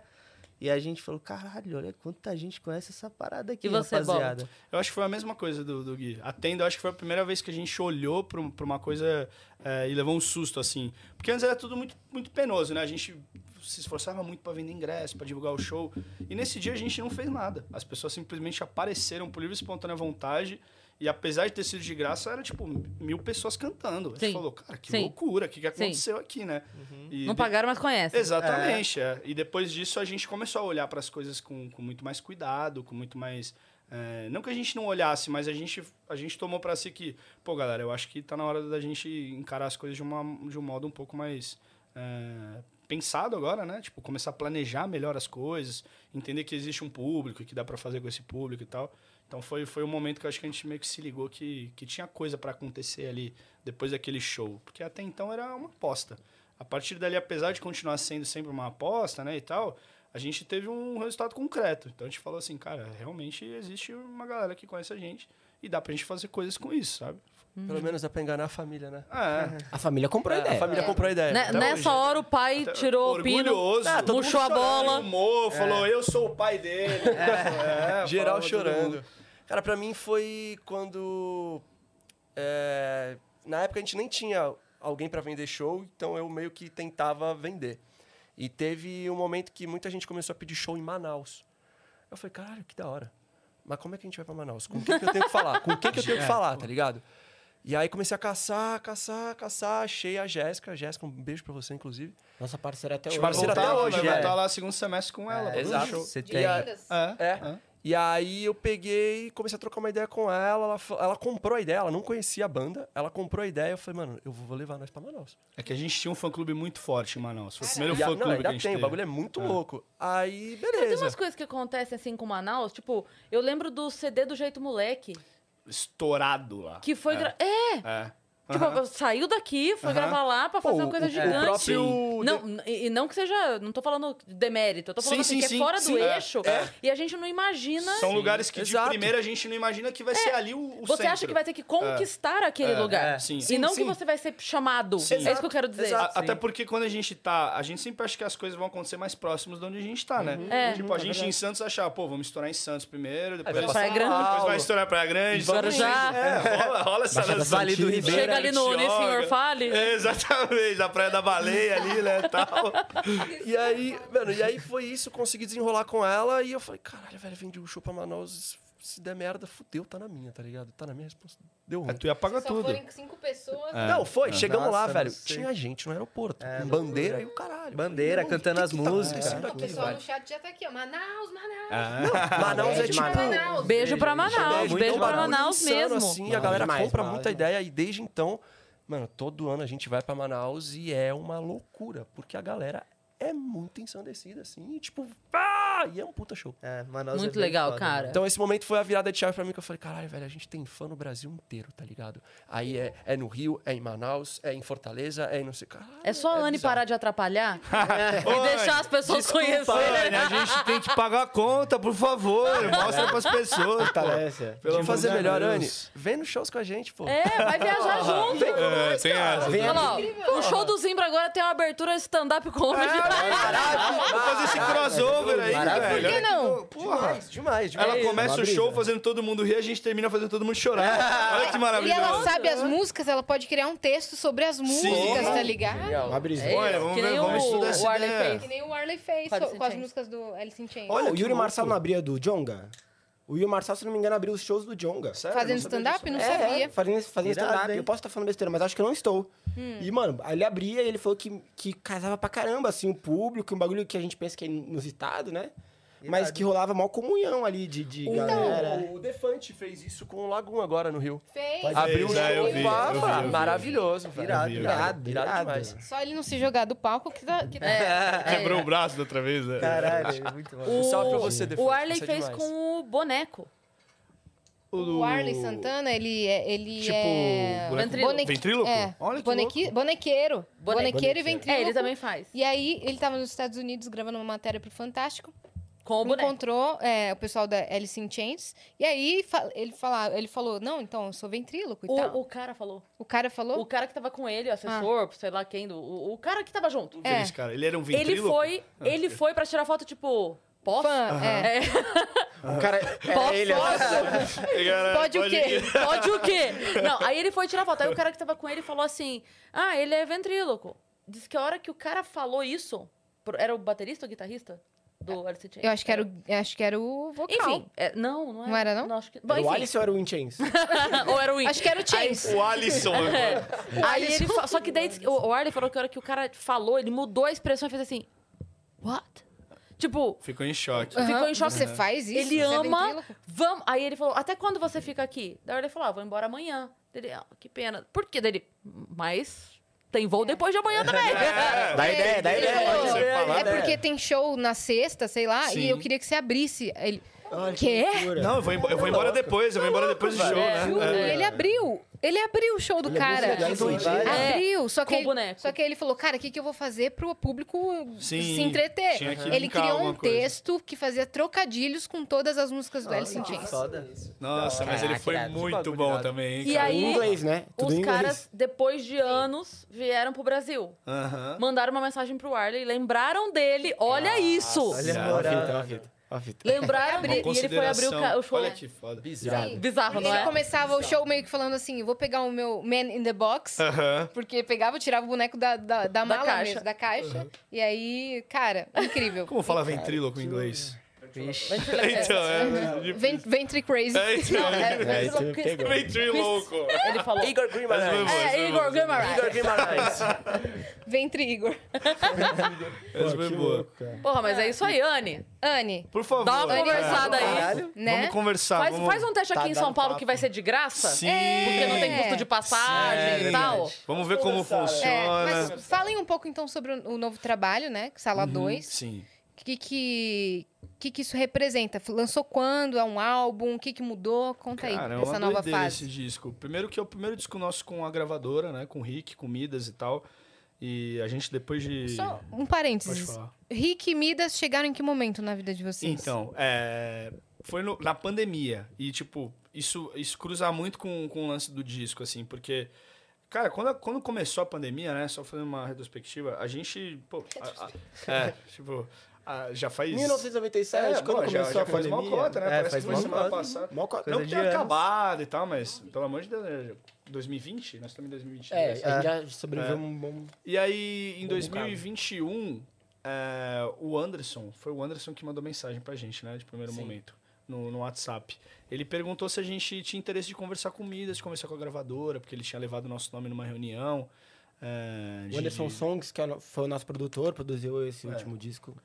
E a gente falou, caralho, olha quanta gente conhece essa parada aqui, E você, rapaziada. Eu acho que foi a mesma coisa do, do Gui. A tenda, eu acho que foi a primeira vez que a gente olhou pra, um- pra uma coisa é, e levou um susto, assim. Porque antes era tudo muito, muito penoso, né? A gente se esforçava muito pra vender ingresso, pra divulgar o show. E nesse dia a gente não fez nada. As pessoas simplesmente apareceram por livre e espontânea vontade. E apesar de ter sido de graça, era tipo mil pessoas cantando. A gente Sim. falou, cara, que Sim. loucura, o que, Sim. que Uhum. aconteceu aqui, né? E Não de- pagaram, mas conhece. Exatamente, é. E depois disso a gente começou a olhar para as coisas com, com muito mais cuidado, com muito mais. é, não que a gente não olhasse, mas a gente, a gente tomou para si que, pô, galera, eu acho que tá na hora da gente encarar as coisas de, uma, de um modo um pouco mais é, pensado agora, né? Tipo, começar a planejar melhor as coisas, entender que existe um público, que dá para fazer com esse público e tal. Então foi, foi um momento que eu acho que a gente meio que se ligou que, que tinha coisa para acontecer ali depois daquele show. Porque até então era uma aposta. A partir dali, apesar de continuar sendo sempre uma aposta, né, e tal, a gente teve um resultado concreto. Então a gente falou assim, cara, realmente existe uma galera que conhece a gente e dá pra gente fazer coisas com isso, sabe? Pelo menos dá pra enganar a família, né? Ah, a família comprou a A ideia. família comprou a ideia. Tá Né- é, até nessa hoje. hora o pai tirou o pino, Tá ah, orgulhoso, puxou a bola. Humor, falou, eu sou o pai dele. É, falava Geral todo chorando. mundo. Cara, pra mim foi quando. é, na época a gente nem tinha alguém pra vender show, então eu meio que tentava vender. E teve um momento que muita gente começou a pedir show em Manaus. Eu falei, caralho, que da hora. Mas como é que a gente vai pra Manaus? Com quem que eu tenho que falar? Com quem que eu tenho que falar, tá ligado? E aí comecei a caçar, caçar, caçar. Achei a Jéssica. Jéssica, um beijo pra você, inclusive. Nossa parceira até Os hoje. parceiros Tá até hoje, É, hoje, vai é. estar lá segundo semestre com ela. pra fazer exato. show. Você De tem. Minas. É. É. E aí eu peguei e comecei a trocar uma ideia com ela. Ela, fa- ela comprou a ideia, ela não conhecia a banda. Ela comprou a ideia. Eu falei, mano, eu vou levar nós pra Manaus. É que a gente tinha um fã-clube muito forte em Manaus. Foi o primeiro E a- não, fã-clube que a ainda gente tem, o teve. bagulho é muito louco. Aí, Tem beleza. umas coisas que acontecem assim com Manaus, tipo, eu lembro do CD do Jeito Moleque, Estourado lá. que foi. gra- É, É. tipo, Aham. saiu daqui, foi Aham. gravar lá pra fazer Pô, uma coisa o- o gigante. próprio- Não, n- e e não que seja. Não tô falando demérito, eu tô falando Sim, assim, sim, que sim, é fora sim. do É, eixo é. e a gente não imagina. São lugares que Exato. de primeira a gente não imagina que vai ser ali o, o Você acha que vai ter que conquistar aquele lugar. é. Sim. E Sim, não que sim. você vai ser chamado. Sim. É isso que eu quero dizer. Exato. Até porque quando a gente tá, a gente sempre acha que as coisas vão acontecer mais próximas de onde a gente tá, né? É. Tipo, a gente em Santos achava, pô, vamos estourar em Santos primeiro, depois, vai vai, Praia Grande. depois vai estourar Praia Grande. Bora Santos- já. É, rola, rola essa Baixada dança. Vale do Santista. Ribeiro. Chega ali no Oni, Antioga. senhor, fale. É, exatamente, da Praia da Baleia ali, né, tal. É, E aí, mano, e aí foi isso, consegui desenrolar com ela e eu falei, caralho, velho, vendi o um show pra Manaus. se der merda, fudeu, tá na minha, tá ligado? Tá na minha responsabilidade. É Deu ruim. tu ia pagar Se só tudo. forem cinco pessoas, Não, foi, chegamos lá, Nossa, velho. não sei. Tinha gente no aeroporto, com bandeira e o caralho. Bandeira, Falei, "Mano, cantando que as que músicas. Tá o acontecendo aqui, pessoal velho? no chat já tá aqui, ó. Manaus, Manaus. Ah. Manaus é Beijo, tipo... Manaus. Manaus. Beijo pra Manaus, Então, beijo pra bagulho Manaus insano, mesmo. Assim, e a Mano, galera demais, compra Manaus muita demais. ideia e desde então, mano, todo ano a gente vai pra Manaus e é uma loucura, porque a galera é muito ensandecida, assim, e tipo, ah! E é um puta show. É, Manaus é Muito bem legal, foda, cara. mano. Então esse momento foi a virada de chave pra mim, que eu falei, caralho, velho, a gente tem fã no Brasil inteiro, tá ligado? Aí é, é no Rio, é em Manaus, é em Fortaleza, é em não sei... Caralho, É só a Anne bizarro. parar de atrapalhar e deixar as pessoas conhecerem. Anne, a gente tem que pagar a conta, por favor. Mostra pras pessoas, pô. Fortalece. Pelo Vamos amor fazer de melhor, Anne. né, Deus. Vem nos shows com a gente, pô. É, vai viajar junto. É, tem essa. Vem Olha aqui. lá, ó, o show do Zimbra agora tem uma abertura stand-up comedy. Vamos fazer esse crossover aí, velho. Por que não? Porra. Demais, É demais. Ela começa o brisa. show fazendo todo mundo rir, a gente termina fazendo todo mundo chorar. Olha que E ela maravilhoso. sabe as músicas, ela pode criar um texto sobre as músicas, tá ligado? Uma brisa. É Olha, isso, vamos que ver, nem vamos o, estudar essa o Arley ideia. Que fez. nem o Arley fez Alice so- in com as Chains. músicas do Alice in Chains. Olha, Olha o que Yuri louco. Marçal não abria do Jonga? O Yuri Marçal, se não me engano, abriu os shows do Jonga. Sério, Fazendo não sabia stand-up? Não É, sabia. é, fazendo, fazendo Irado, stand-up. hein? Eu posso estar falando besteira, mas acho que eu não estou. E, mano, aí ele abria e ele falou que, que casava pra caramba, assim, o público, um bagulho que a gente pensa que é inusitado, né? Mas que rolava maior comunhão ali de, de galera. O Defante fez isso com o Lagoon agora no Rio. Fez. Abriu um Fez, é, eu show vi, pá, eu vi, pá, eu vi. maravilhoso, velho. Irado, irado, irado. demais. Só ele não se jogar do palco que dá. Que tá dá. Quebrou o braço da outra vez, né? Caralho, é muito bom. O, salve pra você, Defante, o Arley você é fez demais. com o boneco. O Arley Santana, ele é. Ele Tipo, é... boneco- bonequi- ventríloco? É. Olha que Bonequi... Bonequeiro. Boneco. Bonequeiro e ventríloco. É, ele também faz. E aí, ele tava nos Estados Unidos gravando uma matéria pro Fantástico. Um Com o boneco. encontrou é, o pessoal da Alice in Chains. E aí, fa- ele, fala... ele falou: Não, então, eu sou ventríloco e tal. O, O, o cara falou. cara falou. O cara que tava com ele, o assessor, Ah. sei lá quem, do, o, o cara que tava junto. É. Esse cara, ele era um Ele ventríloco? foi, ele foi pra tirar foto, tipo, posso? Fã, é. É, O cara era posso? ele. Cara, Pode o quê? Pode o quê? Não, aí ele foi tirar foto. Aí o cara que tava com ele falou assim: Ah, ele é ventríloco. Diz que a hora que o cara falou isso, pro- era o baterista ou guitarrista do Alice in Chains? É. Eu acho que era o, eu acho que era o vocal. Enfim, é- não, não era. Não era, não? acho que... Bom, Era o enfim. Alice ou era o In Chains? ou era o Win. Acho que era o Chains. O Alisson É. agora. Aí ele fa- Só que daí diz que o o Arley falou que a hora que o cara falou, ele mudou a expressão e fez assim: What? Tipo, Ficou em choque. Aham. Ficou em choque. Você faz isso? Ele Você é ama. ventríloco? Vamos. Aí ele falou: Até quando você fica aqui? Daí ele falou: ah, Vou embora amanhã. Daí Ele, ah, que pena. Por quê? Daí ele, mas tem É. voo depois de amanhã também. Dá ideia, dá Ele ideia. falou, pode ser. Você fala, é né? porque tem show na sexta, sei lá, Sim. e eu queria que você abrisse. Ele, Olha Quê? loucura. Não, eu vou, embo- eu vou embora depois, eu vou embora depois do show, juro, né? e ele abriu. Ele abriu o show do cara. legal, Foi doido. várias. É, Abriu, só que, com ele, boneco. só que ele falou, cara, o que, que eu vou fazer pro público Sim, se entreter? tinha que Ele brincar criou um alguma coisa. texto que fazia trocadilhos com todas as músicas do Alice in Chains. Foda. Nossa, mas ele Caraca, foi irado. muito Bagulho bom irado. também, hein, E cara? aí- Em inglês, né? Tudo em Os inglês. caras, depois de anos, vieram pro Brasil. Ah. Aham. Mandaram uma mensagem pro Arley, lembraram dele. Olha isso! Olha a Irado. Ó a fita, ó a moral. fita. Ó a fita. Lembraram dele. E ele foi abrir o, Consideração. ca- o show. Olha que foda. Sim. Bizarro, Porque não ele é? começava o show meio que falando assim, vou pegar o meu man in the box, Aham. porque pegava, tirava o boneco da, da, da mala caixa. mesmo, da caixa. E aí, cara, incrível. Como fala ventríloco em inglês? Vixe. Então, é. Vent- Ventre crazy. É, então, é. É, isso me pegou. Ventríloco. Ele falou. Igor Grimaldi. Mas É, Igor Guimarães. Igor Grimaldi. Ventre Igor. Essa foi boa. Porra, mas é isso aí, Anne. Anne, Por favor. Dá uma cara. conversada aí. Caralho. né? Vamos conversar. Faz, vamos... faz um teste aqui Tá em dando São Paulo papo. que vai ser de graça. Sim. Porque não tem custo de passagem É, e tal. verdade. Vamos ver como É, funciona. mas falem um pouco então sobre o o novo trabalho, né? Sala Uhum. Uhum. 2. Sim. O que que, que que isso representa? Lançou quando? É um álbum? O que que mudou? Conta Cara, é aí uma essa nova doideira fase. esse disco. Primeiro que é o primeiro disco nosso com a gravadora, né? Com o Rick, com o Midas e tal. E a gente depois de... Só um Pode parênteses. falar. Rick e Midas chegaram em que momento na vida de vocês? Então, é, foi no- na pandemia. E, tipo, isso, isso cruza muito com, com o lance do disco, assim, porque. Cara, quando, a- quando começou a pandemia, né? Só fazendo uma retrospectiva, a gente. Pô, a- a- é, tipo, a- já faz. 1997, quando É, pô, já- começou já a faz pandemia. mal cota, né? É, Parece faz que foi mal semana cota. passada. Mal cota. Não Coisa que de tenha anos. acabado e tal, mas, pelo amor de Deus, né, 2020? Nós estamos em 2023. É, a gente já sobreviveu um bom... E aí, em Bom eh, 2021, é, o Anderson, foi o Anderson que mandou mensagem pra gente, né, de primeiro momento. no, no WhatsApp. Ele perguntou se a gente tinha interesse de conversar com o Midas, de conversar com a gravadora, porque ele tinha levado o nosso nome numa reunião. é, de- O Anderson Songs, que é o no- foi o nosso produtor, produziu esse último disco.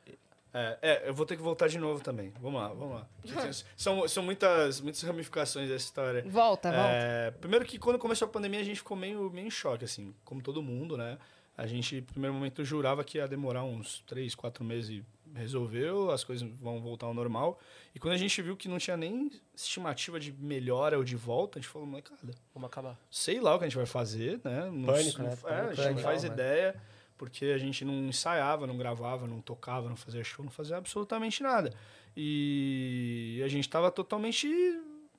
É, é, eu vou ter que voltar de novo também. Vamos lá, vamos lá. São, são muitas, muitas ramificações dessa história. Volta, volta. É, primeiro que quando começou a pandemia a gente ficou meio, meio em choque, assim, como todo mundo, né? A gente, no primeiro momento, jurava que ia demorar uns três, quatro meses e resolveu, as coisas vão voltar ao normal. E quando a gente viu que não tinha nem estimativa de melhora ou de volta, a gente falou, molecada, Vamos acabar. sei lá o que a gente vai fazer, né? Não, Pânico, não- né? é, a Pânico gente é não legal, faz né? ideia, porque a gente não ensaiava, não gravava, não tocava, não fazia show, não fazia absolutamente nada. E a gente tava totalmente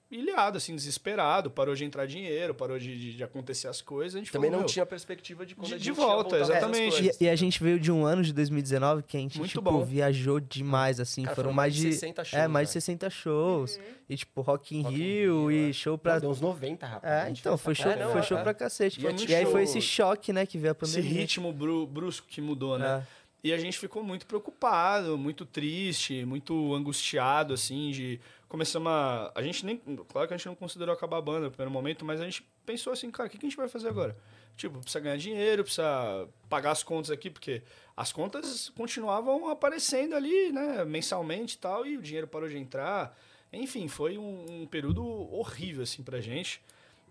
ilhado, assim, desesperado, parou de entrar dinheiro, parou de, de- de acontecer as coisas, a gente Também falou, não "Meu, tinha perspectiva de quando de- a gente de ia volta, voltar a fazer as exatamente. coisas. E, e a gente veio de um ano de 2019 que a gente, Muito tipo, bom. viajou demais, assim. Cara, foram mais de... 60 shows, é, mais de velho. 60 shows. Uhum. E, tipo, Rock in Rock in Rio Rio, e é. show Pra... pra... Deu uns 90, rapaz. É, então, foi show, É, não, foi é, show é. pra cacete. E é muito E aí foi show. esse choque, né, que veio a esse pandemia. ritmo bru- brusco que mudou, né? É. E a gente ficou muito preocupado, muito triste, muito angustiado, assim, de... Começamos a... A gente nem... Claro que a gente não considerou acabar a banda no primeiro momento, mas a gente pensou assim, cara, o que que a gente vai fazer agora? Tipo, precisa ganhar dinheiro, precisa pagar as contas aqui, porque as contas continuavam aparecendo ali, né, mensalmente e tal, e o dinheiro parou de entrar. Enfim, foi um, um período horrível, assim, pra gente.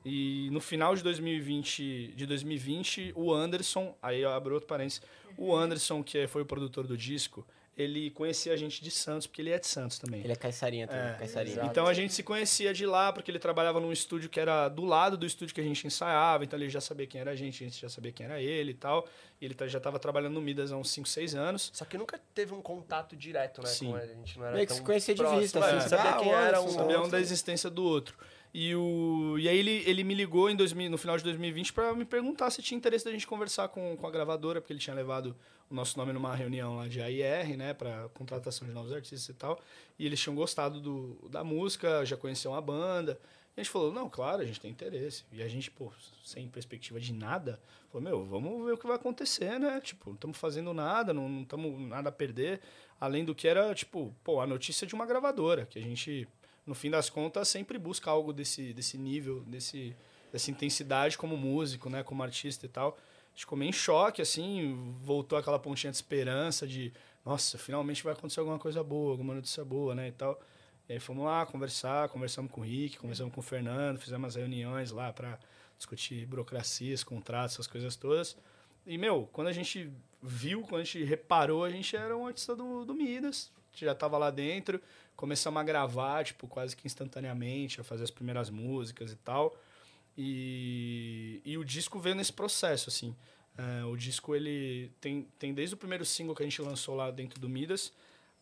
E no final de 2020, de 2020, o Anderson, aí eu abro outro parênteses, o Anderson, que foi o produtor do disco, ele conhecia a gente de Santos, porque ele é de Santos também. Ele é caiçarinha também, caiçarinha. Então a gente se conhecia de lá, porque ele trabalhava num estúdio que era do lado do estúdio que a gente ensaiava, então ele já sabia quem era a gente, a gente já sabia quem era ele e tal. E ele tá- já estava trabalhando no Midas há uns 5, 6 anos. Só que nunca teve um contato direto, né? Sim. Com ele. A gente não era Meio que tão se conhecia de próximo, vista, é. assim. Sabia Ah, quem olha, era só um Sabia sabia um da existência do outro. E, o, e aí ele, ele me ligou em 2000, no final de 2020 para me perguntar se tinha interesse da gente conversar com, com a gravadora, porque ele tinha levado o nosso nome numa reunião lá de AIR, né, para contratação de novos artistas e tal. E eles tinham gostado do, da música, já conheciam a banda. E a gente falou, não, claro, a gente tem interesse. E a gente, pô, sem perspectiva de nada, falou, meu, vamos ver o que vai acontecer, né? Tipo, não estamos fazendo nada, não estamos nada a perder. Além do que era, tipo, pô, a notícia de uma gravadora, que a gente, no fim das contas, sempre busca algo desse, desse nível, desse, dessa intensidade como músico, né? Como artista e tal. A gente ficou meio em choque, assim, voltou aquela pontinha de esperança de, nossa, finalmente vai acontecer alguma coisa boa, alguma notícia boa, né? E tal. E aí fomos lá conversar, conversamos com o Rick, conversamos com o Fernando, fizemos as reuniões lá para discutir burocracias, contratos, essas coisas todas. E, meu, quando a gente viu, quando a gente reparou, a gente era um artista do, do Midas. A gente já tava lá dentro, começamos a gravar, tipo, quase que instantaneamente, a fazer as primeiras músicas e tal. E, e o disco veio nesse processo, assim. É, o disco, ele tem, tem desde o primeiro single que a gente lançou lá dentro do Midas,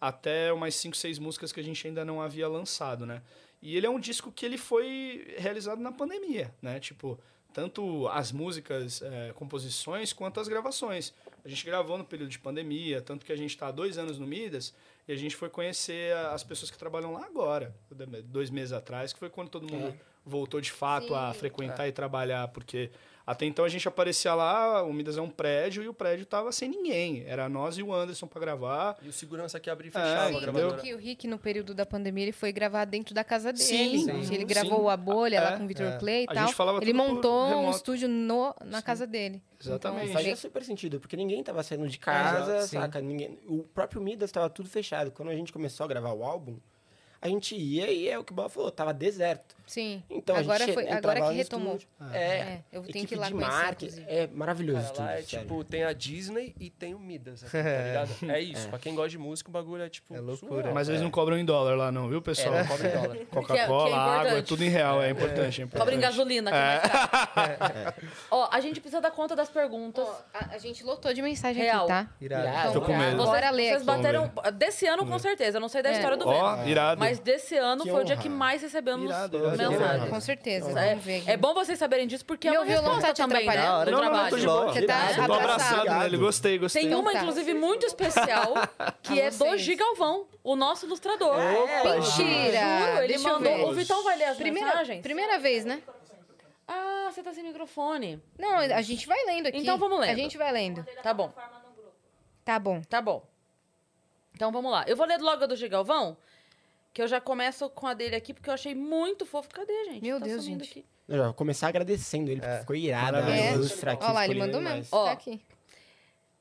até umas 5, 6 músicas que a gente ainda não havia lançado, né? E ele é um disco que ele foi realizado na pandemia, né? Tipo, tanto as músicas, eh, composições, quanto as gravações. A gente gravou no período de pandemia, tanto que a gente está há dois anos no Midas, e a gente foi conhecer a- as pessoas que trabalham lá agora, né, dois meses atrás, que foi quando todo mundo voltou de fato a Sim. frequentar e trabalhar, porque até então a gente aparecia lá, o Midas é um prédio, e o prédio tava sem ninguém. Era nós e o Anderson para gravar, E o segurança que abria e fechava É, a Sim, entendeu? gravadora. porque o Rick, no período da pandemia, ele foi gravar dentro da casa dele. Sim, Então, sim, Ele sim. gravou a bolha lá É, com o Victor Clay e A tal. gente falava ele tudo por montou um remoto. estúdio no, na casa dele. Exatamente. E Então, fazia ele- super sentido, porque ninguém tava saindo de casa, Exato, sim. saca? Ninguém... O próprio Midas tava tudo fechado. Quando a gente começou a gravar o álbum, a gente ia e é o que o Bob falou, tava deserto. sim. Então, a agora gente foi, entrava agora lá que no retomou. estúdio. É, É, eu tenho equipe que ir lá de conhecer, marketing, inclusive. É maravilhoso Cara, lá é estúdio, sério. tipo, tem a Disney e tem o Midas aqui, tá ligado? É isso. Pra quem gosta de música, o bagulho é tipo. É loucura. surreal. Mas eles não cobram em dólar lá, não, viu, pessoal? É, cobra em dólar. Que é- que Coca-Cola, é água, é importante. tudo em real, é, importante. É importante. Cobra em gasolina, que é mais caro. É. Ó, a gente precisa dar conta das perguntas. Ó, a, a gente lotou de mensagem Real. aqui, tá? Irado. Então, Irado. Tô com medo. Bora ler Vocês aqui. bateram. Desse ano, com certeza. Eu não sei da É. história do Ó, Venom. irado. Mas desse ano Que foi o dia honra. que mais recebemos Irado, irado, mensagens. Com certeza. É, Vamos ver. aqui. é bom vocês saberem disso, porque é Meu uma violão resposta tá te também, né? atrapalhando? do Não, não, trabalho. eu tô de boa. Você tá eu tô abraçado. abraçado nele, gostei, gostei. Tem um uma, Tá. inclusive, muito especial, que é do vocês. Gigalvão, o nosso ilustrador. Mentira! Juro, ele Deixa eu mandou. ver. O Vitão vai ler as Primeira, mensagens? primeira vez, né? Ah, você tá sem microfone. Não, a gente vai lendo aqui. Então vamos lendo. A gente vai lendo. Tá bom, Tá bom. tá bom. Então vamos lá. Eu vou ler logo a do Gigalvão, Que eu já começo com a dele aqui, porque eu achei muito fofo. Cadê, gente? Tá Meu Deus, sumindo gente. aqui. Eu já vou começar agradecendo ele, porque ficou irado. Maravilhoso. ilustra aqui, Olha É. lá, ele ficou lindo mandou mesmo. demais. Ó. Tá aqui.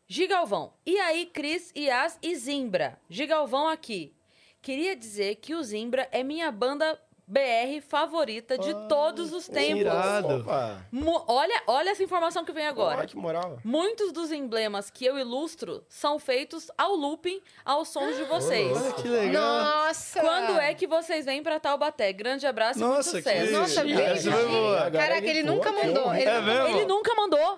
Gigalvão. E aí, Cris, Ias e Zimbra. Gigalvão aqui. Queria dizer que o Zimbra é minha banda BR favorita de Ah, todos os tempos. irado. Opa. Mu- olha, olha essa informação que vem agora. Olha que moral. Muitos dos emblemas que eu ilustro são feitos ao looping, aos sons de vocês. Ah, Que legal. Nossa! Quando é que vocês vêm pra Taubaté? Grande abraço e muito Nossa, que sucesso. Nossa, Ih, bem, essa foi boa. Caraca, ele nunca mandou. Ele, É mesmo? Ele nunca mandou.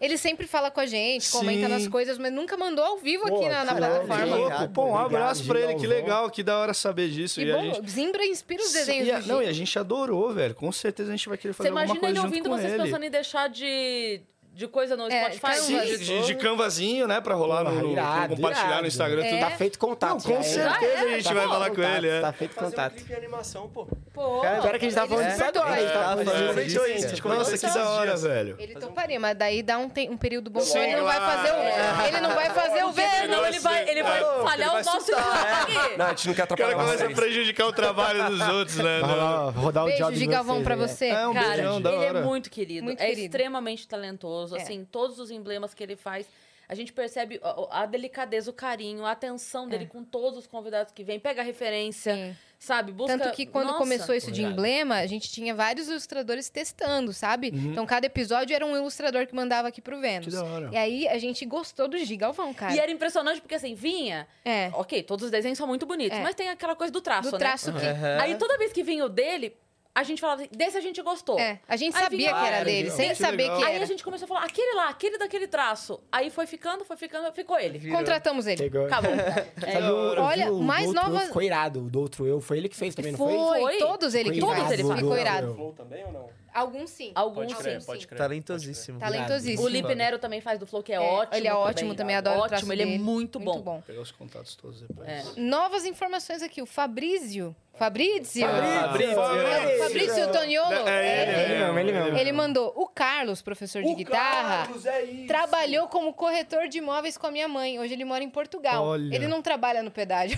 ele sempre fala com a gente, comenta Sim. nas coisas, mas nunca mandou ao vivo aqui Pô, na, na que Que plataforma. legal. louco. Pô, um Obrigado, abraço pra ele, que Gigalvão. legal, que da hora saber disso. Que e a bom, gente... Zimbra inspira os E a- desenhos do Não, e Giga. a gente adorou, velho. Com certeza a gente vai querer Você fazer alguma imagina coisa ele junto ouvindo com vocês ele. pensando em deixar de, de coisa no É, Spotify? um Sim, mas- de, de, de canvazinho, né? Pra rolar Porra, no, no- irado, compartilhar irado. no Instagram. É. tudo. Tá feito contato. com já é. certeza a gente Tá vai feito falar com contato, ele, é. Tá feito Fazer um contato. clipe de animação, pô. Pô, Pior que a gente tava ele falando se isso agora. A gente perdoa. tava É. falando Aproveita disso. aí, ainda. gente. Nossa, que da hora, velho. Ele toparia, mas daí dá um, tem- um período bom. Sim, ele não vai fazer o, é. ele não vai fazer o verão. Não, ele vai, Ah, ele vai é. falhar o nosso aqui. Não, a gente não quer O cara atrapalhar começa a vocês. prejudigar o trabalho dos outros, né? Vai lá, rodar o Beijo diabo de em Galvão vocês pra aí, é. você. É um Cara, beijão, da ele é hora. muito querido. Muito é querido. extremamente talentoso. É. Assim, todos os emblemas que ele faz, a gente percebe a, a delicadeza, o carinho, a atenção dele com todos os convidados que vêm. Pega a referência, É. Sim. sabe? Busca... Tanto que quando Nossa. começou isso de Verdade. emblema, a gente tinha vários ilustradores testando, sabe? Então cada episódio era um ilustrador que mandava aqui pro Vênus. Que da hora. E aí a gente gostou do Gigalvão, cara. E era impressionante porque, assim, vinha... É. Ok, todos os desenhos são muito bonitos, É. mas tem aquela coisa do traço, Do né? traço que. Aí toda vez que vinha o dele, a gente falava assim, desse a gente gostou. É, a gente Aí sabia vinha- que era Ah, dele, legal. sem Que saber legal. que Aí a É. era. gente começou a falar, aquele lá, aquele daquele traço. Aí foi ficando, foi ficando, ficou ele. Contratamos ele. Pegou. Acabou. É. Sabe, eu- eu Olha, vi o mais do outro, novas- Ficou irado. O do outro eu, foi ele que fez também, não foi? Foi, Foi. todos ele que Todos faz. ele faz. Ficou Do- irado. Flow também ou não? Alguns sim. Alguns Pode crer, sim. pode crer. Talentosíssimo. Talentosíssimo. O Lipe Nero também faz do Flow, que é, É, ótimo. ele é ótimo também, adoro o traço Ótimo, ele é dele. muito bom. Muito bom. Pegar os contatos todos depois. É. Novas informações aqui. O Fabrício. Fabrício. Fabrício. É, Fabrício Toniolo. É ele, Ele mesmo, ele mesmo. Ele mandou. O Carlos, professor de guitarra, É trabalhou como corretor de imóveis com a minha mãe. Hoje ele mora em Portugal. Olha. Ele não trabalha no pedágio.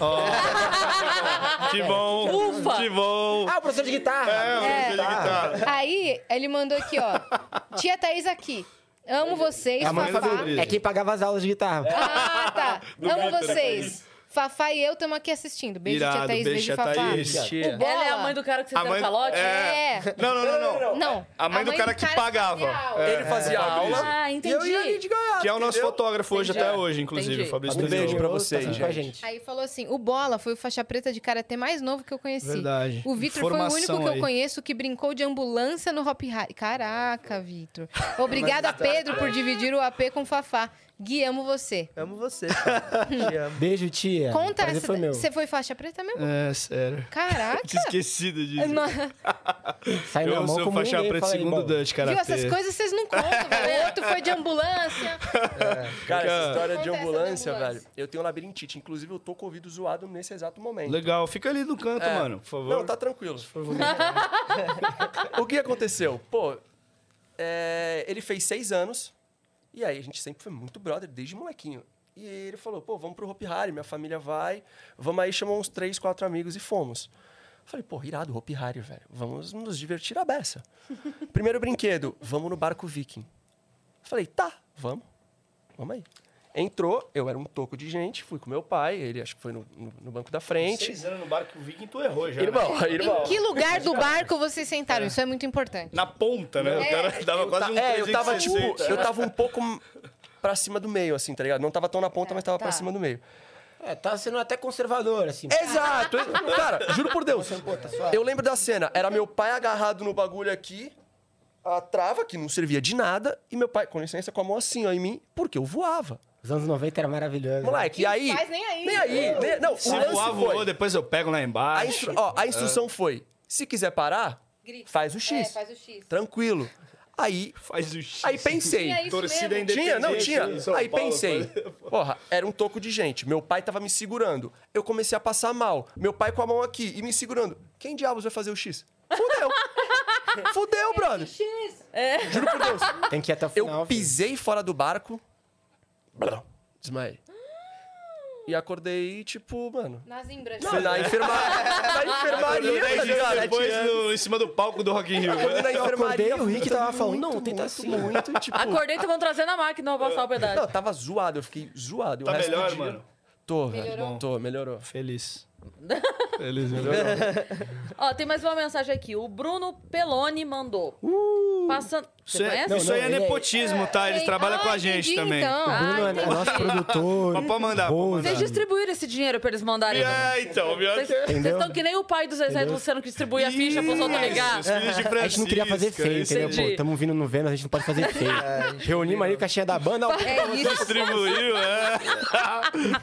Que bom. Ufa! Que bom. Ah, o professor de guitarra. É, É. de guitarra. Aí, ele mandou aqui, ó. Tia Thaís aqui. Amo vocês, É a mãe do Fafá. Fabrício. Fabrício. É quem pagava as aulas de guitarra. Ah, tá. Amo Vitor, vocês. Fafá e eu estamos aqui assistindo. Beijo, tia Irado, Thaís. beijo, Beijo, tia Fafá. Thaís. Tia. Ela é a mãe do cara que você A deu mãe- calote? É. É. Não, não, não, não. Não. A mãe do cara que pagava. É. fazia aula. Ele fazia aula. Ah, E eu entendi. ia ali de goiás, Que é o nosso entendeu? fotógrafo hoje, Entendi. até hoje, inclusive. Entendi. o Fabrício Um beijo Tuniolo. pra vocês, Tá sempre com a gente. gente. Aí falou assim: o Bola foi o faixa preta de karatê mais novo que eu conheci. Verdade. O Vitor foi o único Informação que eu aí. conheço que brincou de ambulância no Hop High. Caraca, Vitor. Obrigada, Pedro, por dividir o AP com o Fafá. Gui, amo você. Amo você. cara. Te amo. Beijo, tia. Conta Prazer essa. É, foi meu. Você foi faixa preta mesmo? É, sério. Caraca. Tinha esquecido disso. Não- Sai na eu mão sou como faixa ninguém. preta Fala aí, segundo bom, Dante, cara. Viu? Essas coisas vocês não contam, velho. O outro foi de ambulância. Cara, Cara, essa história Conta de essa da ambulância, ambulância. velho. Eu tenho labirintite. Inclusive, eu tô com o ouvido zoado nesse exato momento. Legal, fica ali no canto, É. mano, por favor. Não, tá tranquilo. o que aconteceu? Pô, é, ele fez seis anos. E aí, a gente sempre foi muito brother, desde molequinho. E ele falou, pô, vamos pro Hopi Hari, minha família vai. Vamos aí, chamou uns três, quatro amigos e fomos. Falei, pô, irado, Hopi Hari, velho. Vamos nos divertir a beça. Primeiro brinquedo, vamos no barco viking. Falei, tá, vamos. Vamos aí. Entrou, eu era um toco de gente, fui com meu pai, ele acho que foi no, no- no banco da frente. Seis anos no barco, o Viking, tu errou já. né? Irmão, irmão. Em que lugar do barco vocês sentaram? Isso é muito importante. Na ponta, né? O cara dava Eu quase ta- um é, eu tava, tipo, 360. eu tava um pouco pra cima do meio, assim, tá ligado? Não tava tão na ponta, mas tava pra tá. cima do meio. É, tá sendo até conservador, assim. tá Exato! Cara, juro É, por Deus. Eu lembro da cena. Era meu pai agarrado no bagulho aqui, a trava, que não servia de nada, e meu pai, com licença, com a mão assim, ó, em mim, porque eu voava. Os anos 90 era maravilhoso. Moleque, Que e aí... faz nem aí. Nem aí. nem- não, Se o lance voar, foi- voou, depois eu pego lá A, embaixo. instru- ó, a instrução foi, se quiser parar, Grita. faz o É, X. faz o X. Então, Tranquilo. Aí, Faz o X. aí pensei... Tinha É isso Torcida mesmo. Tinha, não, independente tinha. em São Aí Paulo, pensei, coisa. porra, era um toco de gente. Meu pai tava me segurando. Eu comecei a passar mal. Meu pai com a mão aqui e me segurando. Quem diabos vai fazer o X? Fudeu! Fudeu, brother! Juro por Deus. Tem que ir até o final. Eu pisei fora do barco. Blá, Desmaiei. E acordei, tipo, mano. Nas imbras. Fui na enfermaria. na enfermaria, tá ligado? em cima do palco do Rock in Rio. né? Acordei na Eu enfermaria. acordei, o Rick tava falando, não, muito, tenta assim. muito, tipo. Acordei, estavam trazendo a máquina pra passar o pedaço. Não, tava zoado, eu fiquei zoado. e o Tá resto do melhor, dia- mano? Tô, Melhorou? velho. Tô, melhorou. Feliz. Feliz, melhorou. Ó, tem mais uma mensagem aqui. O Bruno Peloni mandou. Passando. Você Isso, é, conhece? Não, isso aí é ele é- nepotismo, tá? Eles Tem- trabalham Ah, com a gente entendi, também. Então. Ah, Bruno é entendi. nosso produtor. Mas pode mandar, pode bom, mandar. Vocês distribuíram esse dinheiro pra eles mandarem. né? É, então, pior Vocês que é. vocês estão que nem o pai do Zezé e do Luciano que distribui a ficha tá pro solto ligar. Os filhos de A gente não queria fazer Francisca, feio, isso entendeu? entendi. Pô, tamo vindo no Vênus, a gente não pode fazer feio. Reunimos ali o caixinha da banda. ó, É isso. Distribuiu, é.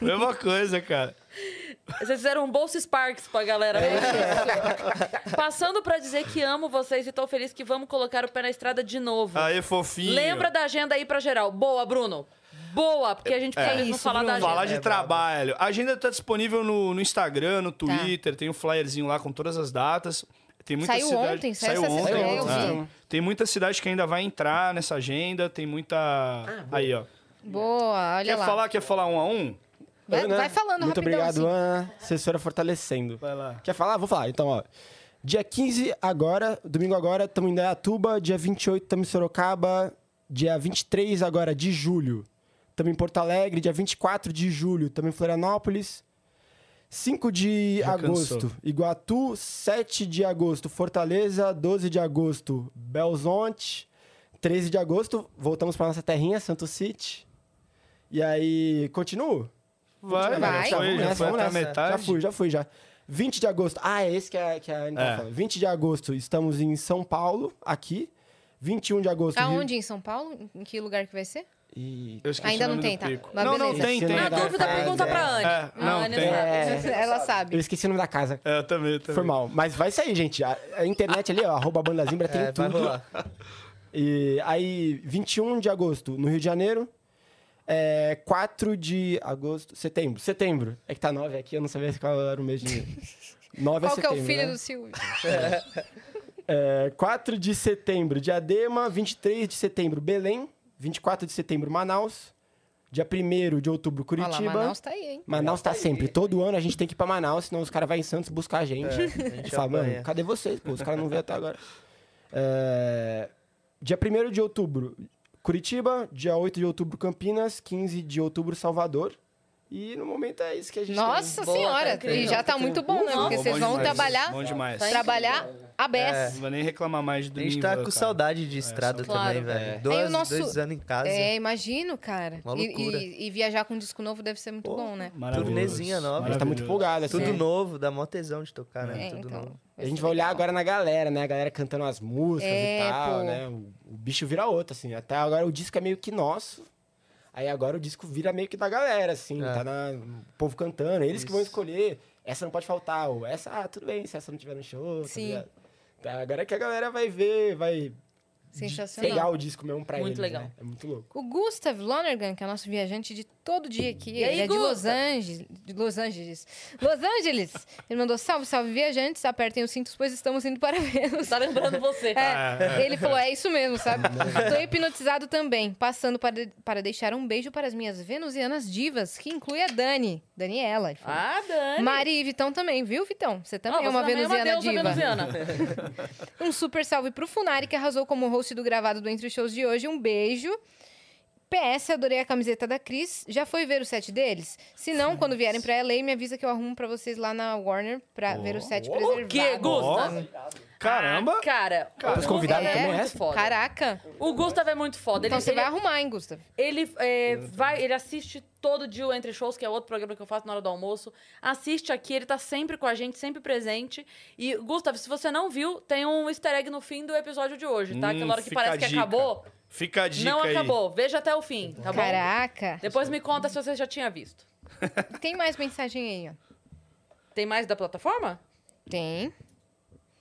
Mesma coisa, cara. Vocês fizeram um bolso Sparks pra galera. né? Passando pra dizer que amo vocês e tô feliz que vamos colocar o pé na estrada de novo. Aí, fofinho. Lembra da agenda aí pra geral. Boa, Bruno. Boa, porque a gente É. precisa mesmo Isso, falar da Bruno. agenda. Falar de trabalho. A agenda tá disponível no, no Instagram, no Twitter, tem um flyerzinho lá com todas as datas. Tem muita Saiu cidade... ontem, saiu essa sexta-feira, eu é. vi. Tem muita cidade que ainda vai entrar nessa agenda, tem muita. Aí, ó. assim. Boa, olha Quer lá. falar, quer falar um a um? Vai, Ana, vai falando Muito rapidão. obrigado, assim. Ana. Assessora fortalecendo. Vai lá. Quer falar? Vou falar. Então, ó. Dia 15 agora, domingo agora, estamos em Indaiatuba. Dia 28, estamos em Sorocaba. Dia 23 agora, de julho. Estamos em Porto Alegre. Dia 24 de julho, estamos em Florianópolis. 5 de Já agosto, cansou. Iguatu. 7 de agosto, Fortaleza. 12 de agosto, Belzonte. 13 de agosto, voltamos para nossa terrinha, Santo City. E aí, continuo? Vai, Vai. já foi, Vamos já nessa, foi vamos até a nessa. metade. Já fui, já fui, já. 20 de agosto. Ah, é esse que a, que a Anitta É. fala. 20 de agosto, estamos em São Paulo, aqui. 21 de agosto. Rio- Aonde? Tá Em São Paulo? Em que lugar que vai ser? E... Eu esqueci Ainda o não nome tem, do tá? pico. Mas Não, não, beleza. tem, Se tem. Na não dá- dúvida, É, pergunta é. pra Anne. É, não, a Anne tem. sabe. É, Ela eu sabe. esqueci o nome da casa. É, também, também. Foi mal. Mas vai sair, gente. A, a internet ali, ó, arroba Banda Zimbra, tem É, vai tudo. rolar. E aí, 21 de agosto, no Rio de Janeiro. É, 4 de agosto. Setembro. Setembro. É que tá 9 aqui, eu não sabia qual era o mês de. 9 é Qual que é setembro. o filho né? do Silvio? É, 4 de setembro, Diadema. 23 de setembro, Belém. 24 de setembro, Manaus. Dia 1 de outubro, Olha lá, Curitiba. Manaus Manaus... tá aí, hein? tá sempre. Todo ano a gente tem que ir pra Manaus, senão os caras vão em Santos buscar a gente. gente Fala, mano, apanha." cadê vocês? Pô, os caras não vêm até agora. É, Dia 1 de outubro, Curitiba. Dia 8 de outubro, Campinas. 15 de outubro, Salvador. E no momento é isso que a gente tem. Nossa Boa, tá senhora, incrível. e já tá muito bom, né? Bom, Porque bom vocês vão demais, trabalhar, bom demais. trabalhar a beça. Não vai nem reclamar mais de A domingo. gente tá com cara. saudade de estrada saudade. também, Claro. velho. Aí o Dois, nosso- dois anos em casa. É, imagino, cara. Uma E- loucura. E, e viajar com um disco novo deve ser muito bom, né? Maravilhoso. Turnezinha nova. A gente tá muito empolgado. Assim, Tudo né? novo, dá mó tesão de tocar, né? É, Tudo então. novo. A gente vai olhar agora na galera, né? A galera cantando as músicas É, e tal, pô. né? O, o bicho vira outro, assim. Até agora o disco é meio que nosso. Aí agora o disco vira meio que da galera, assim. É. Tá na, o povo cantando, eles que vão escolher. Essa não pode faltar, ou essa, ah, tudo bem, se essa não tiver no show. tá Sim. ligado? Tá, agora é que a galera vai ver, vai pegar Sensacional. o disco mesmo pra Muito eles, legal. né? É muito louco. O Gustav Lonergan, que é nosso viajante de todo dia aqui, E aí, ele é de Gusta? Los Angeles. De Los Angeles. Los Angeles! Ele mandou salve, salve, viajantes, apertem os cintos, pois estamos indo para Vênus. Tá lembrando você. É, ele falou, é isso mesmo, sabe? Tô hipnotizado também, passando para, para deixar um beijo para as minhas venusianas divas, que inclui a Dani, Daniela. ele falou. Ah, Dani. Mari e Vitão também, viu, Vitão? Você Ó, também você é uma também venusiana deusa diva. venusiana. Um super salve pro Funari, que arrasou como host do gravado do Entre os Shows de hoje. Um beijo. PS, adorei a camiseta da Cris. Já foi ver o set deles? Se não, quando vierem pra LA, me avisa que eu arrumo pra vocês lá na Warner pra ver o set preservado. Que, Gusta? Caramba! Ah, cara, Os convidados é também muito é essa? foda. Caraca. O Gustav é muito foda. Ele, Então você ele, vai arrumar, hein, Gustavo? ele, é, vai, ele assiste todo dia o Entre Shows, que é outro programa que eu faço na hora do almoço. Assiste aqui, ele tá sempre com a gente, sempre presente. E, Gustav, se você não viu, tem um easter egg no fim do episódio de hoje, tá? Hum, Aquela hora que fica parece a que dica. acabou, Fica a dica não aí. acabou. Veja até o fim, tá bom? Caraca. Depois me conta se você já tinha visto. Tem mais mensagem aí, ó. Tem mais da plataforma? Tem.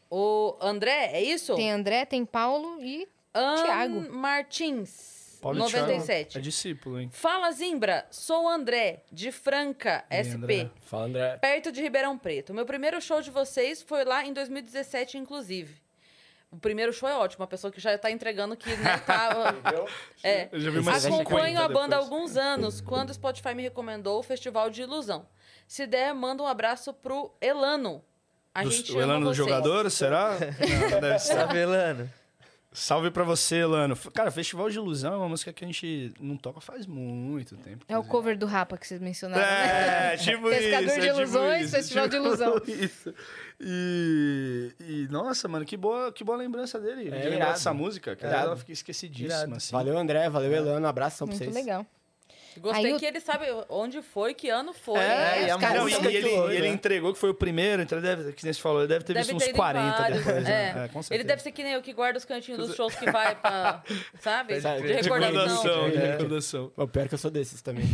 O André, é isso? Tem André, tem Paulo e. Ann Thiago. Martins, Paulo Thiago 97. É discípulo, hein? Fala, Zimbra. Sou o André, de Franca, Ih, SP. André. Fala, André. Perto de Ribeirão Preto. Meu primeiro show de vocês foi lá em 2017, inclusive. O primeiro show é ótimo, uma pessoa que já tá entregando que nem tá. é. Eu já vi mais Acompanho 50 a banda há depois. alguns anos, quando o Spotify me recomendou o Festival de Ilusão. Se der, manda um abraço pro Elano. A Do- gente o ama Elano do vocês. jogador, será? Não, deve ser. Tá velando? Salve pra você, Elano. F- Cara, Festival de Ilusão é uma música que a gente não toca faz muito tempo. É o cover do Rapa que vocês mencionaram, né? É, tipo Pescador isso. de é tipo ilusões, isso, Festival de ilusão. Isso. E, e, nossa, mano, que boa, que boa lembrança dele. de lembrar irado. dessa música, que Irado. ela fica esquecidíssima, Irado. assim. Valeu, André. Valeu, Elano. Abração pra Muito vocês. legal. Gostei Aí o- que ele sabe onde foi, que ano foi. né? É, É, e, os a caras não, e- são e ele, muito e ele né? entregou que foi o primeiro, então ele deve, que nem você falou, ele deve ter Deve visto ter uns ido em 40 vários, depois. é. né? É, com Ele certeza. deve ser que nem eu que guarda os cantinhos dos shows que vai pra. Sabe? Sabe, De de Tipo recordação. Recordação, de É. recordação. Pô, pior que eu sou desses também.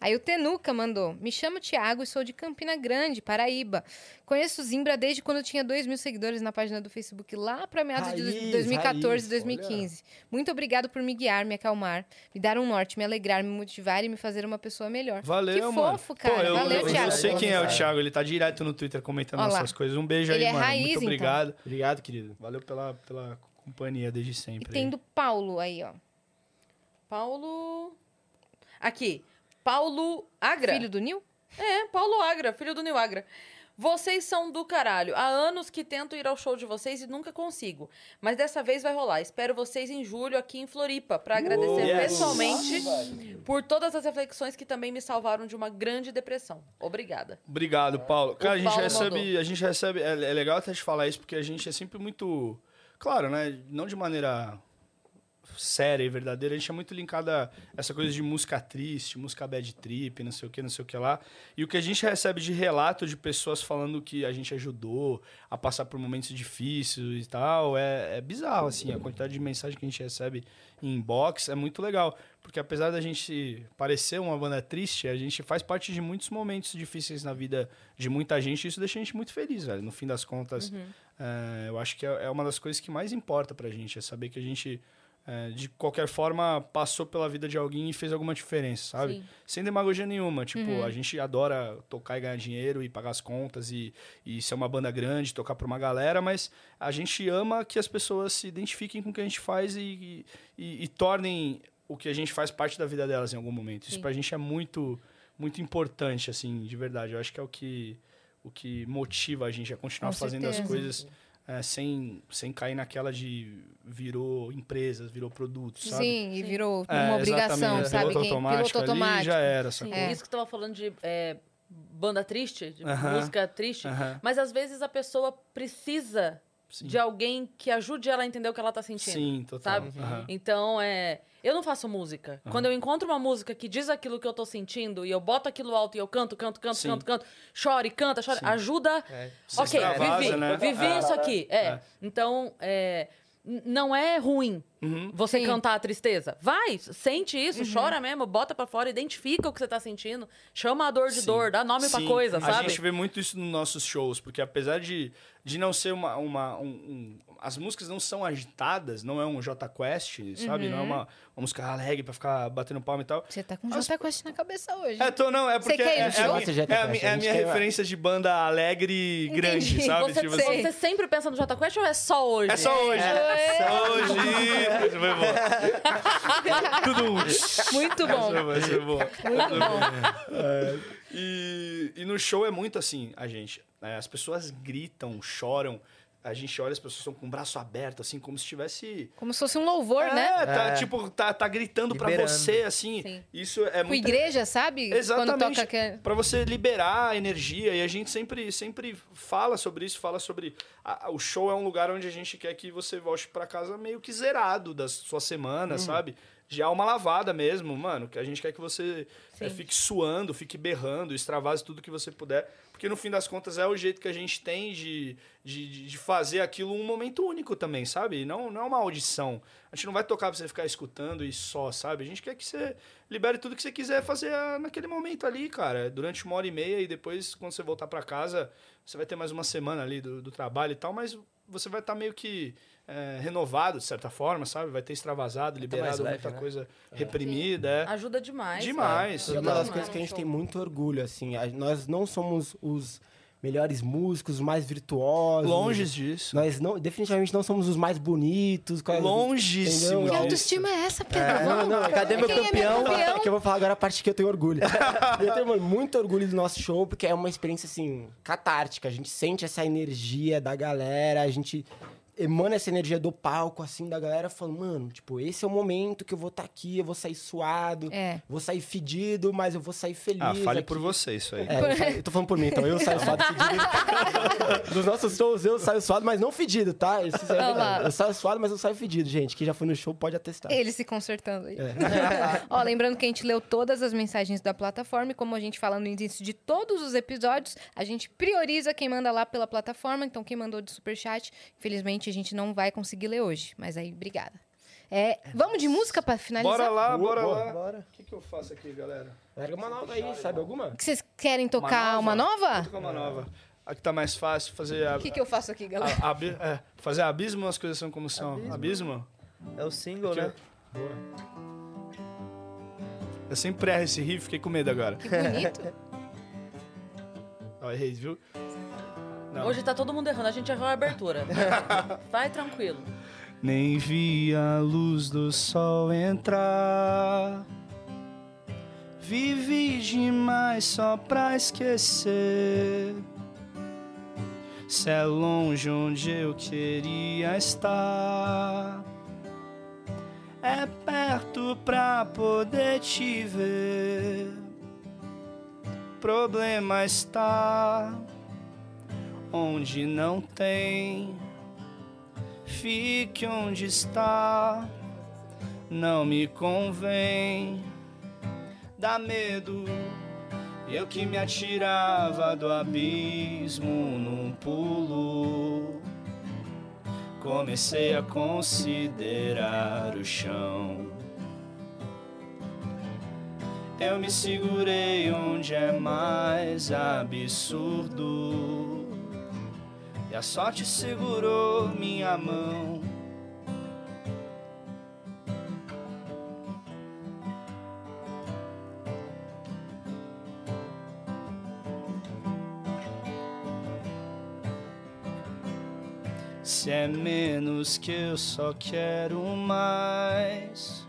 Aí o Tenuca mandou: Me chamo Tiago e sou de Campina Grande, Paraíba. Conheço o Zimbra desde quando eu tinha 2 mil seguidores na página do Facebook, lá para meados de Raiz, 2014 e raiz, 2015. Muito obrigado por me guiar, me acalmar, me dar um norte, me alegrar, me motivar e me fazer uma pessoa melhor. Valeu, que mano. fofo, cara. Pô, eu, Valeu, eu, Tiago. Eu sei quem é o Thiago, ele tá direto no Twitter comentando Ó lá. nossas coisas. Um beijo Ele aí, é mano. raiz, Muito então. obrigado. Obrigado, querido. Valeu pela, pela companhia desde E sempre. tem do Paulo aí, ó. Paulo. Aqui. Paulo Agra. Filho do Nil? É, Paulo Agra, filho do Nil Agra. Vocês são do caralho. Há anos que tento ir ao show de vocês e nunca consigo. Mas dessa vez vai rolar. Espero vocês em julho aqui em Floripa para agradecer Uh, yes. pessoalmente por todas as reflexões que também me salvaram de uma grande depressão. Obrigada. Obrigado, Paulo. Cara, a gente É. Paulo recebe. mandou. A gente recebe. É, é legal até te falar isso, porque a gente é sempre muito. Claro, né? Não de maneira séria e verdadeira, a gente é muito linkado a essa coisa de música triste, música bad trip, não sei o que, não sei o que lá. E o que a gente recebe de relato de pessoas falando que a gente ajudou a passar por momentos difíceis e tal, é, é bizarro, assim. A quantidade de mensagem que a gente recebe em inbox é muito legal. Porque apesar da gente parecer uma banda triste, a gente faz parte de muitos momentos difíceis na vida de muita gente e isso deixa a gente muito feliz, velho. No fim das contas, é, eu acho que é é uma das coisas que mais importa pra gente, é saber que a gente, é, de qualquer forma, passou pela vida de alguém e fez alguma diferença, sabe? Sim. Sem demagogia nenhuma. Tipo, a gente adora tocar e ganhar dinheiro e pagar as contas e, e ser uma banda grande, tocar pra uma galera, mas a gente ama que as pessoas se identifiquem com o que a gente faz e, e, e tornem o que a gente faz parte da vida delas em algum momento. Isso Sim. pra gente é muito, muito importante, assim, de verdade. Eu acho que é o que, o que motiva a gente a continuar Com fazendo as certeza. coisas é, sem, sem cair naquela de virou empresas, virou produtos, sabe? Sim, e virou É, uma obrigação, exatamente, é, sabe? Piloto Quem- automático, piloto ali já era, sacou? É. Isso que eu tava falando de é, banda triste, de Aham. música triste. Aham. Mas às vezes a pessoa precisa Sim. de alguém que ajude ela a entender o que ela tá sentindo. Sim, total. sabe? Uhum. Aham. Então, é. Eu não faço música. Quando eu encontro uma música que diz aquilo que eu tô sentindo e eu boto aquilo alto e eu canto, canto, canto, Sim. canto, canto, choro e canta, chora, ajuda. Você Ok, extravasa, vivi, né? vivi É. isso aqui. É. É. Então, é, n- Não é ruim Uhum. você Sim. cantar a tristeza. Vai, sente isso, chora mesmo, bota pra fora, identifica o que você tá sentindo, chama a dor de Sim. dor, dá nome pra Sim, coisa, A sabe? gente vê muito isso nos nossos shows, porque apesar de, de não ser uma. uma um- um- as músicas não são agitadas, não é um J Quest, sabe? Uhum. Não é uma, uma música alegre pra ficar batendo palma e tal. Você tá com o As- Jota Quest na cabeça hoje. É, tô, não, é porque quer ir é, no é, show? a, Gosta minha- de J é a Quest, minha- a é a gente minha quer ir lá. referência de banda alegre e grande, Entendi. sabe? Você, Tipo você assim, sempre pensa no Jota Quest ou é só hoje? É só hoje. É só hoje. Isso foi bom. Tudo um. Muito bom. Isso foi bom, isso foi bom. É. Muito bom. E, e no show é muito assim, a gente. né? As pessoas gritam, choram. A gente olha, as pessoas estão com o braço aberto, assim, como se estivesse. Como se fosse um louvor, é, né? tá, tipo, tá, tá gritando pra Liberando. você, assim. Sim. Isso é Com muito. igreja, sabe? Quando Exatamente. toca que... é Pra você liberar a energia. E a gente sempre, sempre fala sobre isso, fala sobre. a- a- o show é um lugar onde a gente quer que você volte pra casa meio que zerado da sua semana, sabe? De alma lavada mesmo, mano. Que a gente quer que você eh, Sim. fique suando, fique berrando, extravase tudo que você puder. Porque no fim das contas é o jeito que a gente tem de, de, de- de fazer aquilo um momento único também, sabe? Não, não é uma audição. A gente não vai tocar pra você ficar escutando e só, sabe? A gente quer que você libere tudo que você quiser fazer ah, naquele momento ali, cara. Durante uma hora e meia e depois, quando você voltar pra casa, você vai ter mais uma semana ali do, do trabalho e tal, mas você vai estar meio que eh, renovado, de certa forma, sabe? Vai ter extravasado, tá mais liberado leve, muita né? coisa reprimida. é. Ajuda demais. Demais. cara. Isso é uma das coisas que a gente tem muito orgulho, assim. A- nós não somos os melhores músicos, mais virtuosos. Longe disso. Nós não, definitivamente não somos os mais bonitos. quais- Longíssimo Que Entendeu? disso. autoestima é essa, Pedro? Não, Vamos. não, cadê meu Quem é campeão? campeão? É que eu vou falar agora a parte que eu tenho orgulho. eu tenho mano, muito orgulho do nosso show, porque é uma experiência, assim, catártica. A gente sente essa energia da galera, a gente emana essa energia do palco, assim, da galera falando, mano, tipo, esse é o momento que eu vou estar aqui, eu vou sair suado, É. vou sair fedido, mas eu vou sair feliz. Ah, fale aqui. por você isso aí. É, eu, saio- eu tô falando por mim, então. Eu saio suado fedido. Dos nossos shows, eu saio suado, mas não fedido, tá? Isso é verdade. lá. É. eu saio suado, mas eu saio fedido, gente. Quem já foi no show pode Tá. atestar. Ele se consertando aí. É. Ó, lembrando que a gente leu todas as mensagens da plataforma e como a gente fala no início de todos os episódios, a gente prioriza quem manda lá pela plataforma, então quem mandou de superchat, infelizmente a gente não vai conseguir ler hoje, mas aí obrigada. É, vamos de música pra finalizar? Bora lá, bora Boa, lá. Bora. O que, que eu faço aqui, galera? Larga uma nova aí, sabe alguma? Que vocês querem tocar uma nova? Toca uma nova. A que tá mais fácil, fazer... A, O que, que eu faço aqui, galera? a- abi- é, fazer abismo ou as coisas são como são? Abismo? É o single, Aqui, né? ó. Boa. Eu sempre erro esse riff, fiquei com medo agora. Que bonito. Ó, errei, viu? Não. Hoje tá todo mundo errando, a gente errou a abertura. Vai tranquilo. Nem vi a luz do sol entrar. Vivi demais só pra esquecer. Se é longe onde eu queria estar, é perto pra poder te ver. Problema está onde não tem. Fique onde está, não me convém. Dá medo, eu que me atirava do abismo num pulo. Comecei a considerar o chão. Eu me segurei onde é mais absurdo. E a sorte segurou minha mão. Se é menos que eu só quero mais.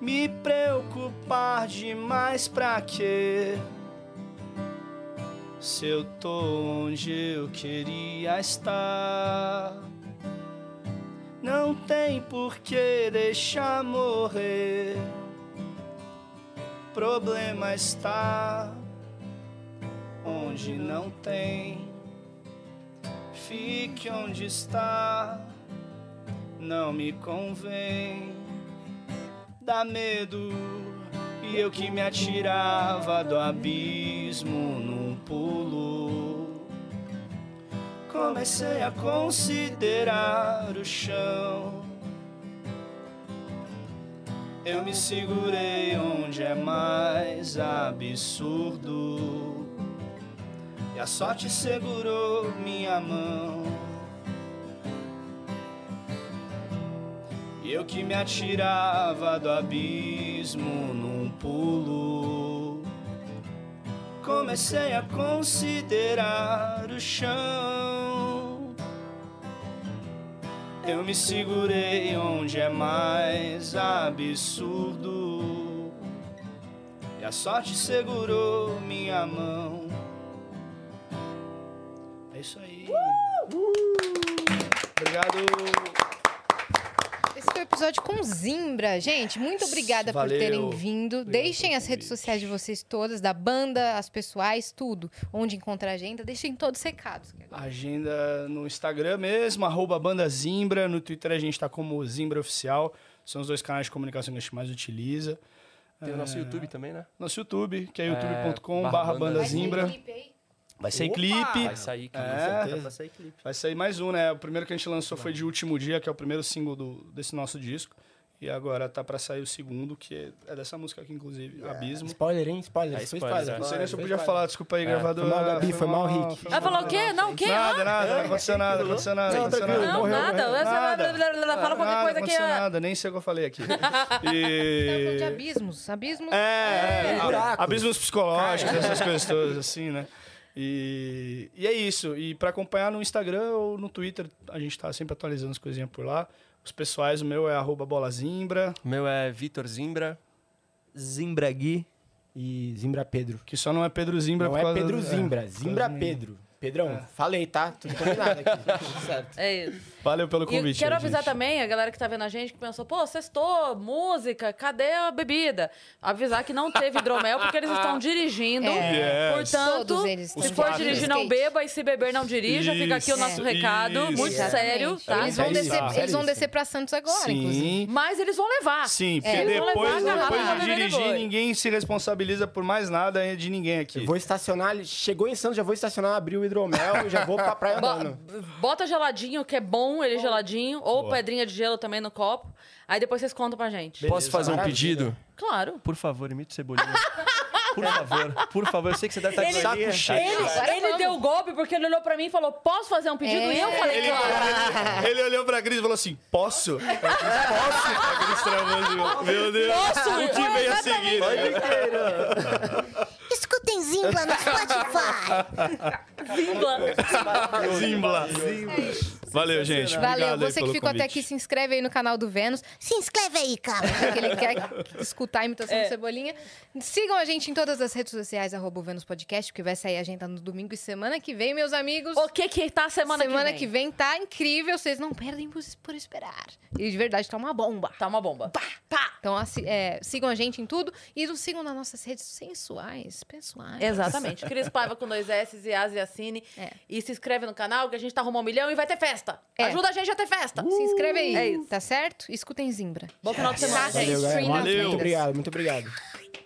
Me preocupar demais pra quê? Se eu tô onde eu queria estar, não tem por que deixar morrer. Problema está onde não tem. Fique onde está, não me convém. Dá medo. E eu que me atirava do abismo num pulo. Comecei a considerar o chão. Eu me segurei onde é mais absurdo. E a sorte segurou minha mão. Eu que me atirava do abismo num pulo. Comecei a considerar o chão. Eu me segurei onde é mais absurdo. E a sorte segurou minha mão. É isso aí. Obrigado. Esse foi o episódio com Zimbra. Gente, muito obrigada Valeu. por terem vindo. Deixem as redes sociais de vocês todas, da banda, as pessoais, tudo. Onde encontrar a agenda, deixem todos os recados. Agenda no Instagram mesmo, arroba banda Zimbra. No Twitter a gente tá como Zimbra Oficial. São os dois canais de comunicação que a gente mais utiliza. Tem o nosso YouTube também, né? Nosso YouTube, que é É, youtube.com barra barra banda Banda Zimbra. Vai sair clipe. Vai sair, que É. Dá pra sair clipe. Vai sair mais um, né? O primeiro que a gente lançou foi de Último Dia, que é o primeiro single do- desse nosso disco. E agora tá pra sair o segundo, que é dessa música aqui, inclusive, Abismo. Spoiler, hein? Spoiler. É, foi spoiler, spoiler. Não sei nem se eu Foi podia spoiler. falar, desculpa aí, gravador. Foi mal, Gabi, foi mal, Rick. foi Vai mal. falar o quê? Não, o quê? Hã? Tá Nada, nada, não aconteceu nada, não aconteceu nada. Não, aconteceu nada. Não, nada. Essa- é Nada. Fala qualquer nada, coisa não que aconteceu é- nada, nem sei o que eu falei aqui. Tá de E... abismos. Abismos. É, é, buracos. abismos psicológicos, essas coisas todas, assim, né? E, e é isso. E pra acompanhar no Instagram ou no Twitter, a gente tá sempre atualizando as coisinhas por lá. Os pessoais, o meu é arroba bolazimbra, Meu é Vitor Zimbra. Zimbragui. E Zimbra Pedro. que só não é Pedro Zimbra. Não por é causa- Pedro Zimbra, por causa Zimbra do- Ah. Pedro. Pedrão, falei, tá? Tudo combinado aqui. É isso. Valeu pelo E convite. quero aí, avisar gente. também a galera que tá vendo a gente que pensou, pô, sextou, música, cadê a bebida? Avisar que não teve hidromel porque eles estão dirigindo. É. Yes. Portanto, Todos eles se estão for quatro. dirigir, não Skate. beba e se beber, não dirija. Fica aqui o Isso, nosso recado. isso. Muito Exatamente. sério, tá? Eles vão, É descer, isso. eles vão descer pra Santos agora, inclusive. Sim. Mas eles vão levar. Sim, porque Eles vão é, levar a depois, garrafa depois pra de beber dirigir, depois. ninguém se responsabiliza por mais nada é de ninguém aqui. Vou estacionar, chegou em Santos, já vou estacionar, abrir o hidromel, já vou pra praia Bo- andando. Bota geladinho, que é bom ele geladinho, ou pedrinha de gelo também no copo. Aí depois vocês contam pra gente. Posso fazer um maravilha. pedido? Claro. Por favor, imite o Cebolinha. Por favor, por favor. Eu sei que você deve estar de saco cheio. Ele, ele deu o golpe porque ele olhou pra mim e falou: posso fazer um pedido? É. E eu falei, Ele, claro. ele- ele olhou pra Cris e falou assim: Posso? Eu disse, assim, Posso? A Cris travou de novo. Meu Deus, Posso? o que Foi veio a seguir? né? Escutem Zimbla no Spotify. Zimbla. Zimbla. Valeu, gente. né? Tá Valeu, Obrigado aí você que pelo ficou até convite. aqui, se inscreve aí no canal do Vênus. Se inscreve aí, cara. que ele quer escutar a imitação É. do Cebolinha. Sigam a gente em todas as redes sociais, arroba o Vênus Podcast, porque vai sair a agenda no domingo e semana que vem, meus amigos. O que que tá semana, que vem? que vem tá incrível, vocês não perdem por, por esperar. E de verdade, tá uma bomba. Tá uma bomba. Então assi- é, sigam a gente em tudo e nos sigam nas nossas redes sensuais, pessoais. Exatamente. Cris Paiva com dois S e As e Assine. É. E se inscreve no canal que a gente tá arrumando um milhão e vai ter festa. É. Ajuda a gente a ter festa. Se inscreve aí, É isso. tá certo? Escutem Zimbra. Bom final de semana, Tá, gente. Valeu, galera. Stream nas Muito vendas. obrigado, muito obrigado.